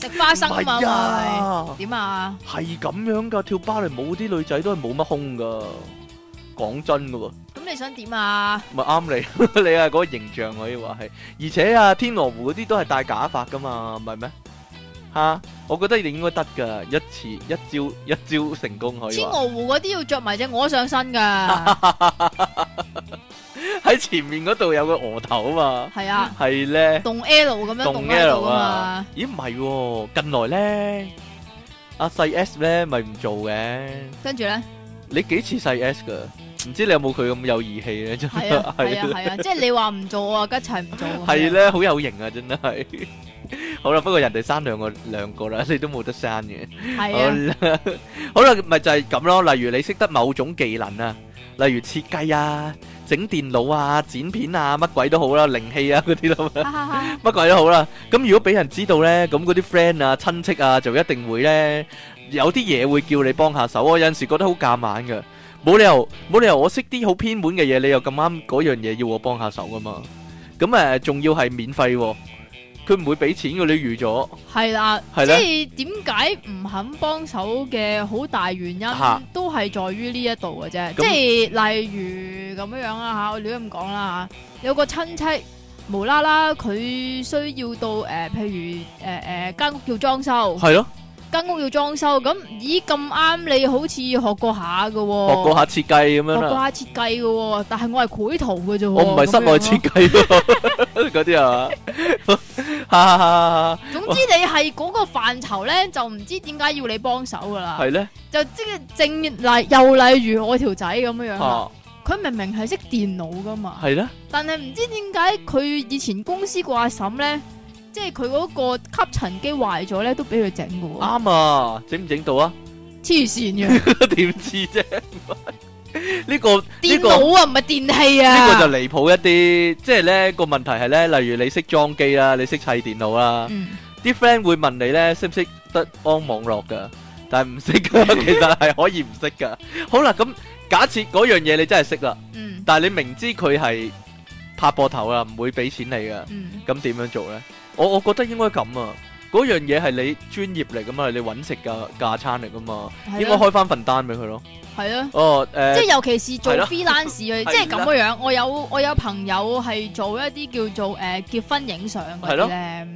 [SPEAKER 1] 食花生啊
[SPEAKER 2] 唔係
[SPEAKER 1] 嘛，
[SPEAKER 2] 啊
[SPEAKER 1] 咪，點啊？
[SPEAKER 2] 係咁樣噶，跳芭蕾舞啲女仔都係冇乜胸噶。講真噶喎，
[SPEAKER 1] 咁你想點啊？
[SPEAKER 2] 咪啱 你，你係嗰個形象可以話係。而且啊，天鵝湖嗰啲都係戴假髮噶嘛，唔係咩？吓、我覺得你應該得噶，一次一招一招成功可以
[SPEAKER 1] 天
[SPEAKER 2] 話。
[SPEAKER 1] 鵝湖嗰啲要着埋隻鵝上身 噶，
[SPEAKER 2] 喺前面嗰度有個鵝頭啊
[SPEAKER 1] 係啊，
[SPEAKER 2] 嘛，係咧。
[SPEAKER 1] 動 L 咁樣
[SPEAKER 2] 動
[SPEAKER 1] 動喺
[SPEAKER 2] L
[SPEAKER 1] 度啊
[SPEAKER 2] 啊！咦唔係喎，近來咧，阿細 S 咧咪唔做嘅。
[SPEAKER 1] 嘛，跟住咧，
[SPEAKER 2] 你幾似細 S 噶？唔知你有冇佢咁有義氣咧？真
[SPEAKER 1] 係啊，係啊，
[SPEAKER 2] 係
[SPEAKER 1] 係啊，即係你話唔做啊，一齊唔做啊，
[SPEAKER 2] 係咧，好有型啊，真係。 好啦，不過人哋生兩個兩個啦，你都冇得生嘅。
[SPEAKER 1] 係
[SPEAKER 2] 好
[SPEAKER 1] 啊。
[SPEAKER 2] 啦，好啦，咪就係咁咯。例如你識得某種技能啊，例如設計啊、整電腦啊、剪片啊，乜鬼都好啦，靈氣啊嗰啲咯，
[SPEAKER 1] 哈哈哈
[SPEAKER 2] 乜鬼都好啦。咁如果俾人知道咧，咁嗰啲 friend 啊、親戚啊，就一定會咧有啲嘢會叫你幫下手。我有陣時覺得好夾硬噶，冇理由冇理由我識啲好偏門嘅嘢，你又咁啱嗰樣嘢要我幫下手噶嘛？咁誒，仲要係免費喎，佢唔會俾錢嘅，你預咗。
[SPEAKER 1] 系啦，
[SPEAKER 2] 係呢
[SPEAKER 1] 即系点解唔肯幫手嘅好大原因
[SPEAKER 2] 嚇，
[SPEAKER 1] 都係在於呢一度嘅啫。即
[SPEAKER 2] 咁
[SPEAKER 1] 系例如咁樣样啦吓，我亂咁講啦吓，有個親戚無啦啦佢需要到诶、呃譬如诶诶间屋要裝修，
[SPEAKER 2] 係咯，
[SPEAKER 1] 間屋要裝修，咁咦咁啱你好似學過下嘅喎，
[SPEAKER 2] 學過下設計咁樣
[SPEAKER 1] 學過下
[SPEAKER 2] 啦。
[SPEAKER 1] 設計嘅喎，但係我係繪圖嘅啫喎，
[SPEAKER 2] 我唔係室內設
[SPEAKER 1] 咁樣咯。
[SPEAKER 2] 計咯，嗰啲啊，哈哈哈
[SPEAKER 1] 總之你係嗰個範疇咧，就唔知點解要你幫手噶啦
[SPEAKER 2] 哈，。係啊咧
[SPEAKER 1] 就即係正例，又例如我條仔咁樣樣啦，
[SPEAKER 2] 嚇，
[SPEAKER 1] 佢明明係識電腦噶嘛，
[SPEAKER 2] 啊係咧，
[SPEAKER 1] 但係唔知點解佢以前公司個阿嬸咧，即係佢嗰個吸塵機壞咗咧，都俾佢整嘅喎，
[SPEAKER 2] 啱啊，整唔整到啊？
[SPEAKER 1] 黐線嘅，
[SPEAKER 2] 點知啫？呢個呢
[SPEAKER 1] 電
[SPEAKER 2] 個
[SPEAKER 1] 腦啊唔係電器啊，
[SPEAKER 2] 呢個就離譜一啲，即係咧個問題係咧，例如你識裝機啦，你識砌電腦啦，
[SPEAKER 1] 嗯
[SPEAKER 2] 啲 friend 會問你咧識唔識得安網絡㗎，但係唔識㗎，其實係可以唔識㗎。好啦，咁假設嗰樣嘢你真係識啦，
[SPEAKER 1] 嗯
[SPEAKER 2] 但係你明知佢係拍膊頭啦，唔會俾錢你嘅，
[SPEAKER 1] 嗯
[SPEAKER 2] 咁點樣做呢？我我覺得應該咁啊，嗰樣嘢係你專業嚟噶嘛，係你揾食嘅架撐嚟噶嘛，
[SPEAKER 1] 係
[SPEAKER 2] 應該
[SPEAKER 1] 咯
[SPEAKER 2] 開翻份單俾佢咯。
[SPEAKER 1] 係咯。
[SPEAKER 2] 哦，誒
[SPEAKER 1] 即係尤其是做
[SPEAKER 2] 係咯
[SPEAKER 1] freelance 嘅，
[SPEAKER 2] 係啦
[SPEAKER 1] 即係咁嘅樣。我有我有朋友係做一啲叫做誒、呃、結婚影相嗰
[SPEAKER 2] 係
[SPEAKER 1] 啲
[SPEAKER 2] 咯
[SPEAKER 1] 咧，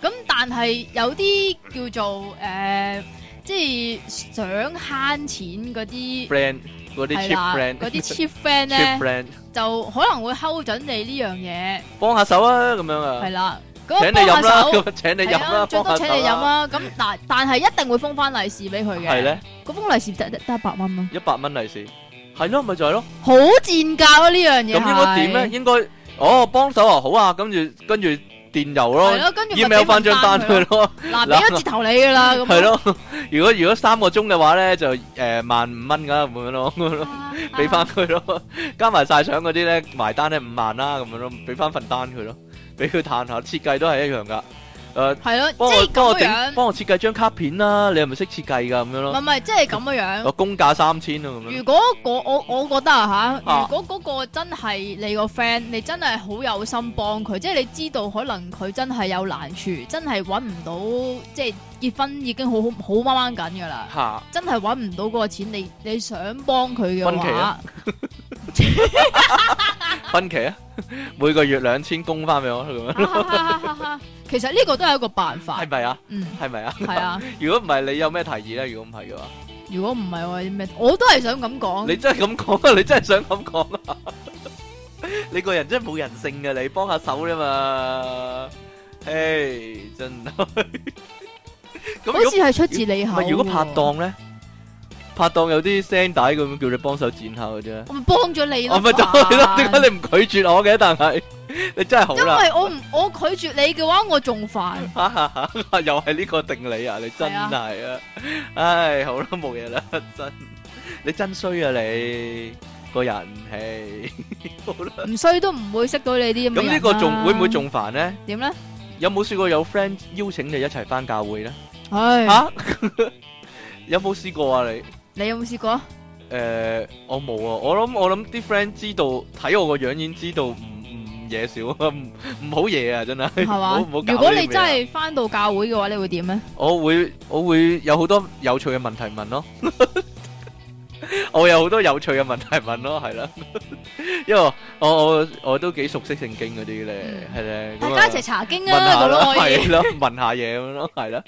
[SPEAKER 1] 咁但係有啲叫做誒、呃即係想慳錢嗰啲
[SPEAKER 2] friend 嗰啲
[SPEAKER 1] 係
[SPEAKER 2] cheap
[SPEAKER 1] 啦，
[SPEAKER 2] friend，
[SPEAKER 1] 嗰 啲 cheap friend
[SPEAKER 2] cheap
[SPEAKER 1] 咧
[SPEAKER 2] friend，
[SPEAKER 1] 就可能會睺準你呢樣嘢，
[SPEAKER 2] 幫下手啊，咁樣啊
[SPEAKER 1] 係，啦，
[SPEAKER 2] 請
[SPEAKER 1] 咁
[SPEAKER 2] 你飲
[SPEAKER 1] 幫
[SPEAKER 2] 啦
[SPEAKER 1] 下，手。
[SPEAKER 2] 咁 請你
[SPEAKER 1] 係
[SPEAKER 2] 飲啦，
[SPEAKER 1] 啊，最多
[SPEAKER 2] 幫
[SPEAKER 1] 請
[SPEAKER 2] 下
[SPEAKER 1] 你
[SPEAKER 2] 手
[SPEAKER 1] 飲啦。咁但但係一定會封翻利是俾佢嘅。
[SPEAKER 2] 係咧，
[SPEAKER 1] 嗰封利是得得得一百蚊咯，
[SPEAKER 2] 一百蚊利是，係咯，咪就係咯。
[SPEAKER 1] 好賤價咯呢樣嘢。
[SPEAKER 2] 咁應該點咧？？應該哦，幫手啊，好啊，跟住跟住電郵
[SPEAKER 1] 係
[SPEAKER 2] 咯
[SPEAKER 1] 咯，跟住咪
[SPEAKER 2] email
[SPEAKER 1] 俾
[SPEAKER 2] 翻
[SPEAKER 1] 份
[SPEAKER 2] 張單
[SPEAKER 1] 單佢
[SPEAKER 2] 佢
[SPEAKER 1] 咯。
[SPEAKER 2] 咯，
[SPEAKER 1] 嗱，俾咗折頭你噶啦，咁
[SPEAKER 2] 係，咯。如果如果三個鐘嘅話咧，就誒萬五蚊噶咁樣咯，咁樣咯，
[SPEAKER 1] 啊
[SPEAKER 2] 俾翻佢咯，加埋晒相嗰啲咧，埋單咧五萬啦，咁樣咯，俾翻份單佢咯，俾佢嘆下，設計都係一樣噶。誒，
[SPEAKER 1] 係咯，
[SPEAKER 2] 幫
[SPEAKER 1] 即
[SPEAKER 2] 我
[SPEAKER 1] 係
[SPEAKER 2] 幫我
[SPEAKER 1] 咁
[SPEAKER 2] 整
[SPEAKER 1] 樣，，
[SPEAKER 2] 幫我設計張卡片啦，你係咪識設計噶咁樣
[SPEAKER 1] 唔
[SPEAKER 2] 咯？
[SPEAKER 1] 係唔係，即係咁樣
[SPEAKER 2] 我。公價三千啊咁樣
[SPEAKER 1] 如。果嗰我我覺得啊吓，
[SPEAKER 2] 啊
[SPEAKER 1] 如果嗰個真係你個 friend，你真係好有心幫佢，即係你知道可能佢真係有難處，真係揾唔到，即係結婚已經好好好掹掹緊噶啦，
[SPEAKER 2] 嚇！
[SPEAKER 1] 真係揾唔到嗰個錢，你你想幫佢嘅
[SPEAKER 2] 分期
[SPEAKER 1] 話
[SPEAKER 2] 啊，分期啊， 每個月兩千供翻俾我咁
[SPEAKER 1] 啊
[SPEAKER 2] 樣，
[SPEAKER 1] 其實呢個都係一個辦法
[SPEAKER 2] 係，咪啊？
[SPEAKER 1] 嗯，
[SPEAKER 2] 係咪啊？
[SPEAKER 1] 係啊。
[SPEAKER 2] 如果唔係，你有咩提議咧？如果唔係嘅話，
[SPEAKER 1] 如果唔係我有啲咩，我都係想咁講。
[SPEAKER 2] 你真係咁講啊！你 真係想咁講啊！ 你個人真係冇人性啊嘅，你幫下手啫嘛。唉，真係。 咁
[SPEAKER 1] 好
[SPEAKER 2] 如
[SPEAKER 1] 似
[SPEAKER 2] 果
[SPEAKER 1] 係出自你
[SPEAKER 2] 唔
[SPEAKER 1] 口喎。
[SPEAKER 2] 係如果拍檔咧，拍檔有啲聲帶咁樣叫你幫手剪下嘅啫。
[SPEAKER 1] 我咪幫咗你咯。
[SPEAKER 2] 我咪就係咯，點解你唔拒絕我嘅？但係你真係好
[SPEAKER 1] 因
[SPEAKER 2] 啦。
[SPEAKER 1] 為我唔我拒絕你嘅話，我仲煩。
[SPEAKER 2] 又係呢個定理啊！你真係啊，唉，好啦，冇嘢啦，真你真衰啊你個人氣，好啦。
[SPEAKER 1] 唔衰都唔會識到你啲咁嘅
[SPEAKER 2] 咁
[SPEAKER 1] 人啦
[SPEAKER 2] 呢個仲會唔會仲煩呢？
[SPEAKER 1] 點咧？
[SPEAKER 2] 有冇試過有 friend 邀請你一齊翻教會呢？
[SPEAKER 1] 唉，
[SPEAKER 2] 吓，有冇試過啊你？
[SPEAKER 1] 你有冇試過？
[SPEAKER 2] 誒，我冇啊，我諗我諗啲 friend 知道睇我個樣已經知道唔唔嘢 少啊，唔唔好嘢啊，真係。
[SPEAKER 1] 係嘛
[SPEAKER 2] 唔好搞？呢啲
[SPEAKER 1] 如果你
[SPEAKER 2] 嘢啊
[SPEAKER 1] 真係翻到教會嘅話，你會點咧？
[SPEAKER 2] 我會我會有好多有趣嘅問題問咯， 我有好多有趣嘅問題問咯，係啦， 因為我我我都幾熟悉聖經嗰啲咧，係咧，
[SPEAKER 1] 大
[SPEAKER 2] 咁啊
[SPEAKER 1] 家一齊查經
[SPEAKER 2] 問
[SPEAKER 1] 啊，
[SPEAKER 2] 下
[SPEAKER 1] 咁
[SPEAKER 2] 咯，
[SPEAKER 1] 咯可以。
[SPEAKER 2] 係咯，問下嘢咁咯，係啦，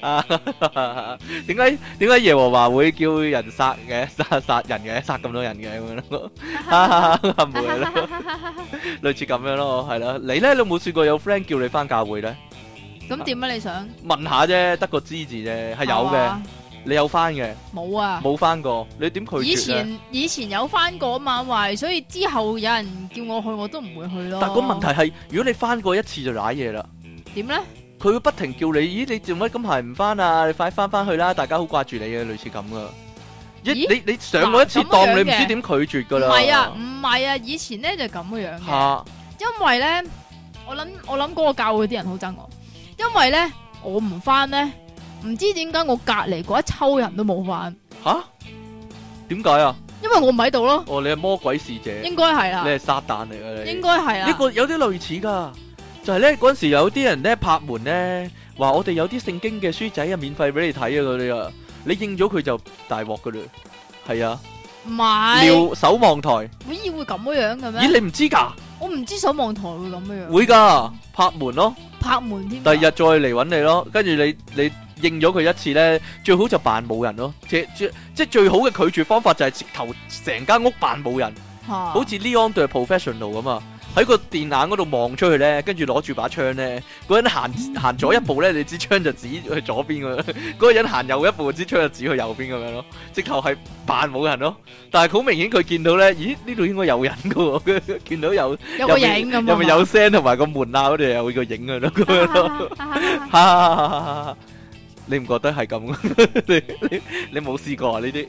[SPEAKER 2] 啊，點解點解耶和華會叫人殺嘅 殺殺人嘅殺咁多人嘅咁樣咯， 啊冇嘢啦，類似咁樣咯，係啦，你咧你有冇試過有 friend 叫你翻教會咧？
[SPEAKER 1] 咁點啊？你想
[SPEAKER 2] 問下啫，得個知字啫，係有嘅。
[SPEAKER 1] 嘛？
[SPEAKER 2] 你有翻嘅，
[SPEAKER 1] 冇啊。
[SPEAKER 2] 冇翻過，你點拒絕咧？
[SPEAKER 1] 以前以前有翻過啊嘛，話所以之後有人叫我去，我都唔會去咯。
[SPEAKER 2] 但個問題係，如果你翻過一次就瀨嘢啦，
[SPEAKER 1] 點咧？
[SPEAKER 2] 佢會不停叫你，咦你做乜咁排唔翻啊？你快翻翻去啦，大家好掛住你嘅，類似咁噶。一
[SPEAKER 1] 咦
[SPEAKER 2] 你你上過一次
[SPEAKER 1] 嗱咁樣
[SPEAKER 2] 當，你唔
[SPEAKER 1] 嘅
[SPEAKER 2] 知點拒絕
[SPEAKER 1] 唔
[SPEAKER 2] 噶啦。
[SPEAKER 1] 係啊，唔係啊，以前咧就咁嘅樣嘅。
[SPEAKER 2] 嚇，
[SPEAKER 1] 因為咧，我諗我諗嗰個教會啲人好憎我，因為咧我唔翻咧，唔知點解我隔離嗰一抽人都冇翻，
[SPEAKER 2] 吓點解啊？
[SPEAKER 1] 因為我唔喺度咯，
[SPEAKER 2] 哦，你係魔鬼使者，
[SPEAKER 1] 應該係
[SPEAKER 2] 你
[SPEAKER 1] 啦，
[SPEAKER 2] 係撒旦嚟嘅你。
[SPEAKER 1] 應該係啦，
[SPEAKER 2] 呢個有啲類似噶，就係咧嗰陣時有啲人咧拍門咧，話我哋有啲聖經嘅書仔啊，免費俾你睇啊嗰啲啊，你應咗佢就大鑊噶啦，係啊，
[SPEAKER 1] 唔係，
[SPEAKER 2] 瞭守望台，
[SPEAKER 1] 咦會咁樣嘅
[SPEAKER 2] 咦
[SPEAKER 1] 咩？
[SPEAKER 2] 你唔知㗎，
[SPEAKER 1] 我唔知守望台會咁樣，
[SPEAKER 2] 會㗎，拍門咯，
[SPEAKER 1] 拍門添㗎，
[SPEAKER 2] 第二日再嚟揾你咯，跟住你你應咗佢一次咧，最好就扮冇人咯，即即即最好嘅拒絕方法就係直頭成間屋扮冇人。
[SPEAKER 1] 嚇
[SPEAKER 2] 好似 Leon 對 professional 咁啊，喺個電眼嗰度望出去咧，跟住攞住把槍咧，嗰人行行左一步咧，你支槍就指去左邊咁樣； 嗰個人行右一步，支槍就指去右邊咁樣咯。直頭係扮冇人咯，但係好明顯佢見到咧，咦呢度應該有人噶喎， 見到有
[SPEAKER 1] 有個影咁啊，
[SPEAKER 2] 入面有聲同埋個門罅嗰度有個影喺度咁樣咯。
[SPEAKER 1] 咯，
[SPEAKER 2] 哈！你唔覺得係 咁？你你你冇試過啊？呢啲，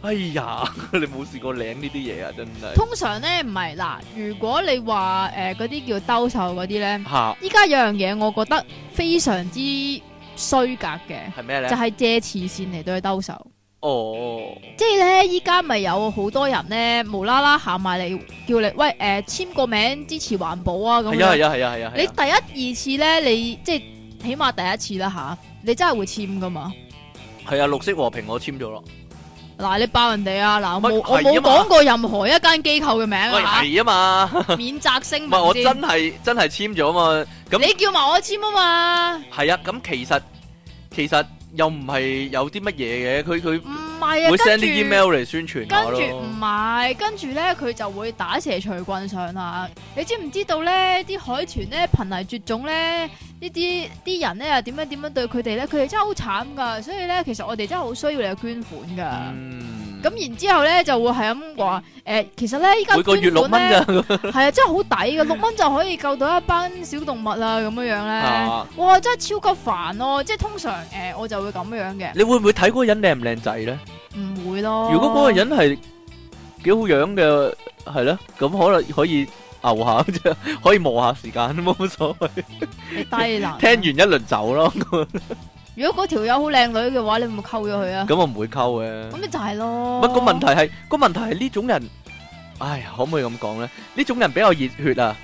[SPEAKER 2] 哎 呀，你冇試過領呢啲嘢啊！真係
[SPEAKER 1] 通常咧唔係嗱，如果你話誒嗰啲叫兜售嗰啲咧，
[SPEAKER 2] 嚇，
[SPEAKER 1] 依家有樣嘢我覺得非常之衰格嘅。
[SPEAKER 2] 係咩咧
[SPEAKER 1] 就？係借慈善嚟到去兜售。
[SPEAKER 2] 哦，
[SPEAKER 1] 即系咧，依家咪有好多人咧，無啦啦行埋嚟叫你，喂，诶、簽個名支持環保啊咁
[SPEAKER 2] 係啊
[SPEAKER 1] 樣。
[SPEAKER 2] 係啊係啊係啊，
[SPEAKER 1] 你第一二次咧，你即系起碼第一次啦吓，你真係會簽噶嘛？
[SPEAKER 2] 係啊綠色和平我簽咗咯，
[SPEAKER 1] 嗱，你爆人哋啊！嗱，我
[SPEAKER 2] 喂
[SPEAKER 1] 冇我
[SPEAKER 2] 係
[SPEAKER 1] 冇
[SPEAKER 2] 啊嘛
[SPEAKER 1] 講過任何一間機構嘅名
[SPEAKER 2] 喂
[SPEAKER 1] 啊
[SPEAKER 2] 係啊嘛，
[SPEAKER 1] 嚇，免責聲
[SPEAKER 2] 唔
[SPEAKER 1] 明
[SPEAKER 2] 係我
[SPEAKER 1] 先
[SPEAKER 2] 真係真係簽咗嘛，咁
[SPEAKER 1] 你叫埋我簽啊嘛，
[SPEAKER 2] 係啊，咁其實其實又唔係有啲乜嘢嘅，佢佢
[SPEAKER 1] 唔係啊，
[SPEAKER 2] 會
[SPEAKER 1] 跟
[SPEAKER 2] send
[SPEAKER 1] 住
[SPEAKER 2] 啲 email 嚟宣傳
[SPEAKER 1] 跟
[SPEAKER 2] 下
[SPEAKER 1] 住唔
[SPEAKER 2] 咯，
[SPEAKER 1] 係，跟住咧佢就會打蛇隨棍上啦。你知唔知道咧？啲海豚咧濒危絕種咧，呢啲啲人咧又點樣點樣對佢哋咧？佢哋真係好慘噶，所以咧其實我哋真係好需要你嘅捐款噶。
[SPEAKER 2] 嗯，
[SPEAKER 1] 咁、然之後咧就會係咁話誒，其實咧依家
[SPEAKER 2] 每個月
[SPEAKER 1] 捐
[SPEAKER 2] 六
[SPEAKER 1] 款
[SPEAKER 2] 蚊
[SPEAKER 1] 咧
[SPEAKER 2] 咋，
[SPEAKER 1] 係啊，真係好抵嘅，六蚊就可以救到一班小動物啦，咁樣樣咧，
[SPEAKER 2] 啊
[SPEAKER 1] 哇，真係超級煩咯！即係通常誒、呃我就會咁樣嘅，
[SPEAKER 2] 你會唔會睇嗰個人靚唔靚仔咧？
[SPEAKER 1] 唔會咯。
[SPEAKER 2] 如果嗰個人係幾好樣嘅，係咯，咁可能可以牛 下啫，可以磨下時間，冇乜所謂。
[SPEAKER 1] 你低能，
[SPEAKER 2] 聽完一輪走咯，
[SPEAKER 1] 如果嗰條友好靚女嘅話，你會唔會溝咗佢啊？
[SPEAKER 2] 咁我唔會溝嘅
[SPEAKER 1] 咁。咪就係咯。
[SPEAKER 2] 乜個問題係個問題係呢種人，唉，可唔可以咁講咧？呢種人比較熱血 啊，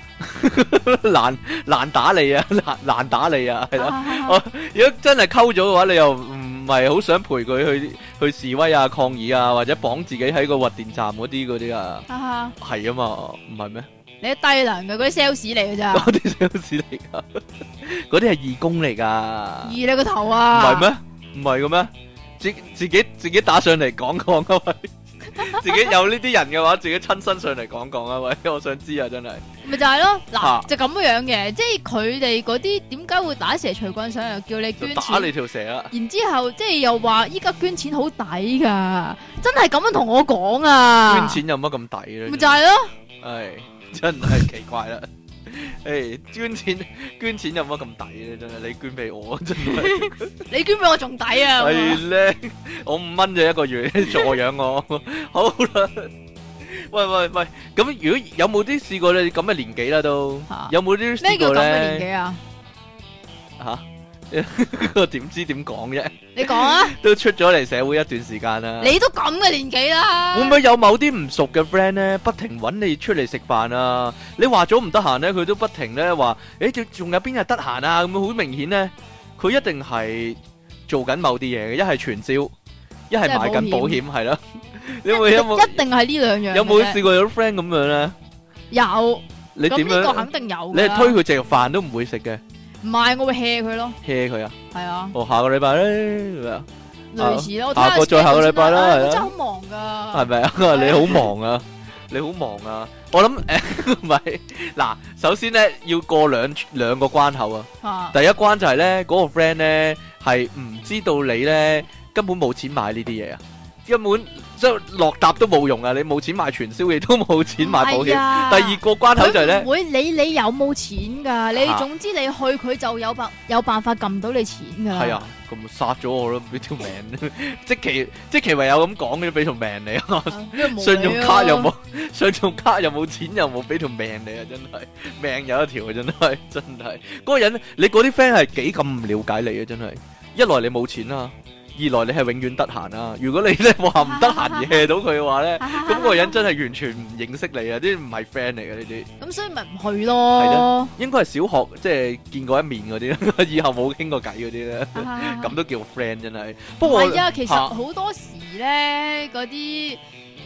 [SPEAKER 2] 難難打你啊，難難打你啊，係啦。
[SPEAKER 1] 啊？
[SPEAKER 2] 我如果真係溝咗嘅話，你又唔係好想陪佢去去示威啊、抗議啊，或者綁自己喺個核電站嗰啲嗰啲啊，
[SPEAKER 1] 哈哈
[SPEAKER 2] 係啊嘛，唔係咩？
[SPEAKER 1] 你係低能嘅，嗰啲 sales 嚟嘅 咋？
[SPEAKER 2] 嗰啲 sales 嚟噶， 嗰啲係義工嚟噶，
[SPEAKER 1] 二你個頭
[SPEAKER 2] 唔
[SPEAKER 1] 啊！
[SPEAKER 2] 係？咩？唔係嘅咩？自自己自己打上嚟講講 啊喂，自己有呢啲人嘅話，自己親身上嚟講講啊喂，我想知啊真係，
[SPEAKER 1] 咪就係咯，
[SPEAKER 2] 啊
[SPEAKER 1] 嗱就咁樣嘅，即係佢哋嗰啲點解會打蛇隨棍上，又啊叫你
[SPEAKER 2] 就
[SPEAKER 1] 捐
[SPEAKER 2] 打
[SPEAKER 1] 錢？
[SPEAKER 2] 你條蛇啊！
[SPEAKER 1] 然之後即係又話依家捐錢好抵噶，真係咁樣同我講啊！
[SPEAKER 2] 捐錢有乜咁抵咧？
[SPEAKER 1] 咪就係咯，
[SPEAKER 2] 唉，真係奇怪啦！诶，捐錢捐錢有乜咁抵咧？真係你捐俾我 真係。
[SPEAKER 1] 你捐俾我仲抵啊！
[SPEAKER 2] 系咧，我五蚊就一個月 助養我，好啦。喂喂喂，咁如果有冇啲試過你咁嘅年紀啦都
[SPEAKER 1] 嚇，
[SPEAKER 2] 有冇
[SPEAKER 1] 啊
[SPEAKER 2] 啲
[SPEAKER 1] 咩
[SPEAKER 2] 試
[SPEAKER 1] 叫
[SPEAKER 2] 過
[SPEAKER 1] 咁嘅
[SPEAKER 2] 咧？
[SPEAKER 1] 年紀啊？
[SPEAKER 2] 吓， 我點知點講啫？
[SPEAKER 1] 你講啊！
[SPEAKER 2] 都出咗嚟社會一段時間啦。
[SPEAKER 1] 你都咁嘅年紀啦，
[SPEAKER 2] 啊會唔會有某啲唔熟嘅 friend 咧，不停揾你出嚟食飯啊？你話咗唔得閒咧，佢都不停咧話，誒仲仲有邊日得閒啊？咁好明顯咧，佢一定係做緊某啲嘢嘅，一係傳銷，一係
[SPEAKER 1] 即係
[SPEAKER 2] 賣緊
[SPEAKER 1] 保
[SPEAKER 2] 保
[SPEAKER 1] 險
[SPEAKER 2] 險，係啦。你
[SPEAKER 1] 一
[SPEAKER 2] 有冇有冇
[SPEAKER 1] 一定係呢兩樣嘅啫？
[SPEAKER 2] 有冇試過有啲 friend 咁樣咧？
[SPEAKER 1] 有？
[SPEAKER 2] 你
[SPEAKER 1] 咁
[SPEAKER 2] 點
[SPEAKER 1] 呢個
[SPEAKER 2] 樣？
[SPEAKER 1] 肯定有㗎
[SPEAKER 2] 你
[SPEAKER 1] 啦。
[SPEAKER 2] 係推佢食飯都唔會食嘅
[SPEAKER 1] 唔係，我會 hea 佢咯，
[SPEAKER 2] ，hea 佢啊！啊
[SPEAKER 1] 係啊，
[SPEAKER 2] 我下個禮拜咧，
[SPEAKER 1] 類似咯。我睇
[SPEAKER 2] 下
[SPEAKER 1] 先
[SPEAKER 2] 個再下個禮拜啦
[SPEAKER 1] 唉
[SPEAKER 2] 係啊
[SPEAKER 1] 我真係好忙噶
[SPEAKER 2] 係。咪啊？你好忙啊！你好忙啊！我諗 誒唔係嗱，首先咧要過兩兩個關口啊！
[SPEAKER 1] 嚇
[SPEAKER 2] 第一關就係咧，嗰、個 friend 咧係唔知道你咧根本冇錢買呢啲嘢啊，根本即係落搭都冇用啊！你冇錢買傳銷，亦都冇錢買保
[SPEAKER 1] 唔
[SPEAKER 2] 險。
[SPEAKER 1] 係啊
[SPEAKER 2] 第二個關口就係
[SPEAKER 1] 佢
[SPEAKER 2] 咧
[SPEAKER 1] 唔，會理你有冇錢㗎，
[SPEAKER 2] 嚇
[SPEAKER 1] 你總之你去佢就有辦有辦法撳到你錢㗎。
[SPEAKER 2] 係啊，咁殺咗我咯，俾條命。 即其即其唯有咁講嘅，俾條命你啊！
[SPEAKER 1] 啊，因為冇
[SPEAKER 2] 信用卡
[SPEAKER 1] 理
[SPEAKER 2] 又
[SPEAKER 1] 咯
[SPEAKER 2] 冇， 信用卡又冇錢又冇，俾條命你啊！真係命有一條啊！真係 真係嗰個人，你嗰啲 friend 係幾咁唔了解你啊！真係一來你冇錢啦，二來你係永遠得閒啦。如果你咧話唔得閒而 hea 到佢 嘅話咧，咁嗰個人真係完全唔認識你啊！啲唔係 friend 嚟嘅呢啲，
[SPEAKER 1] 咁，所以咪唔去
[SPEAKER 2] 係
[SPEAKER 1] 咯。
[SPEAKER 2] 應該係小學即係見過一面嗰啲 啦，以後冇傾過偈嗰 啲咧，咁都叫 friend 真係。不過
[SPEAKER 1] 啊係啊，其實
[SPEAKER 2] 嚇
[SPEAKER 1] 好多時咧，嗰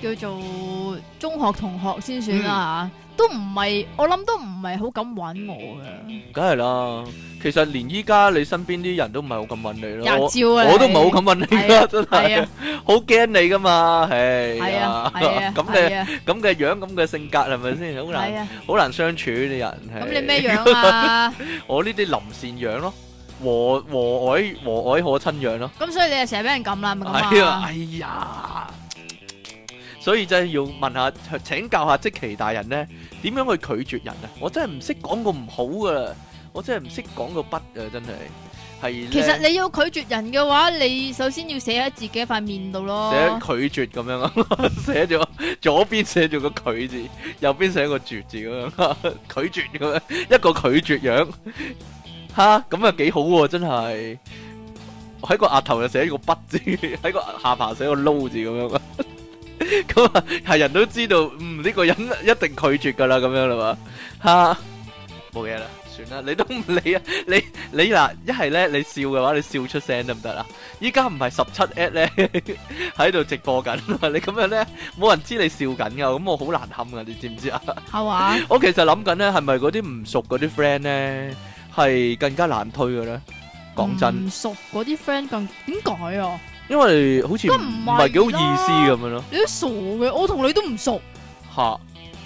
[SPEAKER 1] 啲叫做中學同學先算
[SPEAKER 2] 嗯
[SPEAKER 1] 啦嚇，都唔係我諗都唔係好敢揾我㗎，
[SPEAKER 2] 梗係啦，其實連依家你身邊啲人都唔係好咁揾你咯。我
[SPEAKER 1] 廿招啊！
[SPEAKER 2] 我都
[SPEAKER 1] 你
[SPEAKER 2] 冇咁問你
[SPEAKER 1] 係
[SPEAKER 2] 啦，
[SPEAKER 1] 啊
[SPEAKER 2] 真
[SPEAKER 1] 係
[SPEAKER 2] 係
[SPEAKER 1] 啊
[SPEAKER 2] 好驚你噶嘛，唉，
[SPEAKER 1] 係啊係啊，
[SPEAKER 2] 哎咁
[SPEAKER 1] 係
[SPEAKER 2] 嘅
[SPEAKER 1] 啊
[SPEAKER 2] 咁嘅樣，咁嘅性格係咪先？
[SPEAKER 1] 係
[SPEAKER 2] 好難
[SPEAKER 1] 啊，
[SPEAKER 2] 好難相處啲人。
[SPEAKER 1] 咁
[SPEAKER 2] 係
[SPEAKER 1] 你咩？樣啊？
[SPEAKER 2] 我呢啲林善樣咯，和和蔼和蔼可親樣咯。
[SPEAKER 1] 咁所以你就成日俾人撳啦，係咪
[SPEAKER 2] 係
[SPEAKER 1] 咁
[SPEAKER 2] 啊，
[SPEAKER 1] 啊？
[SPEAKER 2] 哎呀，所以真係要問下請教下即其大人咧，點樣去拒絕人啊？我真係唔識講個唔好噶啦，我真係唔識講個不啊，真係係
[SPEAKER 1] 其實
[SPEAKER 2] 咧
[SPEAKER 1] 你要拒絕人嘅話，你首先要寫喺自己塊面度咯。
[SPEAKER 2] 寫拒絕咁樣啊， 寫咗左邊寫咗個拒字，右邊寫個絕字咁樣 啊，拒絕咁樣一個拒絕樣，吓咁啊幾好喎，真係喺個額頭就寫個筆字， 喺個下巴寫個撈字咁樣。 咁啊，係人都知道，嗯，呢、個人 一定拒絕㗎啦，咁樣啦嘛，吓、冇嘢啦，算啦，你都唔理啊，你你嗱，一係咧你笑嘅話，你笑出聲得唔得啊？依家唔係十七 at 咧喺度直播緊 啊，你咁樣咧冇人知你笑緊㗎，咁我好難堪㗎，你知唔知啊？
[SPEAKER 1] 系嘛？
[SPEAKER 2] 我其實諗緊咧，係咪嗰啲唔熟嗰啲 friend 咧，係更加難推嘅咧？講真。
[SPEAKER 1] 唔熟嗰啲 friend 更點解啊？
[SPEAKER 2] 因為好似唔
[SPEAKER 1] 梗唔係
[SPEAKER 2] 係幾好意思咁樣咯，
[SPEAKER 1] 你都傻嘅，我同你都唔熟，
[SPEAKER 2] 吓，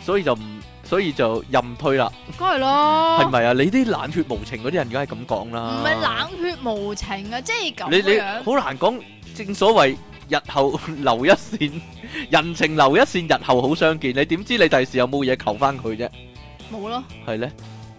[SPEAKER 2] 所以就唔，所以就任推啦，
[SPEAKER 1] 梗係啦。
[SPEAKER 2] 係咪啊？你啲冷血無情嗰啲人，梗係咁講
[SPEAKER 1] 哦唔
[SPEAKER 2] 啦。
[SPEAKER 1] 係冷血無情啊，即係咁
[SPEAKER 2] 啊你你
[SPEAKER 1] 樣。
[SPEAKER 2] 好難講，正所謂日後 留一線，人情留一線，日後好相見。你點知你第時有冇嘢求翻佢啫？
[SPEAKER 1] 冇咯，
[SPEAKER 2] 係咧，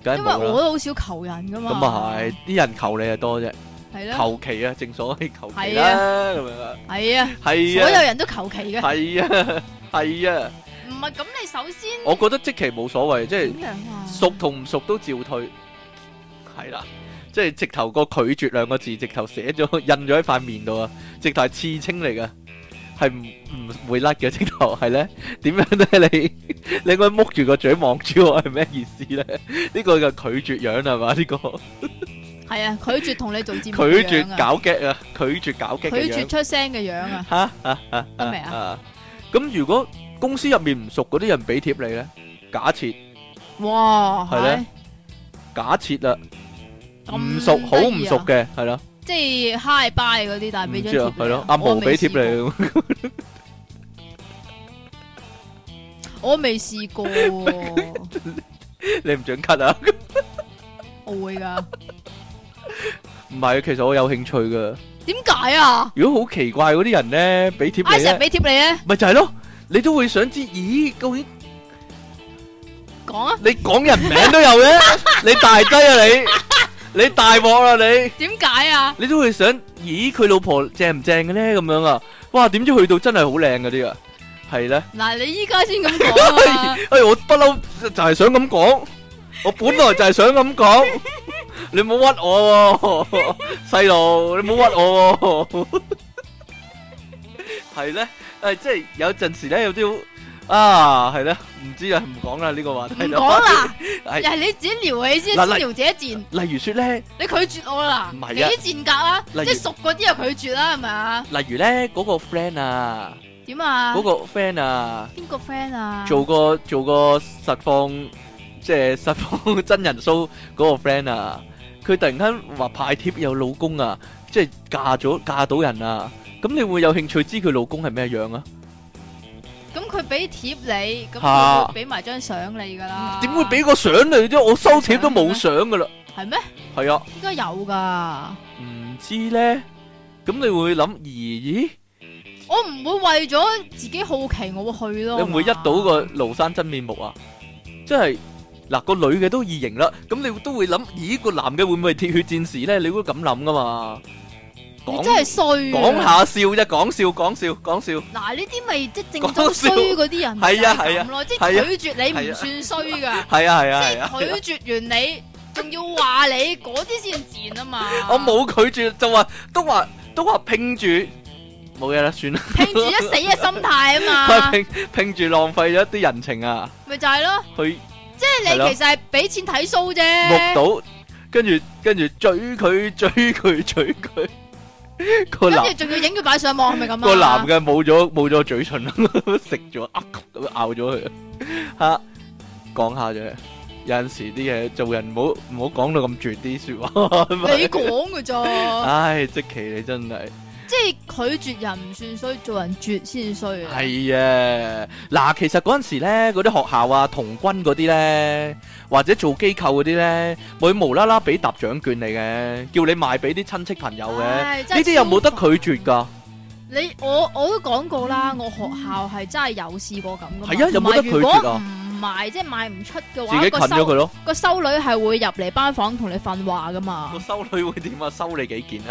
[SPEAKER 2] 梗係
[SPEAKER 1] 因為
[SPEAKER 2] 冇啦。
[SPEAKER 1] 我都好少求人噶嘛。
[SPEAKER 2] 咁啊係，啲人求你啊多啫，
[SPEAKER 1] 係啦，
[SPEAKER 2] 求其啊，正所謂求其
[SPEAKER 1] 係
[SPEAKER 2] 啦
[SPEAKER 1] 啊，
[SPEAKER 2] 咁樣啊，
[SPEAKER 1] 係啊，
[SPEAKER 2] 係
[SPEAKER 1] 所有
[SPEAKER 2] 啊，
[SPEAKER 1] 人都求其嘅。
[SPEAKER 2] 係啊，係啊，
[SPEAKER 1] 唔係咁，你首先
[SPEAKER 2] 我覺得即期冇所謂，即係。
[SPEAKER 1] 點樣啊？
[SPEAKER 2] 熟同唔熟都照退，係啦，即係直頭個拒絕兩個字，直頭寫咗印咗喺塊面度啊，直頭係刺青嚟噶，係唔唔會甩嘅，直頭係咧，點樣咧？你你應該剝住個嘴望住我係咩意思咧？呢個嘅拒絕樣係嘛？呢個
[SPEAKER 1] 係啊，拒絕同你做節目嘅
[SPEAKER 2] 拒
[SPEAKER 1] 樣
[SPEAKER 2] 絕
[SPEAKER 1] 啊，
[SPEAKER 2] 搞激啊，拒絕搞激嘅
[SPEAKER 1] 拒絕
[SPEAKER 2] 樣，
[SPEAKER 1] 出聲嘅樣啊，
[SPEAKER 2] 吓吓吓
[SPEAKER 1] 得未啊
[SPEAKER 2] ờ. 咁如果公司入面唔熟嗰啲人俾貼你咧，假設。
[SPEAKER 1] 哇，
[SPEAKER 2] 係咧
[SPEAKER 1] 係
[SPEAKER 2] 假設啦，
[SPEAKER 1] 咁啊
[SPEAKER 2] 唔熟好唔熟嘅，係啦，
[SPEAKER 1] 即係 hi bye 嗰啲，但係俾
[SPEAKER 2] 唔
[SPEAKER 1] 張
[SPEAKER 2] 知啊，
[SPEAKER 1] 貼
[SPEAKER 2] 係
[SPEAKER 1] 你
[SPEAKER 2] 咯
[SPEAKER 1] 啊，
[SPEAKER 2] 阿毛俾貼，
[SPEAKER 1] 我未試
[SPEAKER 2] 你，
[SPEAKER 1] 過我未試過喎，
[SPEAKER 2] 你唔准 cut 啊？
[SPEAKER 1] 我會㗎，
[SPEAKER 2] 唔係，其實我有興趣噶。
[SPEAKER 1] 點解啊？
[SPEAKER 2] 如果好奇怪嗰啲人咧，俾貼
[SPEAKER 1] 阿
[SPEAKER 2] 你
[SPEAKER 1] 石
[SPEAKER 2] 咧，
[SPEAKER 1] 俾貼你咧，
[SPEAKER 2] 咪就係咯，你都會想知，咦，究竟
[SPEAKER 1] 講啊，
[SPEAKER 2] 你講人名都有嘅，你大劑啊你，你大鑊啦你，
[SPEAKER 1] 點解啊？
[SPEAKER 2] 你都會想，咦，佢老婆正唔正嘅咧？咁樣啊，哇，點知去到真係好靚嗰啲啊，係咧。
[SPEAKER 1] 嗱，你依家先咁講 啊
[SPEAKER 2] 哎，我不嬲就係想咁講，我本來就係想咁講，你唔好屈我喎，細路，你唔好屈我喎，係咧，誒，即係有陣時咧有啲啊，係咧，唔知啊，唔講啦呢個話題
[SPEAKER 1] 嘛，唔
[SPEAKER 2] 就，
[SPEAKER 1] 講啦，
[SPEAKER 2] 係
[SPEAKER 1] 又係你自己撩起先，
[SPEAKER 2] 嗱
[SPEAKER 1] 先
[SPEAKER 2] 例
[SPEAKER 1] 撩自己賤，
[SPEAKER 2] 例如說咧，
[SPEAKER 1] 你拒絕我啦，
[SPEAKER 2] 唔
[SPEAKER 1] 你
[SPEAKER 2] 係啊
[SPEAKER 1] 啲賤格啦，即
[SPEAKER 2] 例如
[SPEAKER 1] 係熟嗰啲又拒絕啦，係咪啊？
[SPEAKER 2] 例如咧嗰個 friend 啊，
[SPEAKER 1] 點啊？
[SPEAKER 2] 嗰個 friend 啊。
[SPEAKER 1] 邊個 friend 啊？
[SPEAKER 2] 做個做個實況，即係實況真人 show 嗰個 friend 啊，佢突然間話派貼有老公啊，即係嫁咗嫁到人啊，咁你會有興趣知佢老公係咩樣啊？
[SPEAKER 1] 咁佢俾貼你，咁
[SPEAKER 2] 嚇
[SPEAKER 1] 佢會俾埋張相你㗎啦。
[SPEAKER 2] 點會俾個相你啫？我收貼都冇相噶啦，
[SPEAKER 1] 係咩？
[SPEAKER 2] 係啊，
[SPEAKER 1] 應該有㗎。
[SPEAKER 2] 唔知咧，咁你會諗，咦？
[SPEAKER 1] 我唔會為咗自己好奇，我會去咯。
[SPEAKER 2] 你唔會一到個廬山真面目啊？即係嗱個女嘅都異形啦，咁你都會諗，咦個男嘅會唔會係鐵血戰士咧？你會咁諗噶嘛？
[SPEAKER 1] 你真係衰啊。
[SPEAKER 2] 講下笑啫，講笑講笑講笑，
[SPEAKER 1] 嗱，呢啲咪即係正
[SPEAKER 2] 講
[SPEAKER 1] 宗
[SPEAKER 2] 笑
[SPEAKER 1] 衰嗰啲人
[SPEAKER 2] 係啊係啊
[SPEAKER 1] 咁咯，即
[SPEAKER 2] 係啊
[SPEAKER 1] 係拒絕你唔算衰㗎，
[SPEAKER 2] 係啊係
[SPEAKER 1] 即
[SPEAKER 2] 啊係啊，
[SPEAKER 1] 係拒絕完你，仲要話你嗰啲先賤啊嘛。
[SPEAKER 2] 我冇拒絕就話都話都話拼住，冇嘢啦，算啦，
[SPEAKER 1] 拼住一死嘅心態
[SPEAKER 2] 佢
[SPEAKER 1] 啊
[SPEAKER 2] 話
[SPEAKER 1] 嘛，
[SPEAKER 2] 拼拼住浪費咗一啲人情啊，
[SPEAKER 1] 咪就係咯，
[SPEAKER 2] 去
[SPEAKER 1] 即係
[SPEAKER 2] 係咯
[SPEAKER 1] 你其實係俾錢睇 show
[SPEAKER 2] 目
[SPEAKER 1] 啫。
[SPEAKER 2] 睹，跟住跟住追佢追佢追佢，個
[SPEAKER 1] 跟
[SPEAKER 2] 男
[SPEAKER 1] 住仲要影佢擺上網，係咪咁啊？
[SPEAKER 2] 個男嘅冇咗冇咗嘴唇啦， 食咗噏咁樣咬咗佢吓，講下啫。有陣時啲嘢做人唔好唔好講到咁絕啲説話，
[SPEAKER 1] 你講嘅 咋，
[SPEAKER 2] 唉，即其你真係〜
[SPEAKER 1] 即係拒絕人唔算衰，做人絕先衰啊！
[SPEAKER 2] 系啊，嗱，其實嗰阵时咧，嗰啲學校啊、童軍嗰啲咧，或者做機構嗰啲咧，會無啦啦俾沓獎券嚟嘅，叫你賣俾啲親戚朋友嘅。呢
[SPEAKER 1] 唉真係
[SPEAKER 2] 啲有冇得拒絕㗎？
[SPEAKER 1] 你我我都講過啦，我學校係真係有試過咁噶嘛。
[SPEAKER 2] 係啊有冇得拒絕啊
[SPEAKER 1] 同埋如果唔賣，即係賣唔出嘅
[SPEAKER 2] 自己
[SPEAKER 1] 話，
[SPEAKER 2] 近
[SPEAKER 1] 個
[SPEAKER 2] 咗佢
[SPEAKER 1] 修
[SPEAKER 2] 咯。
[SPEAKER 1] 個修女係會入嚟班房同你訓話噶嘛
[SPEAKER 2] 個。修女會點啊？收你幾件啊？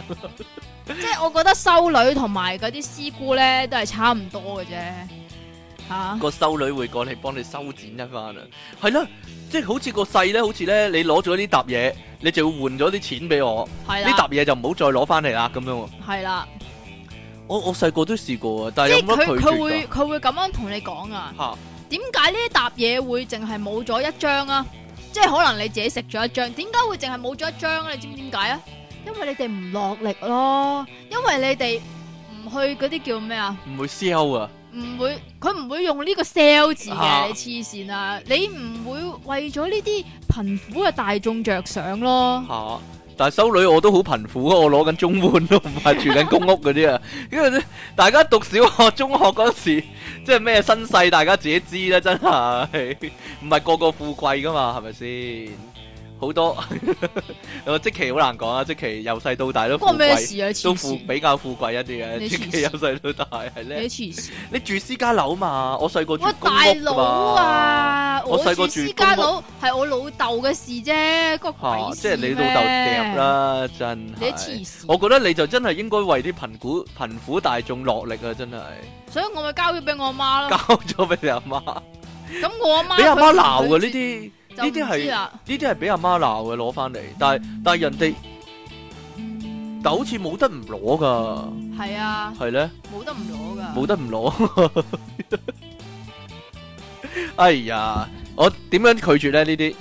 [SPEAKER 1] 即係我覺得修女同埋嗰啲師姑咧都係差唔多嘅啫。吓，
[SPEAKER 2] 個修女會過嚟幫你修剪一番啊。係啦，即係好似個勢咧，好似咧你攞咗呢沓嘢，你就要換咗啲錢俾我，
[SPEAKER 1] 系
[SPEAKER 2] 呢
[SPEAKER 1] 啦，
[SPEAKER 2] 沓嘢就唔好再攞翻嚟啦咁樣喎。
[SPEAKER 1] 系啦，
[SPEAKER 2] 我我細個都試過啊，但
[SPEAKER 1] 即
[SPEAKER 2] 係有
[SPEAKER 1] 係
[SPEAKER 2] 冇
[SPEAKER 1] 佢
[SPEAKER 2] 得拒
[SPEAKER 1] 佢
[SPEAKER 2] 絕
[SPEAKER 1] 會
[SPEAKER 2] 㗎？
[SPEAKER 1] 佢會咁樣同你講啊。
[SPEAKER 2] 嚇
[SPEAKER 1] 點解呢一沓嘢會淨係冇咗一張啊？即係可能你自己食咗一張，點解會淨係冇咗一張啊？你知唔知點解啊？因為你哋唔落力咯，因為你哋唔去嗰啲叫咩啊？
[SPEAKER 2] 唔會 sell 啊，
[SPEAKER 1] 唔會，佢唔會用呢個 sell 字
[SPEAKER 2] 啊
[SPEAKER 1] 嘅，你黐線啊！你唔會為咗呢啲貧苦嘅大眾着想咯，
[SPEAKER 2] 嚇！但係修女我都好貧苦啊，我攞緊中換都唔係住緊公屋嗰啲啊， 因為咧大家讀小學、中學嗰時，即係咩身世，大家自己知啦，真係 唔係個個富貴噶嘛，係咪先？好多 我即期好難講啊，即期由細到大都富
[SPEAKER 1] 關我咩
[SPEAKER 2] 貴，
[SPEAKER 1] 事啊？你
[SPEAKER 2] 都
[SPEAKER 1] 黐
[SPEAKER 2] 富
[SPEAKER 1] 線，
[SPEAKER 2] 比較富貴一啲嘅，
[SPEAKER 1] 你
[SPEAKER 2] 即
[SPEAKER 1] 黐
[SPEAKER 2] 期由細到大係
[SPEAKER 1] 你
[SPEAKER 2] 咧。
[SPEAKER 1] 黐線！
[SPEAKER 2] 你住私家樓嘛？我細個住
[SPEAKER 1] 喂，
[SPEAKER 2] 公
[SPEAKER 1] 大
[SPEAKER 2] 屋㗎
[SPEAKER 1] 佬
[SPEAKER 2] 嘛。
[SPEAKER 1] 啊！
[SPEAKER 2] 我
[SPEAKER 1] 我
[SPEAKER 2] 細個
[SPEAKER 1] 住
[SPEAKER 2] 住
[SPEAKER 1] 私家
[SPEAKER 2] 公屋
[SPEAKER 1] 樓係我老豆嘅事啫，個
[SPEAKER 2] 嚇、
[SPEAKER 1] 鬼
[SPEAKER 2] 即係你
[SPEAKER 1] 事
[SPEAKER 2] 老豆
[SPEAKER 1] 咩
[SPEAKER 2] 掟。啦，真
[SPEAKER 1] 你
[SPEAKER 2] 係。
[SPEAKER 1] 黐線，
[SPEAKER 2] 我覺得你就真係應該為啲貧苦貧苦大眾落力啊！真係
[SPEAKER 1] 所以我咪交咗俾我阿媽
[SPEAKER 2] 交
[SPEAKER 1] 咯。
[SPEAKER 2] 咗俾你阿媽，
[SPEAKER 1] 咁我阿媽
[SPEAKER 2] 俾阿媽鬧
[SPEAKER 1] 嘅
[SPEAKER 2] 嘅呢啲，呢啲係
[SPEAKER 1] 啦，
[SPEAKER 2] 呢啲係俾阿媽鬧嘅攞翻嚟。但係但係人哋，但好似冇得唔攞 噶，
[SPEAKER 1] 係啊，
[SPEAKER 2] 係咧
[SPEAKER 1] 冇得唔攞噶。
[SPEAKER 2] 冇得唔攞。哎呀，我點樣拒絕咧？呢啲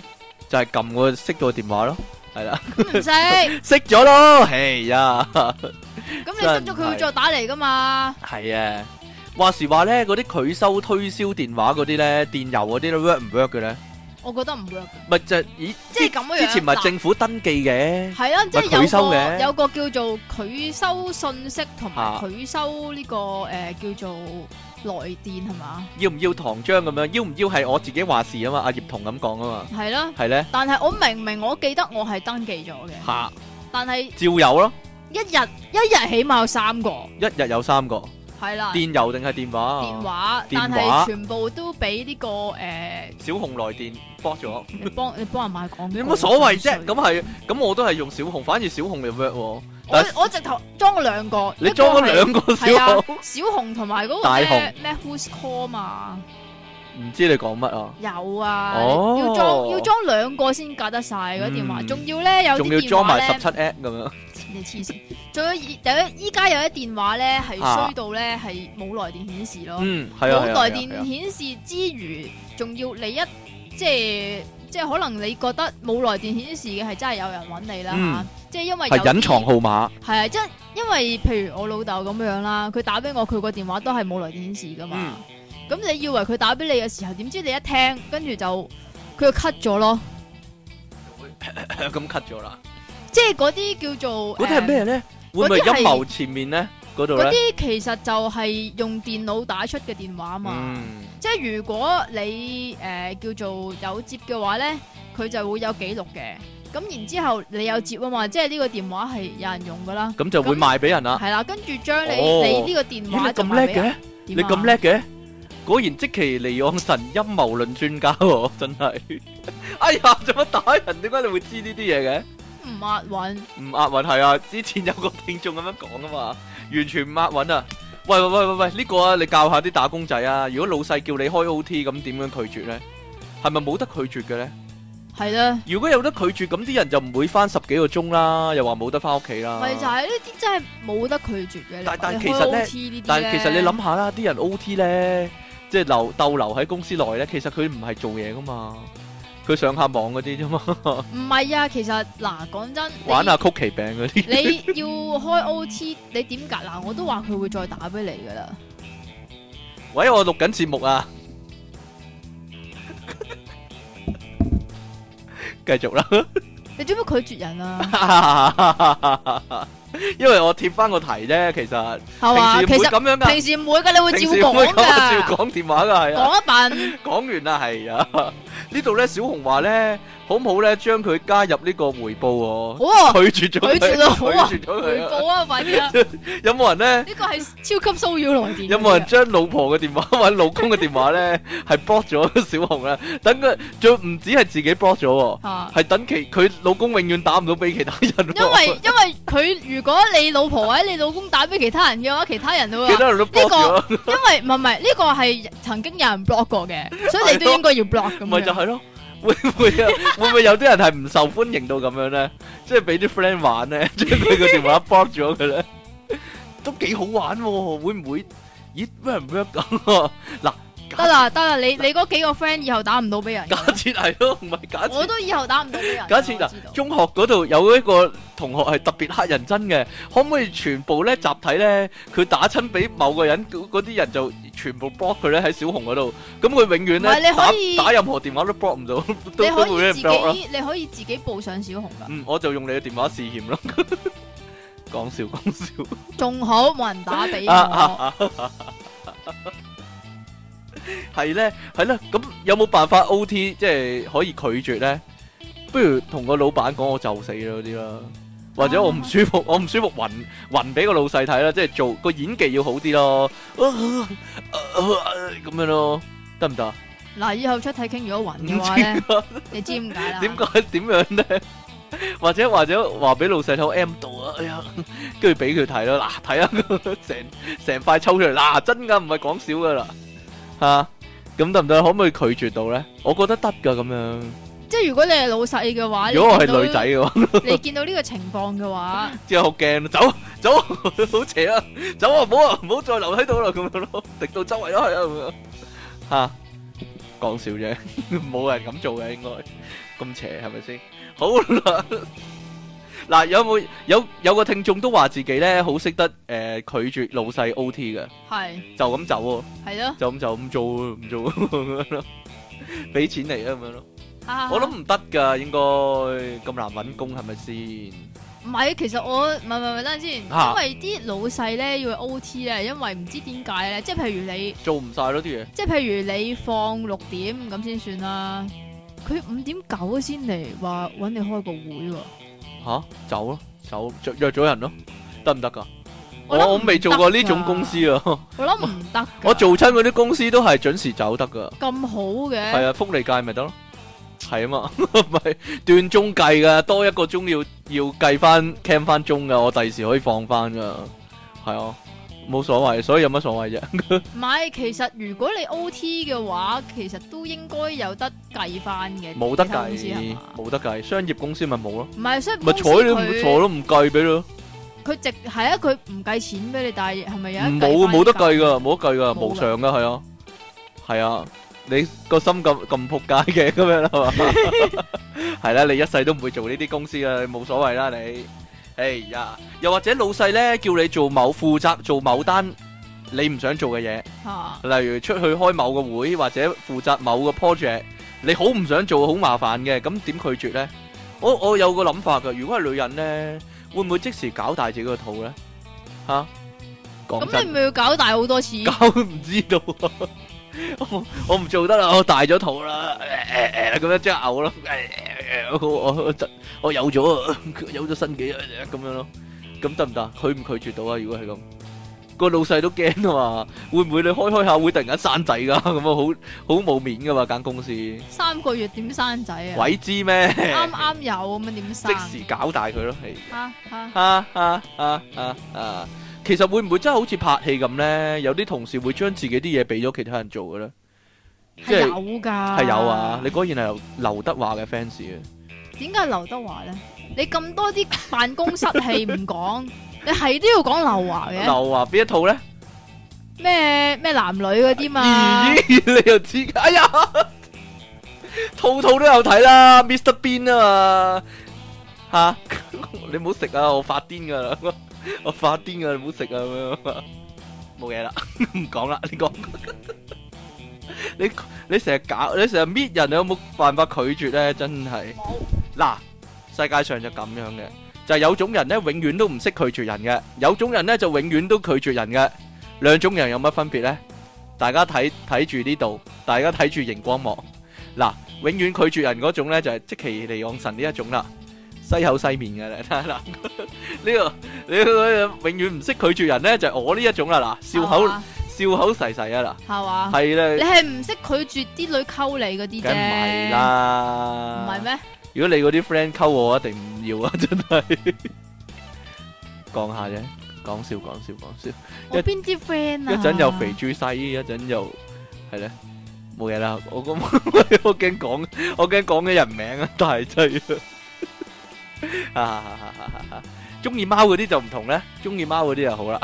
[SPEAKER 2] 就係撳個熄咗個電話咯，係啦，
[SPEAKER 1] 咁 唔識，
[SPEAKER 2] 熄咗咯，哎呀〜
[SPEAKER 1] 咁你識咗佢會再打嚟噶嘛？
[SPEAKER 2] 系啊，話時話咧，嗰啲拒收推銷電話嗰啲咧，電郵嗰啲咧 work 唔 work 嘅咧？
[SPEAKER 1] 我覺得唔 work 嘅，
[SPEAKER 2] 咪就咦，
[SPEAKER 1] 即係咁樣樣。
[SPEAKER 2] 之前咪
[SPEAKER 1] 嗱
[SPEAKER 2] 政府登記嘅，
[SPEAKER 1] 係啦，即
[SPEAKER 2] 咪拒收
[SPEAKER 1] 係
[SPEAKER 2] 嘅
[SPEAKER 1] 有個有個叫做拒收信息同埋
[SPEAKER 2] 啊
[SPEAKER 1] 拒收呢個誒叫做來電係嘛？
[SPEAKER 2] 要唔要糖漿咁樣？要唔要係我自己話事啊嘛？阿葉童咁講啊嘛，
[SPEAKER 1] 係啦，
[SPEAKER 2] 係咧
[SPEAKER 1] 但係我明明我記得我係登記咗嘅，
[SPEAKER 2] 吓，
[SPEAKER 1] 但係
[SPEAKER 2] 照有咯，
[SPEAKER 1] 一日一日起碼有三個，
[SPEAKER 2] 一日有三個，
[SPEAKER 1] 係啦。
[SPEAKER 2] 電郵定係電話啊？
[SPEAKER 1] 電話，
[SPEAKER 2] 電
[SPEAKER 1] 但
[SPEAKER 2] 話
[SPEAKER 1] 係全部都俾呢、個誒、呃
[SPEAKER 2] 小紅來電 block 咗，
[SPEAKER 1] 你 幫你幫人賣廣告，
[SPEAKER 2] 有乜所謂啫？
[SPEAKER 1] 真係
[SPEAKER 2] 咁啊係，咁我都係用小紅，反而小紅又 work 喎。但係
[SPEAKER 1] 我我直頭裝咗兩個，
[SPEAKER 2] 你裝咗
[SPEAKER 1] 兩
[SPEAKER 2] 兩個小
[SPEAKER 1] 係啊
[SPEAKER 2] 紅，，
[SPEAKER 1] 小紅同埋嗰
[SPEAKER 2] 大
[SPEAKER 1] 個咩
[SPEAKER 2] 紅
[SPEAKER 1] 咩 Who's Call 嘛，
[SPEAKER 2] 唔知你講乜啊？
[SPEAKER 1] 有啊，
[SPEAKER 2] 哦
[SPEAKER 1] 要裝要裝兩個先隔得晒嗰啲電話，
[SPEAKER 2] 嗯
[SPEAKER 1] 仲要咧有
[SPEAKER 2] 仲要
[SPEAKER 1] 啲電
[SPEAKER 2] 裝
[SPEAKER 1] 話
[SPEAKER 2] 埋十
[SPEAKER 1] 咧，
[SPEAKER 2] 七 app 咁樣。
[SPEAKER 1] 你黐線，仲有有依家有啲電話咧係
[SPEAKER 2] 啊
[SPEAKER 1] 衰到咧係冇來電顯示咯。
[SPEAKER 2] 嗯，係啊，
[SPEAKER 1] 冇
[SPEAKER 2] 係
[SPEAKER 1] 來
[SPEAKER 2] 啊係啊
[SPEAKER 1] 電顯示之餘，仲要你一即係即係可能你覺得冇來電顯示嘅係真係有人揾你啦
[SPEAKER 2] 嗯
[SPEAKER 1] 嚇即係因為有
[SPEAKER 2] 係隱藏
[SPEAKER 1] 啲
[SPEAKER 2] 號碼，
[SPEAKER 1] 係啊，即係因為譬如我老豆咁樣啦，佢打俾我，佢個電話都係冇來電顯示噶
[SPEAKER 2] 嗯
[SPEAKER 1] 嘛。咁、你以為佢打俾你嘅時候，點知你一聽，跟住就佢就 cut 咗咯，
[SPEAKER 2] 咁 cut 咗啦。
[SPEAKER 1] 即係嗰啲叫做
[SPEAKER 2] 嗰啲係？咩咧？會唔會
[SPEAKER 1] 嗰啲係
[SPEAKER 2] 陰謀前面咧？嗰度
[SPEAKER 1] 誒嗰
[SPEAKER 2] 咧？
[SPEAKER 1] 啲其實就係用電腦打出嘅電話嘛。
[SPEAKER 2] 嗯，
[SPEAKER 1] 即係如果你誒、呃叫做有接嘅話咧，佢就會有記錄嘅。咁然之後你有接啊嘛，即係呢個電話係有人用噶啦，
[SPEAKER 2] 咁就會
[SPEAKER 1] 咁
[SPEAKER 2] 賣俾人啦。
[SPEAKER 1] 係啦，跟住將你
[SPEAKER 2] 啊哦
[SPEAKER 1] 你呢個電
[SPEAKER 2] 咦，
[SPEAKER 1] 話
[SPEAKER 2] 你
[SPEAKER 1] 就
[SPEAKER 2] 咁叻
[SPEAKER 1] 賣俾人
[SPEAKER 2] 嘅，你咁，
[SPEAKER 1] 點啊
[SPEAKER 2] 叻 嘅，果然即其離岸神陰謀論專家喎，真係。哎呀，做乜打人？點解你會知呢啲嘢嘅？
[SPEAKER 1] 唔押韻，
[SPEAKER 2] 唔押韻係啊，之前有個聽眾咁樣講啊嘛，完全唔押韻啊！喂喂喂喂喂，呢、個啊，你教下啲打工仔啊！如果老細叫你開 OT，咁點樣拒絕咧？係咪冇得拒絕嘅咧？
[SPEAKER 1] 係啦，
[SPEAKER 2] 如果有得拒絕，咁啲人就唔會翻十幾個鐘啦，又話冇得翻屋企啦。
[SPEAKER 1] 咪就係呢啲真係冇得拒絕嘅。
[SPEAKER 2] 啊但但
[SPEAKER 1] 你
[SPEAKER 2] 其實呢
[SPEAKER 1] 開 OT 呢啲
[SPEAKER 2] 但係其實你
[SPEAKER 1] 呢
[SPEAKER 2] 諗下啦，啲人 OT 咧，即係留逗留喺公司內咧，其實佢唔係做嘢噶嘛，佢上下網嗰 啲啫嘛，
[SPEAKER 1] 唔係啊？其實嗱，講真，你
[SPEAKER 2] 玩下曲奇餅嗰啲。
[SPEAKER 1] 你要開 OT，你點解嗱？我都話佢會再打俾你噶啦。
[SPEAKER 2] 喂，我錄緊節目啊，繼續啦。
[SPEAKER 1] 你做乜拒絕人啊？
[SPEAKER 2] 因為我貼翻個題啫，其實
[SPEAKER 1] 係嘛？
[SPEAKER 2] 平
[SPEAKER 1] 其
[SPEAKER 2] 時唔會
[SPEAKER 1] 實
[SPEAKER 2] 咁樣噶，
[SPEAKER 1] 平時唔會噶，你會照
[SPEAKER 2] 啊平時唔會
[SPEAKER 1] 講
[SPEAKER 2] 咁啊照
[SPEAKER 1] 噶，
[SPEAKER 2] 講電話噶係啊。
[SPEAKER 1] 講一笨。
[SPEAKER 2] 講完啦係啊，呢度咧小紅話咧好唔好咧？將佢加入呢個回報
[SPEAKER 1] 好啊，
[SPEAKER 2] 喎， 拒絕咗佢，
[SPEAKER 1] 拒絕 啦好啊
[SPEAKER 2] 拒絕咗
[SPEAKER 1] 回
[SPEAKER 2] 佢啊。
[SPEAKER 1] 報啊，快 啲啊！
[SPEAKER 2] 有冇人咧？
[SPEAKER 1] 呢個係超級騷擾來電。啊
[SPEAKER 2] 有冇人將老婆嘅電話 或者老公嘅電話咧，係 block 咗 小紅咧？等佢仲唔止係自己 block 咗
[SPEAKER 1] 啊
[SPEAKER 2] 喎，？係等其佢老公永遠打唔到俾其他人喎。
[SPEAKER 1] 因為因為佢如果你老婆或者你老公打俾其他人嘅話，其他人都會
[SPEAKER 2] 其
[SPEAKER 1] 話，
[SPEAKER 2] 他人都
[SPEAKER 1] 個
[SPEAKER 2] block 咗，
[SPEAKER 1] 因為唔係唔係呢個係曾經有人 block 過 嘅，所以你
[SPEAKER 2] 係
[SPEAKER 1] 都
[SPEAKER 2] 咯
[SPEAKER 1] 應該要 block 咁
[SPEAKER 2] 咪就
[SPEAKER 1] 樣。
[SPEAKER 2] 係咯。會唔會啊？會唔會有啲人係唔受歡迎到咁樣咧？即係俾啲 friend 玩 咧，將佢個電話 block 咗佢咧，都幾好玩喎！會唔會？咦，work 唔 work 咁？嗱，
[SPEAKER 1] 得啦得啦，你你嗰幾個 friend 以後打唔到俾人㗎
[SPEAKER 2] 假
[SPEAKER 1] 啦，
[SPEAKER 2] 設係咯，唔係假設
[SPEAKER 1] 我。都以後打唔到俾人㗎。
[SPEAKER 2] 假設啊
[SPEAKER 1] 我
[SPEAKER 2] 嗱
[SPEAKER 1] 知道，
[SPEAKER 2] 中學嗰度有一個同學係特別黑人憎嘅，可唔可以全部咧集體咧，佢打親俾某個人，嗰嗰啲人就全部 block 佢咧喺小紅嗰度，咁佢永遠
[SPEAKER 1] 唔係
[SPEAKER 2] 咧
[SPEAKER 1] 你可以
[SPEAKER 2] 打打任何電話都 block 唔 到，都
[SPEAKER 1] 你
[SPEAKER 2] 都
[SPEAKER 1] 可
[SPEAKER 2] 會俾
[SPEAKER 1] 以
[SPEAKER 2] 人
[SPEAKER 1] 自
[SPEAKER 2] block 啦。
[SPEAKER 1] 己你可以自己報上小紅㗎，
[SPEAKER 2] 嗯，我就用你嘅電話試驗咯。 講笑講笑，
[SPEAKER 1] 仲好冇人打俾我。
[SPEAKER 2] 啊啊啊！係咧係咧，咁有冇辦法 OT 即係可以拒絕咧？不如同個老闆講我就死啦嗰啲啦，或者我唔舒服，我唔舒服暈暈俾個老細睇啦，即係做個演技要好啲咯，咁、啊啊啊咁樣咯，得唔得啊？
[SPEAKER 1] 嗱，以後出體傾如果暈
[SPEAKER 2] 唔
[SPEAKER 1] 嘅話咧，
[SPEAKER 2] 知啊
[SPEAKER 1] 你知點解啦？
[SPEAKER 2] 點解點樣咧？ 或者或者話俾老細睇我 M 度啊，哎呀，跟住俾佢睇咯，嗱睇下 成成塊抽出嚟，嗱真噶，唔係講少噶啦，吓、咁得唔得？可唔可以拒絕到咧？我覺得得噶咁樣。
[SPEAKER 1] 即係如果你係老細嘅話，
[SPEAKER 2] 如果我
[SPEAKER 1] 啊你見到
[SPEAKER 2] 係女仔嘅話，
[SPEAKER 1] 你見到呢個情況嘅 話，
[SPEAKER 2] 之後好驚，走 走，好邪啊，走啊，唔好啊，唔好再留喺度啦，咁樣咯，滴到周圍都係啊，咁樣吓，講笑 啫，冇人咁做嘅應該，咁邪係咪先？好啦，嗱，有冇有有個聽眾都話自己咧好識得誒拒絕老細 OT 嘅，
[SPEAKER 1] 係
[SPEAKER 2] 就咁走喎，
[SPEAKER 1] 係咯，
[SPEAKER 2] 就咁就唔做唔 做咁樣咯，俾錢嚟啊咁樣咯，
[SPEAKER 1] 哈哈
[SPEAKER 2] 我諗唔得㗎，應該咁難揾工係咪先？
[SPEAKER 1] 唔係，其實我唔係唔係唔係等陣先，
[SPEAKER 2] 嚇
[SPEAKER 1] 因為啲老細咧要 O T 咧，因為唔知點解咧，即係譬如你，
[SPEAKER 2] 做唔晒咯啲嘢。
[SPEAKER 1] 即係譬如你放六點咁先算啦，佢五點九先嚟話揾你開個會喎，
[SPEAKER 2] 吓、走咯，走約約咗人咯，得唔得噶？
[SPEAKER 1] 我
[SPEAKER 2] 我
[SPEAKER 1] 諗
[SPEAKER 2] 哦我
[SPEAKER 1] 唔
[SPEAKER 2] 未做過呢
[SPEAKER 1] 得
[SPEAKER 2] 種
[SPEAKER 1] 㗎
[SPEAKER 2] 公司啊，
[SPEAKER 1] 我諗唔得㗎，
[SPEAKER 2] 我做親嗰啲公司都係準時走得噶，
[SPEAKER 1] 咁好
[SPEAKER 2] 係
[SPEAKER 1] 嘅，
[SPEAKER 2] 啊，福利界咪得咯，係啊嘛， 咪段鐘計噶，多一個鐘要要計翻 cam 翻鐘噶，我第時可以放翻噶，係啊，冇所謂，所以有乜所謂啫？
[SPEAKER 1] 唔係，其實如果你 O T 嘅話，其實都應該有得計翻嘅，
[SPEAKER 2] 冇得
[SPEAKER 1] 其他公司係
[SPEAKER 2] 計
[SPEAKER 1] 嘛，
[SPEAKER 2] 冇得計，商業公司咪冇咯，
[SPEAKER 1] 唔係，所以
[SPEAKER 2] 咪
[SPEAKER 1] 公司
[SPEAKER 2] 睬你唔
[SPEAKER 1] 佢
[SPEAKER 2] 坐都唔計俾你咯，
[SPEAKER 1] 佢直係啊，佢唔計錢俾你，但係係咪有得計
[SPEAKER 2] 冇
[SPEAKER 1] 返
[SPEAKER 2] 冇得
[SPEAKER 1] 價
[SPEAKER 2] 計噶，冇得計噶，
[SPEAKER 1] 冇㗎
[SPEAKER 2] 無償噶係啊，係啊，你個心咁咁仆街嘅 咁樣啦係嘛，係啦，你一世都唔會做呢啲公司啦，你冇所謂啦你，哎呀，又或者老細咧叫你做某負責做某單你唔想做嘅嘢，
[SPEAKER 1] 嚇？
[SPEAKER 2] 例如出去開某個會或者負責某個 project，你好唔想做，好麻煩嘅，咁點拒絕呢？我我有個諗法噶，如果係女人呢，會唔會即時搞大自己個肚呢？吓、講
[SPEAKER 1] 咁
[SPEAKER 2] 真
[SPEAKER 1] 你。咪要搞大好多次？
[SPEAKER 2] 搞唔知道 啊！我我唔做得啦，我大咗肚啦，誒誒誒咁樣即刻嘔咯，誒誒誒我我我我有咗 啊，有咗新幾啊咁樣咯，咁得唔得啊？拒唔拒絕到啊？如果係咁，個老細都驚啊嘛，會唔會你開開下會突然間生仔噶？ 咁啊好好冇面噶嘛間公司，
[SPEAKER 1] 三個月點生仔啊？
[SPEAKER 2] 鬼知咩？
[SPEAKER 1] 啱啊啱有咁樣點生？
[SPEAKER 2] 即時搞大佢咯，係。
[SPEAKER 1] 嚇嚇
[SPEAKER 2] 啊啊啊啊啊！其實會唔會真係好似拍戲咁呢？有啲同事會將自己啲嘢俾咗其他人做嘅呢？即
[SPEAKER 1] 係
[SPEAKER 2] 係
[SPEAKER 1] 有㗎，
[SPEAKER 2] 係有啊！你果然係劉劉德華嘅 fans 啊！
[SPEAKER 1] 點解劉德華咧？你咁多啲辦公室戲唔講， 你係都要講劉華嘅
[SPEAKER 2] 劉華邊一套呢？
[SPEAKER 1] 咩咩男女嗰啲嘛？
[SPEAKER 2] 咦，你又知？哎呀，套套都有睇啦，Mr Bean 啊嘛，吓 你唔好食啊！我發癲噶啦， 我發癲噶，你唔好食啊咁樣，冇嘢啦， 唔講啦，你講。 你你成日搞，你成日搣人，你有冇辦法拒絕咧？真係嗱，世界上就咁樣嘅，就係有種人咧，永遠都唔識拒絕人嘅；有種人咧，就永遠都拒絕人嘅。兩種人有乜分別咧？大家睇睇住呢度，大家睇住熒光幕。嗱，永遠拒絕人嗰種咧，就係即其利昂神呢一種啦，西口西面嘅咧， 睇下啦。呢個你永遠唔識拒絕人咧，就係我呢一種啦，嗱，笑口
[SPEAKER 1] 係
[SPEAKER 2] 笑口噬噬啊
[SPEAKER 1] 嘛
[SPEAKER 2] 嗱，？係
[SPEAKER 1] 你
[SPEAKER 2] 咧，
[SPEAKER 1] 係唔識拒絕啲女溝你嗰啲啫，
[SPEAKER 2] 梗唔係
[SPEAKER 1] 唔
[SPEAKER 2] 啦，
[SPEAKER 1] 係咩？
[SPEAKER 2] 如果你嗰啲 friend 溝我，我一定唔要啊！真係講下啫，講笑講笑講笑，
[SPEAKER 1] 我邊啲 friend 啊？
[SPEAKER 2] 一陣又肥豬西，一陣又係咧，冇嘢啦。我咁 我驚講，我驚講嘅人名啊，大劑啊！中意貓嗰啲就唔同咧，中意貓嗰啲就 好啦，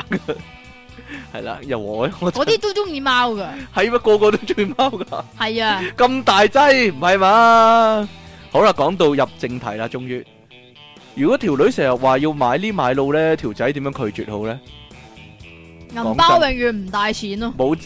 [SPEAKER 2] 係啦，又和藹我
[SPEAKER 1] 嗰啲都中意貓噶，
[SPEAKER 2] 係乜個個都中意貓㗎？
[SPEAKER 1] 係 啊，
[SPEAKER 2] 咁大劑唔係嘛？好啦，講到入正題啦，終於。如果條女成日話要買呢買路咧，條仔點樣拒絕好咧？
[SPEAKER 1] 銀包永遠唔帶錢 咯，
[SPEAKER 2] 冇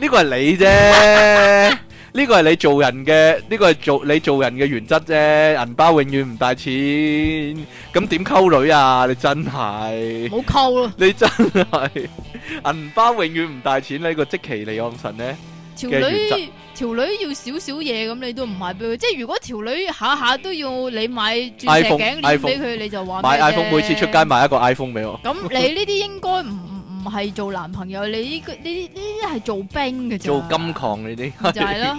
[SPEAKER 2] 呢個係 你啫，呢個係你做人嘅，呢個係做你做人嘅原則啫。銀包永遠唔帶錢，咁點溝女啊？你真係，
[SPEAKER 1] 冇溝咯，
[SPEAKER 2] 你真係，銀包永遠唔帶錢呢個即其利昂神咧。
[SPEAKER 1] 條
[SPEAKER 2] 嘅原則
[SPEAKER 1] 女條女要少少嘢咁，你都唔買俾佢。即係如果條女下下都要你買鑽石
[SPEAKER 2] iPhone-
[SPEAKER 1] 頸鏈俾
[SPEAKER 2] iPhone-
[SPEAKER 1] 佢，你就話
[SPEAKER 2] 買
[SPEAKER 1] 咩啫
[SPEAKER 2] iPhone 每次出街。買一個 iPhone 俾我，
[SPEAKER 1] 咁你呢啲應該唔唔唔係做男朋友，你呢個呢啲呢啲係做兵嘅啫。
[SPEAKER 2] 做金礦呢啲
[SPEAKER 1] 就係咯，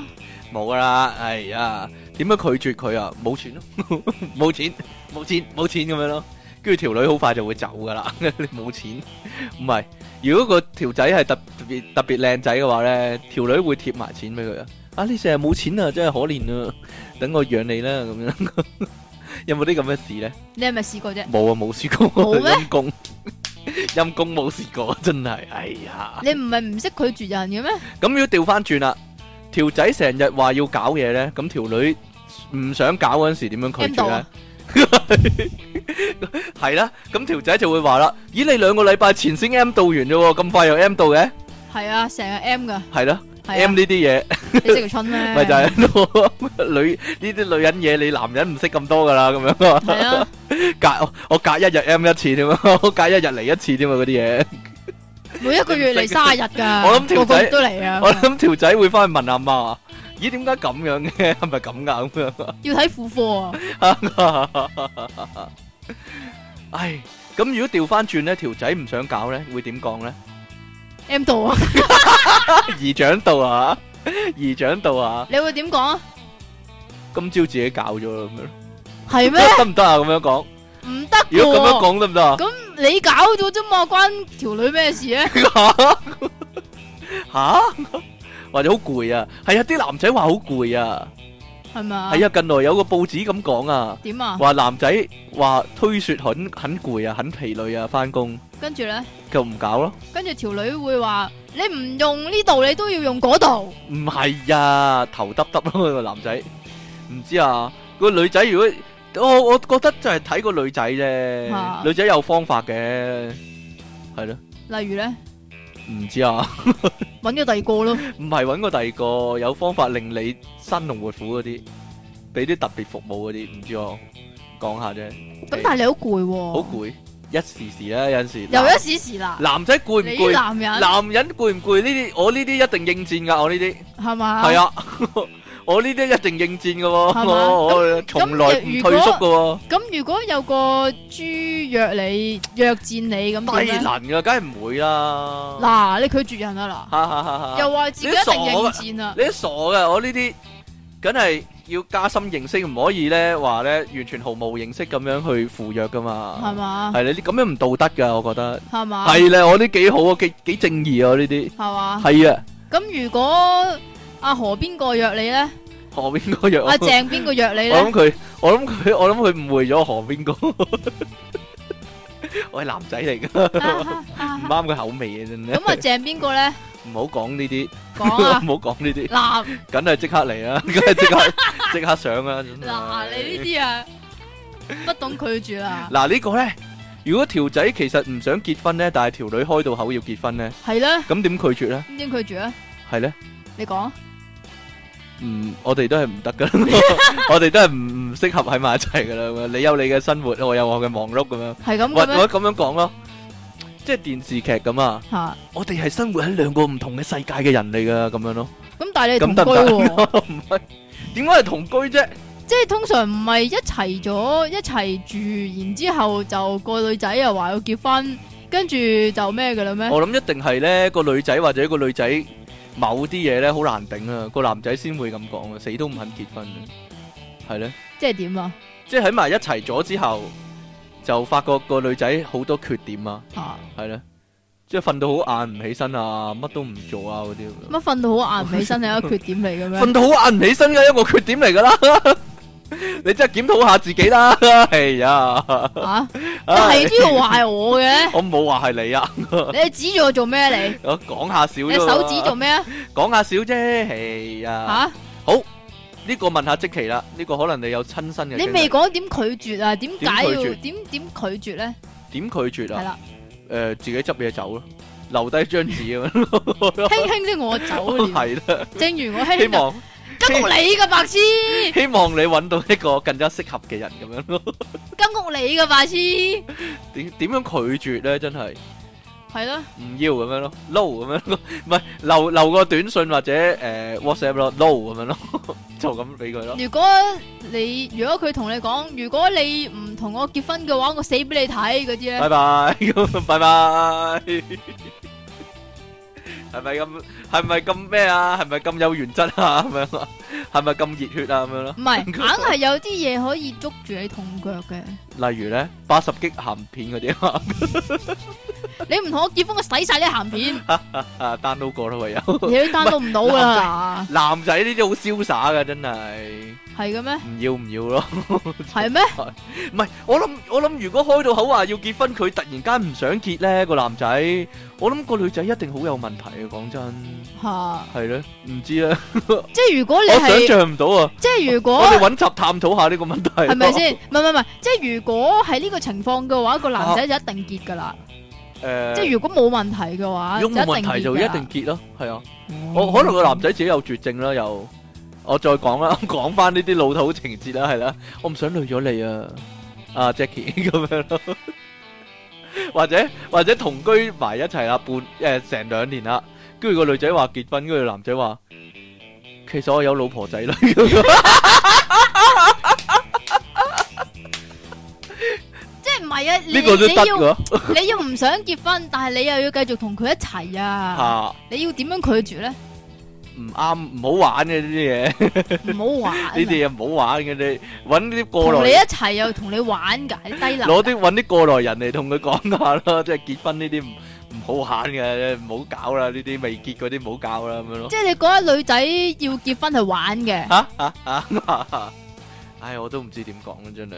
[SPEAKER 2] 冇噶啦，哎呀，點樣拒絕佢啊？冇錢咯， 冇錢，冇錢，冇錢咁樣咯。跟住條女好快就會走噶啦， 你冇錢，唔係。如果個條仔係特特別特別靚仔嘅話咧，條女會貼埋錢俾佢啊。啊，你成日冇錢啊，真係可憐啊，等我養你啦咁樣。 有冇啲咁嘅事咧？
[SPEAKER 1] 你係咪試 過啫？
[SPEAKER 2] 冇啊，冇試過，
[SPEAKER 1] 冇咩
[SPEAKER 2] 陰公， 陰公冇試過，真係，哎呀。
[SPEAKER 1] 你唔係唔識拒絕人嘅咩？
[SPEAKER 2] 咁如果調翻轉啦，條仔成日話要搞嘢咧，咁條女唔想搞嗰陣時點樣拒
[SPEAKER 1] M 度
[SPEAKER 2] 絕咧
[SPEAKER 1] 啊？
[SPEAKER 2] 係啦，咁條仔就會話啦：咦，你兩個禮拜前先 M 到完啫喎，咁快又 M 到嘅？
[SPEAKER 1] 係啊，成日 M 噶，
[SPEAKER 2] 係啦
[SPEAKER 1] 係
[SPEAKER 2] ，M
[SPEAKER 1] 啊，
[SPEAKER 2] 呢啲嘢
[SPEAKER 1] 你識條春咩？
[SPEAKER 2] 咪就係咯， 女呢啲女人嘢你男人唔識咁多噶啦，咁樣啊。
[SPEAKER 1] 係啊，
[SPEAKER 2] 隔我我隔一日 M 一次添啊， 我隔一日嚟一次添啊，嗰啲嘢。
[SPEAKER 1] 每一個月嚟卅日㗎，
[SPEAKER 2] 我諗
[SPEAKER 1] 個
[SPEAKER 2] 條仔
[SPEAKER 1] 個月都嚟啊，
[SPEAKER 2] 我諗條仔會翻去問阿媽：咦，點解咁樣嘅？ 係咪咁噶？咁樣。
[SPEAKER 1] 要睇婦科啊，
[SPEAKER 2] 唉，咁如果调翻轉咧，條仔唔想搞咧，會點講咧？
[SPEAKER 1] M 度啊，
[SPEAKER 2] 姨丈度啊， 姨丈度啊，
[SPEAKER 1] 你會點講啊？
[SPEAKER 2] 今朝自己搞咗啦，咁樣
[SPEAKER 1] 係咩？
[SPEAKER 2] 得唔得啊？咁樣講，
[SPEAKER 1] 唔得
[SPEAKER 2] 如果咁樣
[SPEAKER 1] 喎，
[SPEAKER 2] 講得唔得啊？
[SPEAKER 1] 你搞咗啫嘛，關條女咩事咧？
[SPEAKER 2] 吓，或者好攰啊？係啊，啲男仔話好攰啊。
[SPEAKER 1] 係咪啊？
[SPEAKER 2] 係啊，近來有個報紙咁講啊，
[SPEAKER 1] 點啊？
[SPEAKER 2] 話男仔話推雪很很攰啊，很疲累啊，翻工
[SPEAKER 1] 跟住咧，
[SPEAKER 2] 就唔搞咯。
[SPEAKER 1] 跟住條女會話：你唔用呢度，你都要用嗰度。
[SPEAKER 2] 唔係啊，頭耷耷咯個男仔，唔知啊個女仔如果我我覺得就係睇個女仔啫，
[SPEAKER 1] 啊
[SPEAKER 2] 女仔有方法嘅，係咯，
[SPEAKER 1] 例如咧，
[SPEAKER 2] 唔知啊，
[SPEAKER 1] 揾咗第二個咯，
[SPEAKER 2] 唔係揾個第二個有方法令你生龍活虎嗰啲，俾啲特別服務嗰啲，唔知我講下啫，
[SPEAKER 1] 咁但係你好攰喎，
[SPEAKER 2] 好，攰，一時時啊啦，有陣時
[SPEAKER 1] 又
[SPEAKER 2] 男
[SPEAKER 1] 哦一時時啦。
[SPEAKER 2] 男仔攰唔
[SPEAKER 1] 你啲
[SPEAKER 2] 攰？
[SPEAKER 1] 男人
[SPEAKER 2] 男人攰唔攰？呢啲我呢啲一定應戰噶，我呢啲。
[SPEAKER 1] 係嘛？
[SPEAKER 2] 系，啊， 我呢啲一定應戰
[SPEAKER 1] 係
[SPEAKER 2] 嘅喎，
[SPEAKER 1] 嘛
[SPEAKER 2] 我我從來唔退縮嘅
[SPEAKER 1] 咁如果有個豬約你約戰你咁
[SPEAKER 2] 喎，低
[SPEAKER 1] 點呢
[SPEAKER 2] 能嘅，梗係唔會啦。
[SPEAKER 1] 嗱，你拒絕人啊
[SPEAKER 2] 哈哈哈
[SPEAKER 1] 嗱，
[SPEAKER 2] 哈
[SPEAKER 1] 又話自己一定應戰啊，
[SPEAKER 2] 你都傻嘅，我呢啲梗係要加深認識，唔可以咧話咧完全毫無認識咁樣去赴約噶
[SPEAKER 1] 係
[SPEAKER 2] 嘛。
[SPEAKER 1] 嘛？
[SPEAKER 2] 係你啲咁樣唔道德㗎，我覺得。
[SPEAKER 1] 係嘛？
[SPEAKER 2] 係咧，我啲幾好啊，幾幾正義啊，我呢啲。
[SPEAKER 1] 係嘛？
[SPEAKER 2] 係啊，
[SPEAKER 1] 咁如果阿何邊個約你咧？
[SPEAKER 2] 何邊個約我
[SPEAKER 1] 阿？鄭邊個約你
[SPEAKER 2] 我諗
[SPEAKER 1] 咧？
[SPEAKER 2] 佢，我諗佢，我諗佢誤會咗何邊個。 我係男仔嚟㗎。
[SPEAKER 1] 啊啊
[SPEAKER 2] 唔
[SPEAKER 1] 啊
[SPEAKER 2] 啱佢口味嘅 真
[SPEAKER 1] 咁啊，
[SPEAKER 2] 係，
[SPEAKER 1] 鄭邊個 咧？
[SPEAKER 2] 唔好講呢啲，
[SPEAKER 1] 講啊
[SPEAKER 2] 唔好講呢啲，
[SPEAKER 1] 嗱。
[SPEAKER 2] 梗係即刻 嚟啦，梗係即刻即刻上啦。真係
[SPEAKER 1] 嗱，你呢啲啊，不懂拒絕啦，
[SPEAKER 2] 嗱呢個咧，如果條仔其實唔想結婚咧，但係條女開到口要結婚咧，
[SPEAKER 1] 係啦，
[SPEAKER 2] 咁點拒絕咧？
[SPEAKER 1] 咁點拒絕啊？
[SPEAKER 2] 係咧，
[SPEAKER 1] 你講，
[SPEAKER 2] 唔我哋都係唔得噶， 我哋都係唔唔適合喺埋一齊噶啦。你有你嘅生活，我有我嘅忙碌咁樣，
[SPEAKER 1] 係咁
[SPEAKER 2] 或
[SPEAKER 1] 嘅咩？
[SPEAKER 2] 者咁樣講咯，即係電視劇咁啊，
[SPEAKER 1] 吓，
[SPEAKER 2] 我哋係生活喺兩個唔同嘅世界嘅人嚟噶，咁樣咯。
[SPEAKER 1] 咁但系你
[SPEAKER 2] 咁
[SPEAKER 1] 同
[SPEAKER 2] 得
[SPEAKER 1] 居
[SPEAKER 2] 唔得？
[SPEAKER 1] 喎，
[SPEAKER 2] 唔係點解係同居啫？
[SPEAKER 1] 即系通常唔系一齐咗一齐住，然之后就個女仔又話要結婚，跟住就咩噶啦咩？
[SPEAKER 2] 我諗一定係咧個女仔或者個女仔某啲嘢咧好難頂啊，個男仔先會咁講啊，死都唔肯結婚嘅，係咧，
[SPEAKER 1] 即係點啊？
[SPEAKER 2] 即係喺埋一齊咗之後，就發覺個女仔好多缺點啊，
[SPEAKER 1] 吓
[SPEAKER 2] 係咧，即係瞓到好晏唔起身啊，乜都唔做啊嗰啲，
[SPEAKER 1] 乜瞓到好晏唔起身係一個缺點嚟嘅咩？
[SPEAKER 2] 瞓到好晏唔起身嘅一個缺點嚟噶啦， 你真係檢討下自己啦， 哎呀，
[SPEAKER 1] 吓，
[SPEAKER 2] 啊
[SPEAKER 1] 你啊係都要話係我 嘅，
[SPEAKER 2] 我冇話係你啊，
[SPEAKER 1] 你係指住我做咩你？
[SPEAKER 2] 我講下少
[SPEAKER 1] 你
[SPEAKER 2] 咗啊，
[SPEAKER 1] 手指做咩啊？
[SPEAKER 2] 講下少啫，哎呀。
[SPEAKER 1] 吓，
[SPEAKER 2] 呢個問下即期啦，呢、個可能你有親身嘅
[SPEAKER 1] 你
[SPEAKER 2] 經歷。
[SPEAKER 1] 未講點拒絕啊？點解要
[SPEAKER 2] 點拒絕
[SPEAKER 1] 點點拒絕咧？
[SPEAKER 2] 點拒絕
[SPEAKER 1] 係
[SPEAKER 2] 啊？
[SPEAKER 1] 啦，
[SPEAKER 2] 誒、自己執嘢走咯，留低張紙咁樣
[SPEAKER 1] 輕輕的我走
[SPEAKER 2] 咯，
[SPEAKER 1] 了，
[SPEAKER 2] 係啦。
[SPEAKER 1] 正如我輕
[SPEAKER 2] 希
[SPEAKER 1] 輕 地
[SPEAKER 2] 望
[SPEAKER 1] 跟屋你嘅白痴，
[SPEAKER 2] 希望你揾到一個更加適合嘅人咁樣咯。
[SPEAKER 1] 跟屋你嘅白痴，係
[SPEAKER 2] 點點樣拒絕咧？真係
[SPEAKER 1] 咯，
[SPEAKER 2] 唔要咁樣咯，no 咁樣咯， 唔係留留個短信或者誒、WhatsApp 咯，no 咁樣咯， 就咁俾佢咯。
[SPEAKER 1] 如果你如果佢同你講，如果你唔同我結婚嘅話，我死俾你睇嗰啲咧
[SPEAKER 2] 拜，拜， 咁拜拜。系咪咁？系咪咁咩啊？系咪咁有原則啊？咁樣啊？係咪咁熱血啊？咁樣咯
[SPEAKER 1] 唔係硬係有啲嘢可以捉住你痛腳 嘅。？
[SPEAKER 2] 例如咧，八十激鹹片嗰啲啊
[SPEAKER 1] 你唔同我結婚，我洗晒啲鹹 片，
[SPEAKER 2] 啊，download 過啦唯有。
[SPEAKER 1] 你都 download 唔到噶啦，
[SPEAKER 2] 男仔呢啲好瀟灑噶，真係
[SPEAKER 1] 係嘅咩？
[SPEAKER 2] 唔要唔要咯。
[SPEAKER 1] 係咩？
[SPEAKER 2] 唔係，我諗我諗，如果開到口話要結婚，佢突然間唔想結咧，個男仔，我諗個女仔一定好有問題嘅。講真，
[SPEAKER 1] 吓，
[SPEAKER 2] 係咧，唔知咧，
[SPEAKER 1] 即係如果你
[SPEAKER 2] 我想
[SPEAKER 1] 係，
[SPEAKER 2] 象唔到啊。
[SPEAKER 1] 即係如果
[SPEAKER 2] 我哋揾集探討下呢個問題，
[SPEAKER 1] 係咪？先？唔係唔係，即係如果係呢個情況嘅話，個男仔就
[SPEAKER 2] 啊
[SPEAKER 1] 一定結噶啦。
[SPEAKER 2] 誒，
[SPEAKER 1] 即係如果冇問題嘅話，
[SPEAKER 2] 如果冇
[SPEAKER 1] 啊
[SPEAKER 2] 問題就一定結咯，係啊。我可能個男仔自己有絕症啦，又我再講啦， 講翻呢啲老土情節啦，係啦，我唔想累咗你啊，啊 Jackie 咁樣咯。或者或者同居埋一齊啦，半誒成兩年啦，跟住個女仔話結婚，跟住男仔話其實我有老婆仔 啦。
[SPEAKER 1] 即係唔係啊？
[SPEAKER 2] 呢個都得
[SPEAKER 1] 你
[SPEAKER 2] 㗎
[SPEAKER 1] 你要你要唔想結婚，但係你又要繼續同佢一齊啊？
[SPEAKER 2] 嚇，
[SPEAKER 1] 你要點樣拒絕咧？
[SPEAKER 2] 唔啱唔好玩嘅呢啲嘢，
[SPEAKER 1] 唔好玩啊，
[SPEAKER 2] 呢啲嘢唔好玩嘅，你揾啲過
[SPEAKER 1] 同
[SPEAKER 2] 來
[SPEAKER 1] 你一齊又同你玩㗎，你低能。
[SPEAKER 2] 攞啲揾啲過來人嚟同佢講下咯，即係結婚呢啲唔唔好慳嘅，唔好搞啦，呢啲未結嗰啲唔好搞啦咁樣咯。
[SPEAKER 1] 即係你嗰一女仔要結婚係玩嘅。
[SPEAKER 2] 嚇嚇嚇！唉，我都唔知點講啦，真係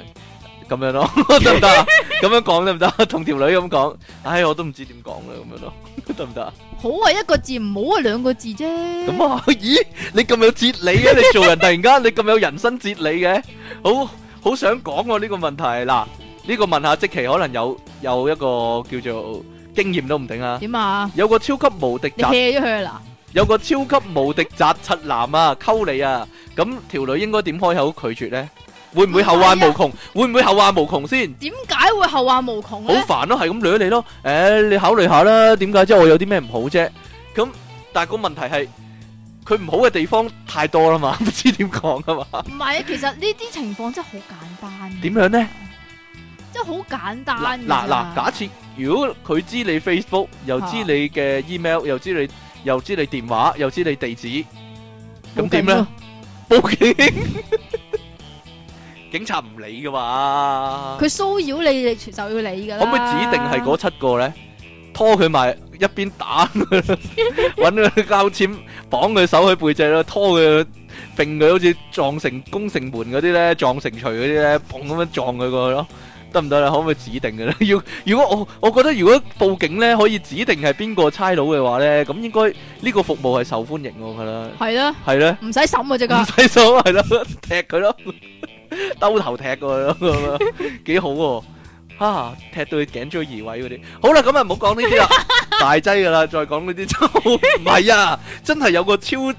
[SPEAKER 2] 咁樣咯， 得唔得啊？咁樣講得唔得啊？同條女咁講，唉，我都唔知點講啦，咁樣咯，得唔得啊？
[SPEAKER 1] 好啊，一個字唔好啊，兩個字啫。
[SPEAKER 2] 咁啊？咦？你咁有哲理嘅，你做人突然間你咁有人生哲理嘅，好好想講喎呢個問題嗱，呢個問下即其可能有有一個叫 做經驗都唔定啊。
[SPEAKER 1] 點啊？
[SPEAKER 2] 有個超級無敵
[SPEAKER 1] 你
[SPEAKER 2] 宅，
[SPEAKER 1] hea 咗佢啦？
[SPEAKER 2] 有個超級無敵宅七男啊，溝你啊，咁條女應該點開口拒絕呢？會唔會後患無窮？會唔會後患無窮先？
[SPEAKER 1] 點解會後患無窮
[SPEAKER 2] 好
[SPEAKER 1] 咧？
[SPEAKER 2] 煩咯，係咁掠你咯。誒，你考慮下啦，點解即係我有啲咩唔好啫？咁但係個問題係佢唔好嘅地方太多啦嘛， 唔知點講啊嘛？
[SPEAKER 1] 唔係啊，其實呢啲情況真係好簡單。
[SPEAKER 2] 點樣呢？
[SPEAKER 1] 真係好簡
[SPEAKER 2] 嗱
[SPEAKER 1] 單㗎
[SPEAKER 2] 嗱嗱，假設如果佢知你 Facebook，又知
[SPEAKER 1] 啊
[SPEAKER 2] 你嘅 email，又知你又知你電話，又知你地址，咁點
[SPEAKER 1] 冇計
[SPEAKER 2] 呢
[SPEAKER 1] 咯？
[SPEAKER 2] 報 警，警察唔理噶嘛？
[SPEAKER 1] 佢騷擾你，你就要你㗎啦。
[SPEAKER 2] 可唔可以指定係嗰七個咧？拖佢埋一邊 打佢，揾佢膠籤綁佢手喺背脊咯，拖佢，揈佢好似撞城攻城門嗰啲咧，撞城牆嗰啲咧，砰咁樣撞佢過去咯，得唔得咧？可唔可以指定嘅 咧？要如果我我覺得如果報警咧可以指定係邊個差佬嘅話咧，咁應該呢個服務係受歡迎我覺得
[SPEAKER 1] 係啦，
[SPEAKER 2] 係咧。
[SPEAKER 1] 唔使審啊，即
[SPEAKER 2] 唔
[SPEAKER 1] 刻。
[SPEAKER 2] 使所謂咯，踢佢咯， 兜頭踢佢咯，咁樣幾好喎、啊！踢到佢頸椎移位嗰啲，好啦，咁啊唔好講呢 啲啦，大劑噶啦，再講呢啲就唔係啊！真係有個超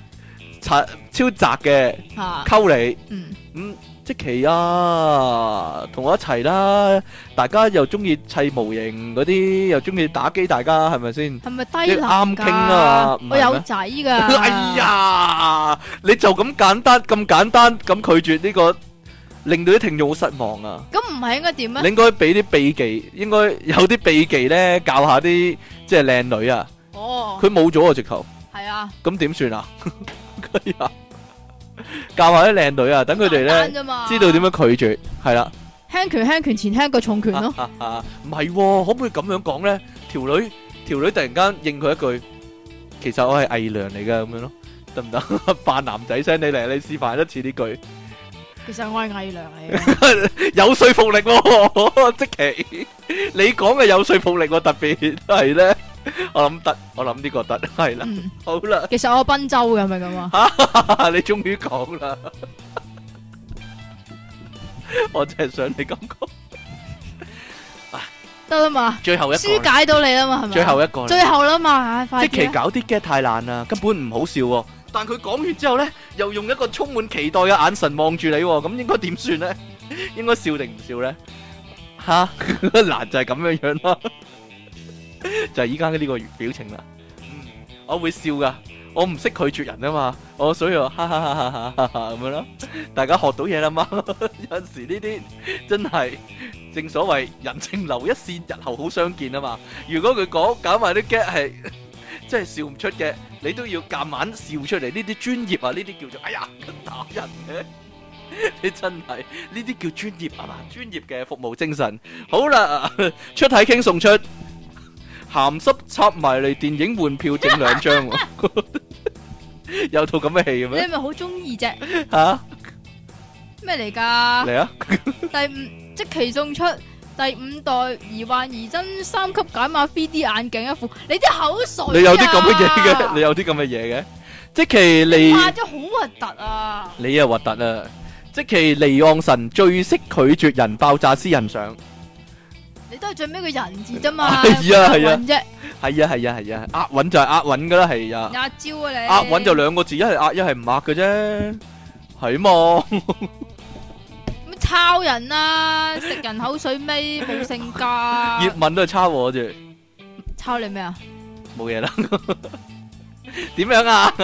[SPEAKER 2] 窄超窄嘅
[SPEAKER 1] 嚇，
[SPEAKER 2] 溝你，
[SPEAKER 1] 嗯，
[SPEAKER 2] 嗯，即奇啊，同我一齊啦，大家又中意砌模型嗰啲，又中意打機，大家係咪先？
[SPEAKER 1] 系咪低能
[SPEAKER 2] 啱
[SPEAKER 1] 噶
[SPEAKER 2] 傾啊唔係
[SPEAKER 1] 我有仔噶。
[SPEAKER 2] 哎，呀，你就咁簡單咁簡單咁拒絕呢、個，令到啲聽眾好失望啊！
[SPEAKER 1] 咁唔係應該點
[SPEAKER 2] 你
[SPEAKER 1] 咩？
[SPEAKER 2] 應該俾啲秘技，應該有啲秘技咧教下啲即係靚女啊，
[SPEAKER 1] 哦，
[SPEAKER 2] 佢冇咗啊直頭，
[SPEAKER 1] 係啊，
[SPEAKER 2] 咁點算啊？哎呀，教下啲靚女啊，等佢哋咧
[SPEAKER 1] 簡單啫嘛，
[SPEAKER 2] 知道點樣拒絕，係啦。
[SPEAKER 1] 輕拳輕拳前輕過 重拳
[SPEAKER 2] 啊
[SPEAKER 1] 咯。
[SPEAKER 2] 唔係喎，可唔可以咁樣講呢？條女-條女突然間應佢一句，其實我係偽娘嚟㗎，咁樣咯，得唔得？ 扮男仔聲，你嚟，你示範一次呢句。有說服力喎，
[SPEAKER 1] 其實我係偽娘嚟嘅，
[SPEAKER 2] 即其，你講嘅有說服力喎，特別係呢，我諗得，我諗呢個得，係啦，
[SPEAKER 1] 嗯，其實我賓州嘅，係咪咁啊？
[SPEAKER 2] 好啦，你終於講啦。我真係想你咁講。最後一
[SPEAKER 1] 得啦嘛，疏
[SPEAKER 2] 個啦，
[SPEAKER 1] 解到你啦嘛，係咪？
[SPEAKER 2] 最後一個啦。
[SPEAKER 1] 最後啦嘛，唉快
[SPEAKER 2] 即期
[SPEAKER 1] 啲啦啊
[SPEAKER 2] 搞啲 get 太爛啦，根本唔好笑喎、但佢講完之後呢，又用一個充滿期待嘅眼神望住你、喎，咁應該點算呢？應該笑定唔笑呢？吓，難就係咁樣樣啦，就係依家呢個表情啦。嗯，我會笑噶，我唔識拒絕人啊嘛，我所以我哈哈哈哈哈哈哈哈咁樣啦。大家學到嘢啦嘛，有陣時呢啲真係正所謂人情留一線，日後好相見啊嘛。如果佢講搞埋啲 get 係。 真係笑唔出嘅，你都要夾硬笑出嚟。呢啲專業啊，呢啲叫做哎呀打人嘅， 你真係呢啲叫專業啊嘛，專業嘅服務精神。好啦， 出體傾送出鹹濕插埋嚟電影換票整兩張喎， 有套咁嘅戲嘅
[SPEAKER 1] 你係
[SPEAKER 2] 咩？
[SPEAKER 1] 咪好中意啫？
[SPEAKER 2] 嚇
[SPEAKER 1] 咩嚟㗎？
[SPEAKER 2] 嚟啊！
[SPEAKER 1] 第五即期送出第五代疑幻疑真三級解碼 3D 眼鏡一副，你啲口水啊
[SPEAKER 2] 你有啲咁嘅嘢嘅，你有啲咁嘅嘢嘅，即其你。
[SPEAKER 1] 畫咗好核突啊！
[SPEAKER 2] 你啊核突啊！即其離岸神最識拒絕人爆炸私人相，
[SPEAKER 1] 你都係最尾個人字啫嘛，
[SPEAKER 2] 係啊係啊
[SPEAKER 1] 運啫，
[SPEAKER 2] 係啊係啊係啊，押韻就係押韻噶啦，係啊，
[SPEAKER 1] 壓招啊你，
[SPEAKER 2] 押韻就兩個字，一係押一係唔押嘅啫，係嘛？
[SPEAKER 1] 咁抄人啊，食人口水尾冇性 噶，
[SPEAKER 2] 葉問都係差我啫，
[SPEAKER 1] 抄你咩啊？
[SPEAKER 2] 冇嘢啦。 點樣啊？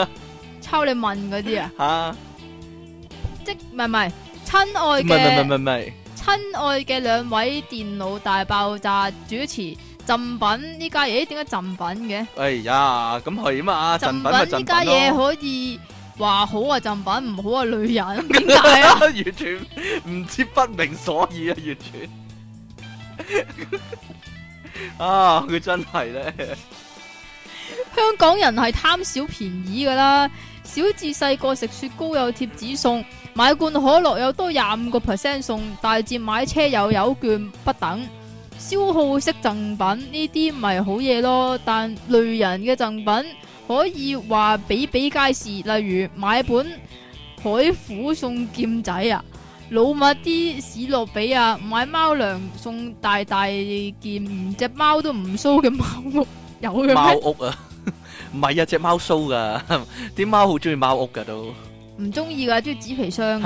[SPEAKER 1] 抄你問嗰啲啊？
[SPEAKER 2] 吓，
[SPEAKER 1] 即唔係唔係，親愛
[SPEAKER 2] 唔係唔係
[SPEAKER 1] 嘅
[SPEAKER 2] 唔係唔係，
[SPEAKER 1] 親愛嘅兩位電腦大爆炸主持，贈品呢家嘢，咦點解贈品嘅？
[SPEAKER 2] 哎呀，咁係啊嘛，贈
[SPEAKER 1] 贈
[SPEAKER 2] 品咪
[SPEAKER 1] 品
[SPEAKER 2] 贈
[SPEAKER 1] 呢家
[SPEAKER 2] 品
[SPEAKER 1] 嘢
[SPEAKER 2] 咯。
[SPEAKER 1] 可以話好啊，贈品唔好啊，女 人點解啊？
[SPEAKER 2] 完全唔知不明所以啊！完全 啊，佢真係咧〜
[SPEAKER 1] 香港人係貪小便宜噶啦，小至細個食雪糕有貼紙送，買罐可樂有多廿五個 percent 送，大至買車有油券不等。消耗式贈品呢啲咪好嘢咯，但累人嘅贈品可以話比比皆是，例如買本海虎送劍仔啊，老麥啲史諾比啊，買貓糧送大大劍，連只貓都唔騷嘅貓屋有嘅咩
[SPEAKER 2] 貓屋 啊，唔係啊，只貓鬚 噶，啲貓好中意貓屋噶都，
[SPEAKER 1] 唔中意噶，中意紙皮箱
[SPEAKER 2] 啊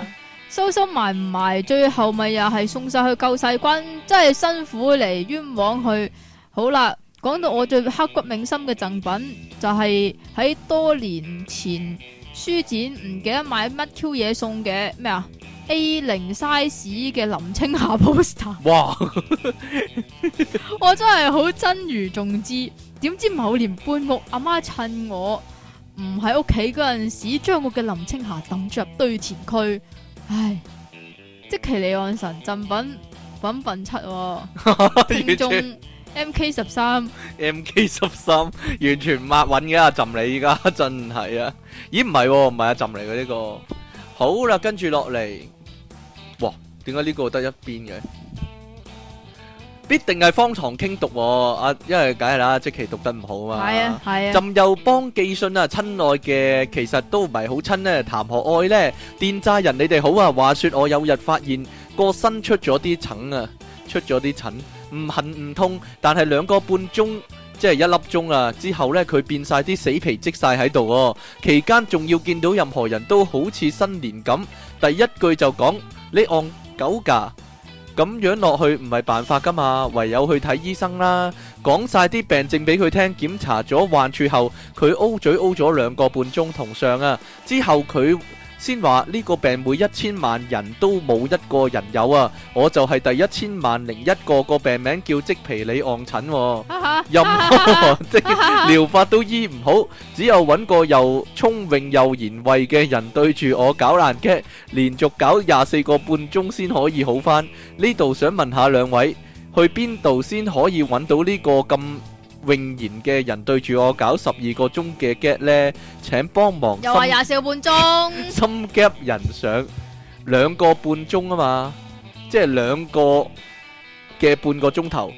[SPEAKER 1] 噶。收收埋埋，最後咪又係送晒去救世軍，真係辛苦嚟冤枉去。好啦，講到我最刻骨銘心嘅贈品，就係、喺多年前書展唔記得買乜 Q 嘢送嘅咩啊 A 零 size 嘅林青霞 poster，
[SPEAKER 2] 哇，
[SPEAKER 1] 我真係好珍如重之。點知某年搬屋，阿媽趁我唔喺屋企嗰陣時，將我嘅林青霞抌咗入堆填區。唉，即其利岸神贈品品笨 七、喎，聽眾 M K 十三
[SPEAKER 2] M K 十三完全抹穩嘅阿朕你依 家真係啊，咦唔係喎，唔係阿朕嚟嘅呢個，好啦，跟住落嚟，哇，點解呢個得一邊嘅？必定係方唐傾讀喎，啊，因為梗係啦，即其讀得唔好啊嘛。
[SPEAKER 1] 係啊係啊，
[SPEAKER 2] 朕又幫寄信啊，親愛嘅，其實都唔係好親呢。談何愛呢？電炸人你哋好啊，話說我有日發現個身出咗啲疹啊，出咗啲疹，唔痕唔痛，但係兩個半鐘。即係一粒鐘啊！之後呢，佢變晒啲死皮積晒喺度喎。期間仲要見到任何人都好似新年咁，第一句就講你戇狗㗎，咁樣落去唔係辦法噶嘛，唯有去睇醫生啦。講晒啲病症俾佢聽，檢查咗患處後，佢 O 嘴 O 咗兩個半鐘同上啊。之後佢先話呢個病每一千萬人都冇一個人有啊，我就係第一千萬零一個個病名叫即皮里昂疹喎。
[SPEAKER 1] 哈
[SPEAKER 2] 任何
[SPEAKER 1] 哈
[SPEAKER 2] 即療法都醫唔好，只有揾個又聰穎又賢惠嘅人對住我搞爛 g 連續搞廿四個半鐘先可以好翻。呢度想問下兩位，去邊度先可以揾到呢個咁穎賢嘅人對住我搞十二個鐘嘅 g 呢？請幫忙
[SPEAKER 1] 又話
[SPEAKER 2] 心
[SPEAKER 1] 廿四個半 鐘，
[SPEAKER 2] 心 gap 人上兩個半鐘啊嘛，即係兩個嘅半個鐘頭，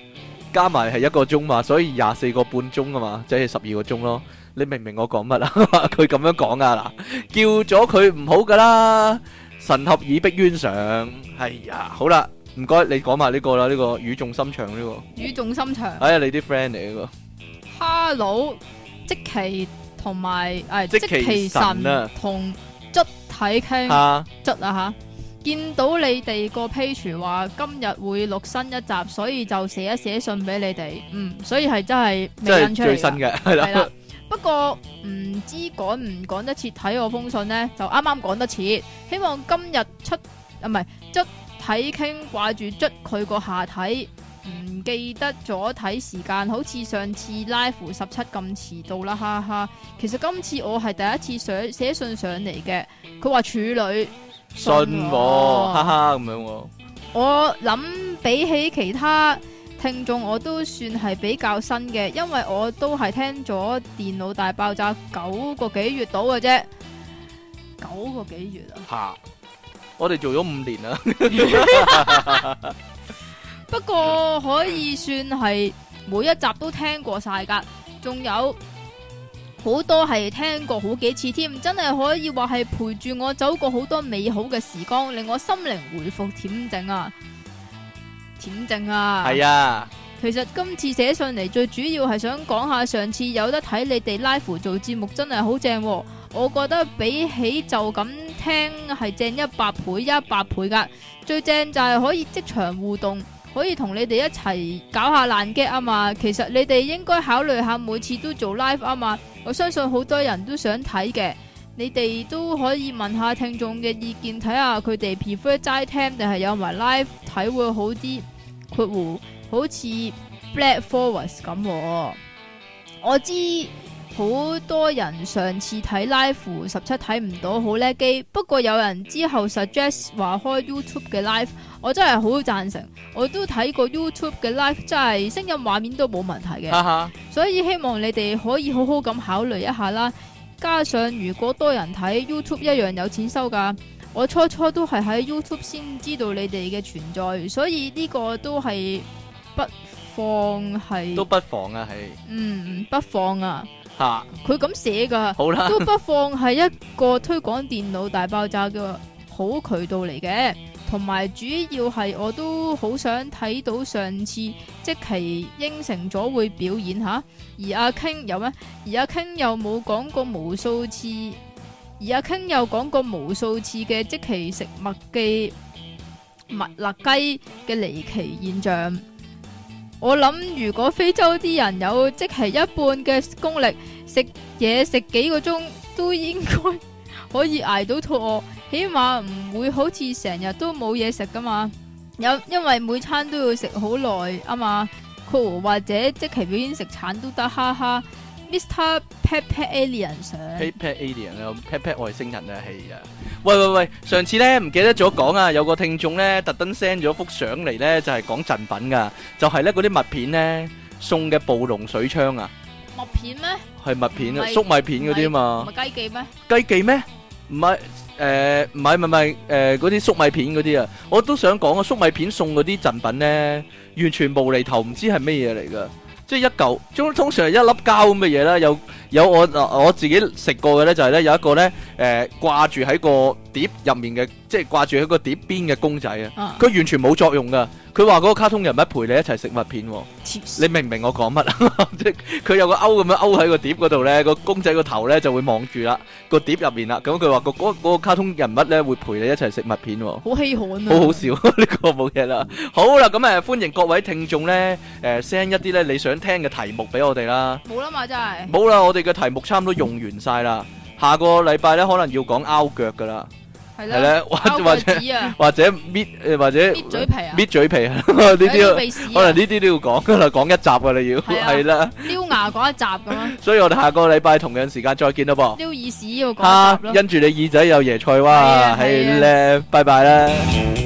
[SPEAKER 2] 加埋係一個鐘嘛，所以廿四個半鐘啊嘛，即係十二個鐘咯。你明唔明我講乜啊？ 佢咁樣講啊嗱，叫咗佢唔好噶啦，神合以逼冤上。係呀，好啦，唔該你講埋呢個啦，呢個語重心長呢個。
[SPEAKER 1] 語重心長。
[SPEAKER 2] 哎呀，你啲 friend 嚟呢
[SPEAKER 1] Hello，即其同埋誒
[SPEAKER 2] 即
[SPEAKER 1] 即
[SPEAKER 2] 其
[SPEAKER 1] 其
[SPEAKER 2] 神啊
[SPEAKER 1] 神同卒睇傾
[SPEAKER 2] 個。嚇
[SPEAKER 1] 卒啊吓，見到你哋個 page 話今日會錄新一集，所以就寫一寫信俾你哋。嗯，所以係真係
[SPEAKER 2] 即
[SPEAKER 1] 未印
[SPEAKER 2] 係
[SPEAKER 1] 出嚟
[SPEAKER 2] 最新
[SPEAKER 1] 㗎。
[SPEAKER 2] 嘅，係
[SPEAKER 1] 係啦
[SPEAKER 2] 啦。，
[SPEAKER 1] 不過唔知趕唔趕得切睇我封信呢，就啱啱趕得切。希望今日出啊，唔係捽睇傾掛住捽佢個下體，唔記得咗睇時間，好似上次 live 十七咁遲到啦，哈哈。其實今次我係第一次上寫信上嚟嘅，佢話處女
[SPEAKER 2] 信喎，哈哈咁樣喎。
[SPEAKER 1] 我諗比起其他聽眾，我都算係比較新嘅，因為我都係聽咗《電腦大爆炸》九個幾月到嘅啫，九個幾月啊！
[SPEAKER 2] 吓，我哋做咗五年啦，
[SPEAKER 1] 不過可以算係每一集都聽過晒㗎，仲有好多係聽過好幾次添，真係可以話係陪住我走過好多美好嘅時光，令我心靈回復恬靜啊！恬靜啊！
[SPEAKER 2] 係啊，
[SPEAKER 1] 其實今次寫上嚟最主要係想講下上次有得睇你哋 live 做節目真係好正喎，我覺得比起就咁聽係正一百倍一百倍噶，最正就係可以即場互動，可以同你哋一齊搞下爛 gag 啊嘛。其實你哋應該考慮下每次都做 live 啊嘛，我相信好多人都想睇嘅。你哋都可以問下聽眾嘅意見，睇下佢哋 prefer 齋聽定係有埋 live 睇會好啲。括弧好似 Black Forest 咁喎。我知好多人上次睇 Live 十七睇唔到好叻機，不過有人之後 suggest 話開 YouTube 嘅 Live，我真係好贊成。我都睇過 YouTube 嘅 Live，真係聲音畫面都冇問題嘅。
[SPEAKER 2] 哈哈，
[SPEAKER 1] 所以希望你哋可以好好咁考慮一下啦。加上如果多人睇 YouTube 一樣有錢收㗎，我初初都係喺 YouTube 先知道你哋嘅存在，所以呢個都係不放
[SPEAKER 2] 都
[SPEAKER 1] 係
[SPEAKER 2] 不妨啊，係
[SPEAKER 1] 嗯不放啊，
[SPEAKER 2] 吓，
[SPEAKER 1] 佢咁寫㗎，
[SPEAKER 2] 好啦，
[SPEAKER 1] 都不放係一個推廣電腦大爆炸嘅好渠道嚟嘅。同埋主要係我都好想睇到上次即其應承咗會表演吓，而阿 King 有咩？而阿 King 又冇講過無數次，而阿 King 又講過無數次嘅即其食麥記麥辣雞嘅離奇現象。我諗如果非洲啲人有即其一半嘅功力，食嘢食幾個鐘都應該可以捱到肚餓。起碼唔會好似成日都冇嘢食噶嘛。有因為每餐都要食好耐啊嘛，括弧或者即期表演食橙都得，哈哈。Mr. Pet Pet Alien 上
[SPEAKER 2] Pat Pat Alien 啊，Pat Pat 外星人啊，係啊！喂喂喂，上次咧唔記得咗講啊，有個聽眾咧特登 send 咗幅相嚟咧，就係講贈品噶，就係咧嗰啲麥片咧送嘅暴龍水槍啊，
[SPEAKER 1] 麥片咩？
[SPEAKER 2] 係麥片
[SPEAKER 1] 唔
[SPEAKER 2] 啊，
[SPEAKER 1] 係
[SPEAKER 2] 粟米片嗰啲啊嘛
[SPEAKER 1] 唔，係雞記咩？
[SPEAKER 2] 雞記咩？唔係誒，唔係唔係唔係誒嗰啲粟米片嗰啲啊，我都想講啊，粟米片送嗰啲贈品咧，完全無厘頭，唔知係咩嘢嚟噶。即係一嚿，通通常係一粒膠咁嘅嘢啦，有有我我自己食過嘅咧，就係咧有一個咧誒掛住喺個碟入面嘅，即係掛住喺個碟邊嘅公仔啊，
[SPEAKER 1] 啊，
[SPEAKER 2] 佢完全冇作用噶。佢話嗰個卡通人物陪你一齊食麥片喎。
[SPEAKER 1] 黐
[SPEAKER 2] 你明唔明我講乜啊？即係佢有個勾咁樣勾喺個碟嗰度咧，個公仔個頭咧就會望住啦，個碟入面啦。咁佢話個嗰嗰個卡通人物咧會陪你一齊食麥片喎。
[SPEAKER 1] 好稀罕啊！
[SPEAKER 2] 好好笑 呢個冇嘢啦。好啦，咁誒歡迎各位聽眾咧，誒 send 一啲咧你想聽嘅題目俾我哋啦。
[SPEAKER 1] 冇啦嘛，真係
[SPEAKER 2] 冇啦，我哋嘅題目差唔多用完晒啦。下個禮拜咧可能要講拗腳噶啦，
[SPEAKER 1] 係
[SPEAKER 2] 係
[SPEAKER 1] 啦，
[SPEAKER 2] 咧，或
[SPEAKER 1] 包腳
[SPEAKER 2] 或者
[SPEAKER 1] 趾啊，
[SPEAKER 2] 或者搣誒或者
[SPEAKER 1] 搣嘴皮啊，
[SPEAKER 2] 搣嘴皮啊 呢啲啊。
[SPEAKER 1] 鼻屎啊，
[SPEAKER 2] 可能呢啲都要講噶啦，講一集噶啦要，
[SPEAKER 1] 係啊
[SPEAKER 2] 係啦，
[SPEAKER 1] 撩牙嗰一集咁啦，
[SPEAKER 2] 所以我哋下個禮拜同樣時間再見啦噃，
[SPEAKER 1] 撩耳屎嗰個
[SPEAKER 2] 嚇
[SPEAKER 1] 集，咯。
[SPEAKER 2] 因住你耳仔有椰菜
[SPEAKER 1] 係
[SPEAKER 2] 哇，
[SPEAKER 1] 啊係
[SPEAKER 2] 係
[SPEAKER 1] 啊
[SPEAKER 2] 咧，拜拜啦。
[SPEAKER 3] Hãy subscribe cho kênh Ghiền Mì Gõ Để không bỏ lỡ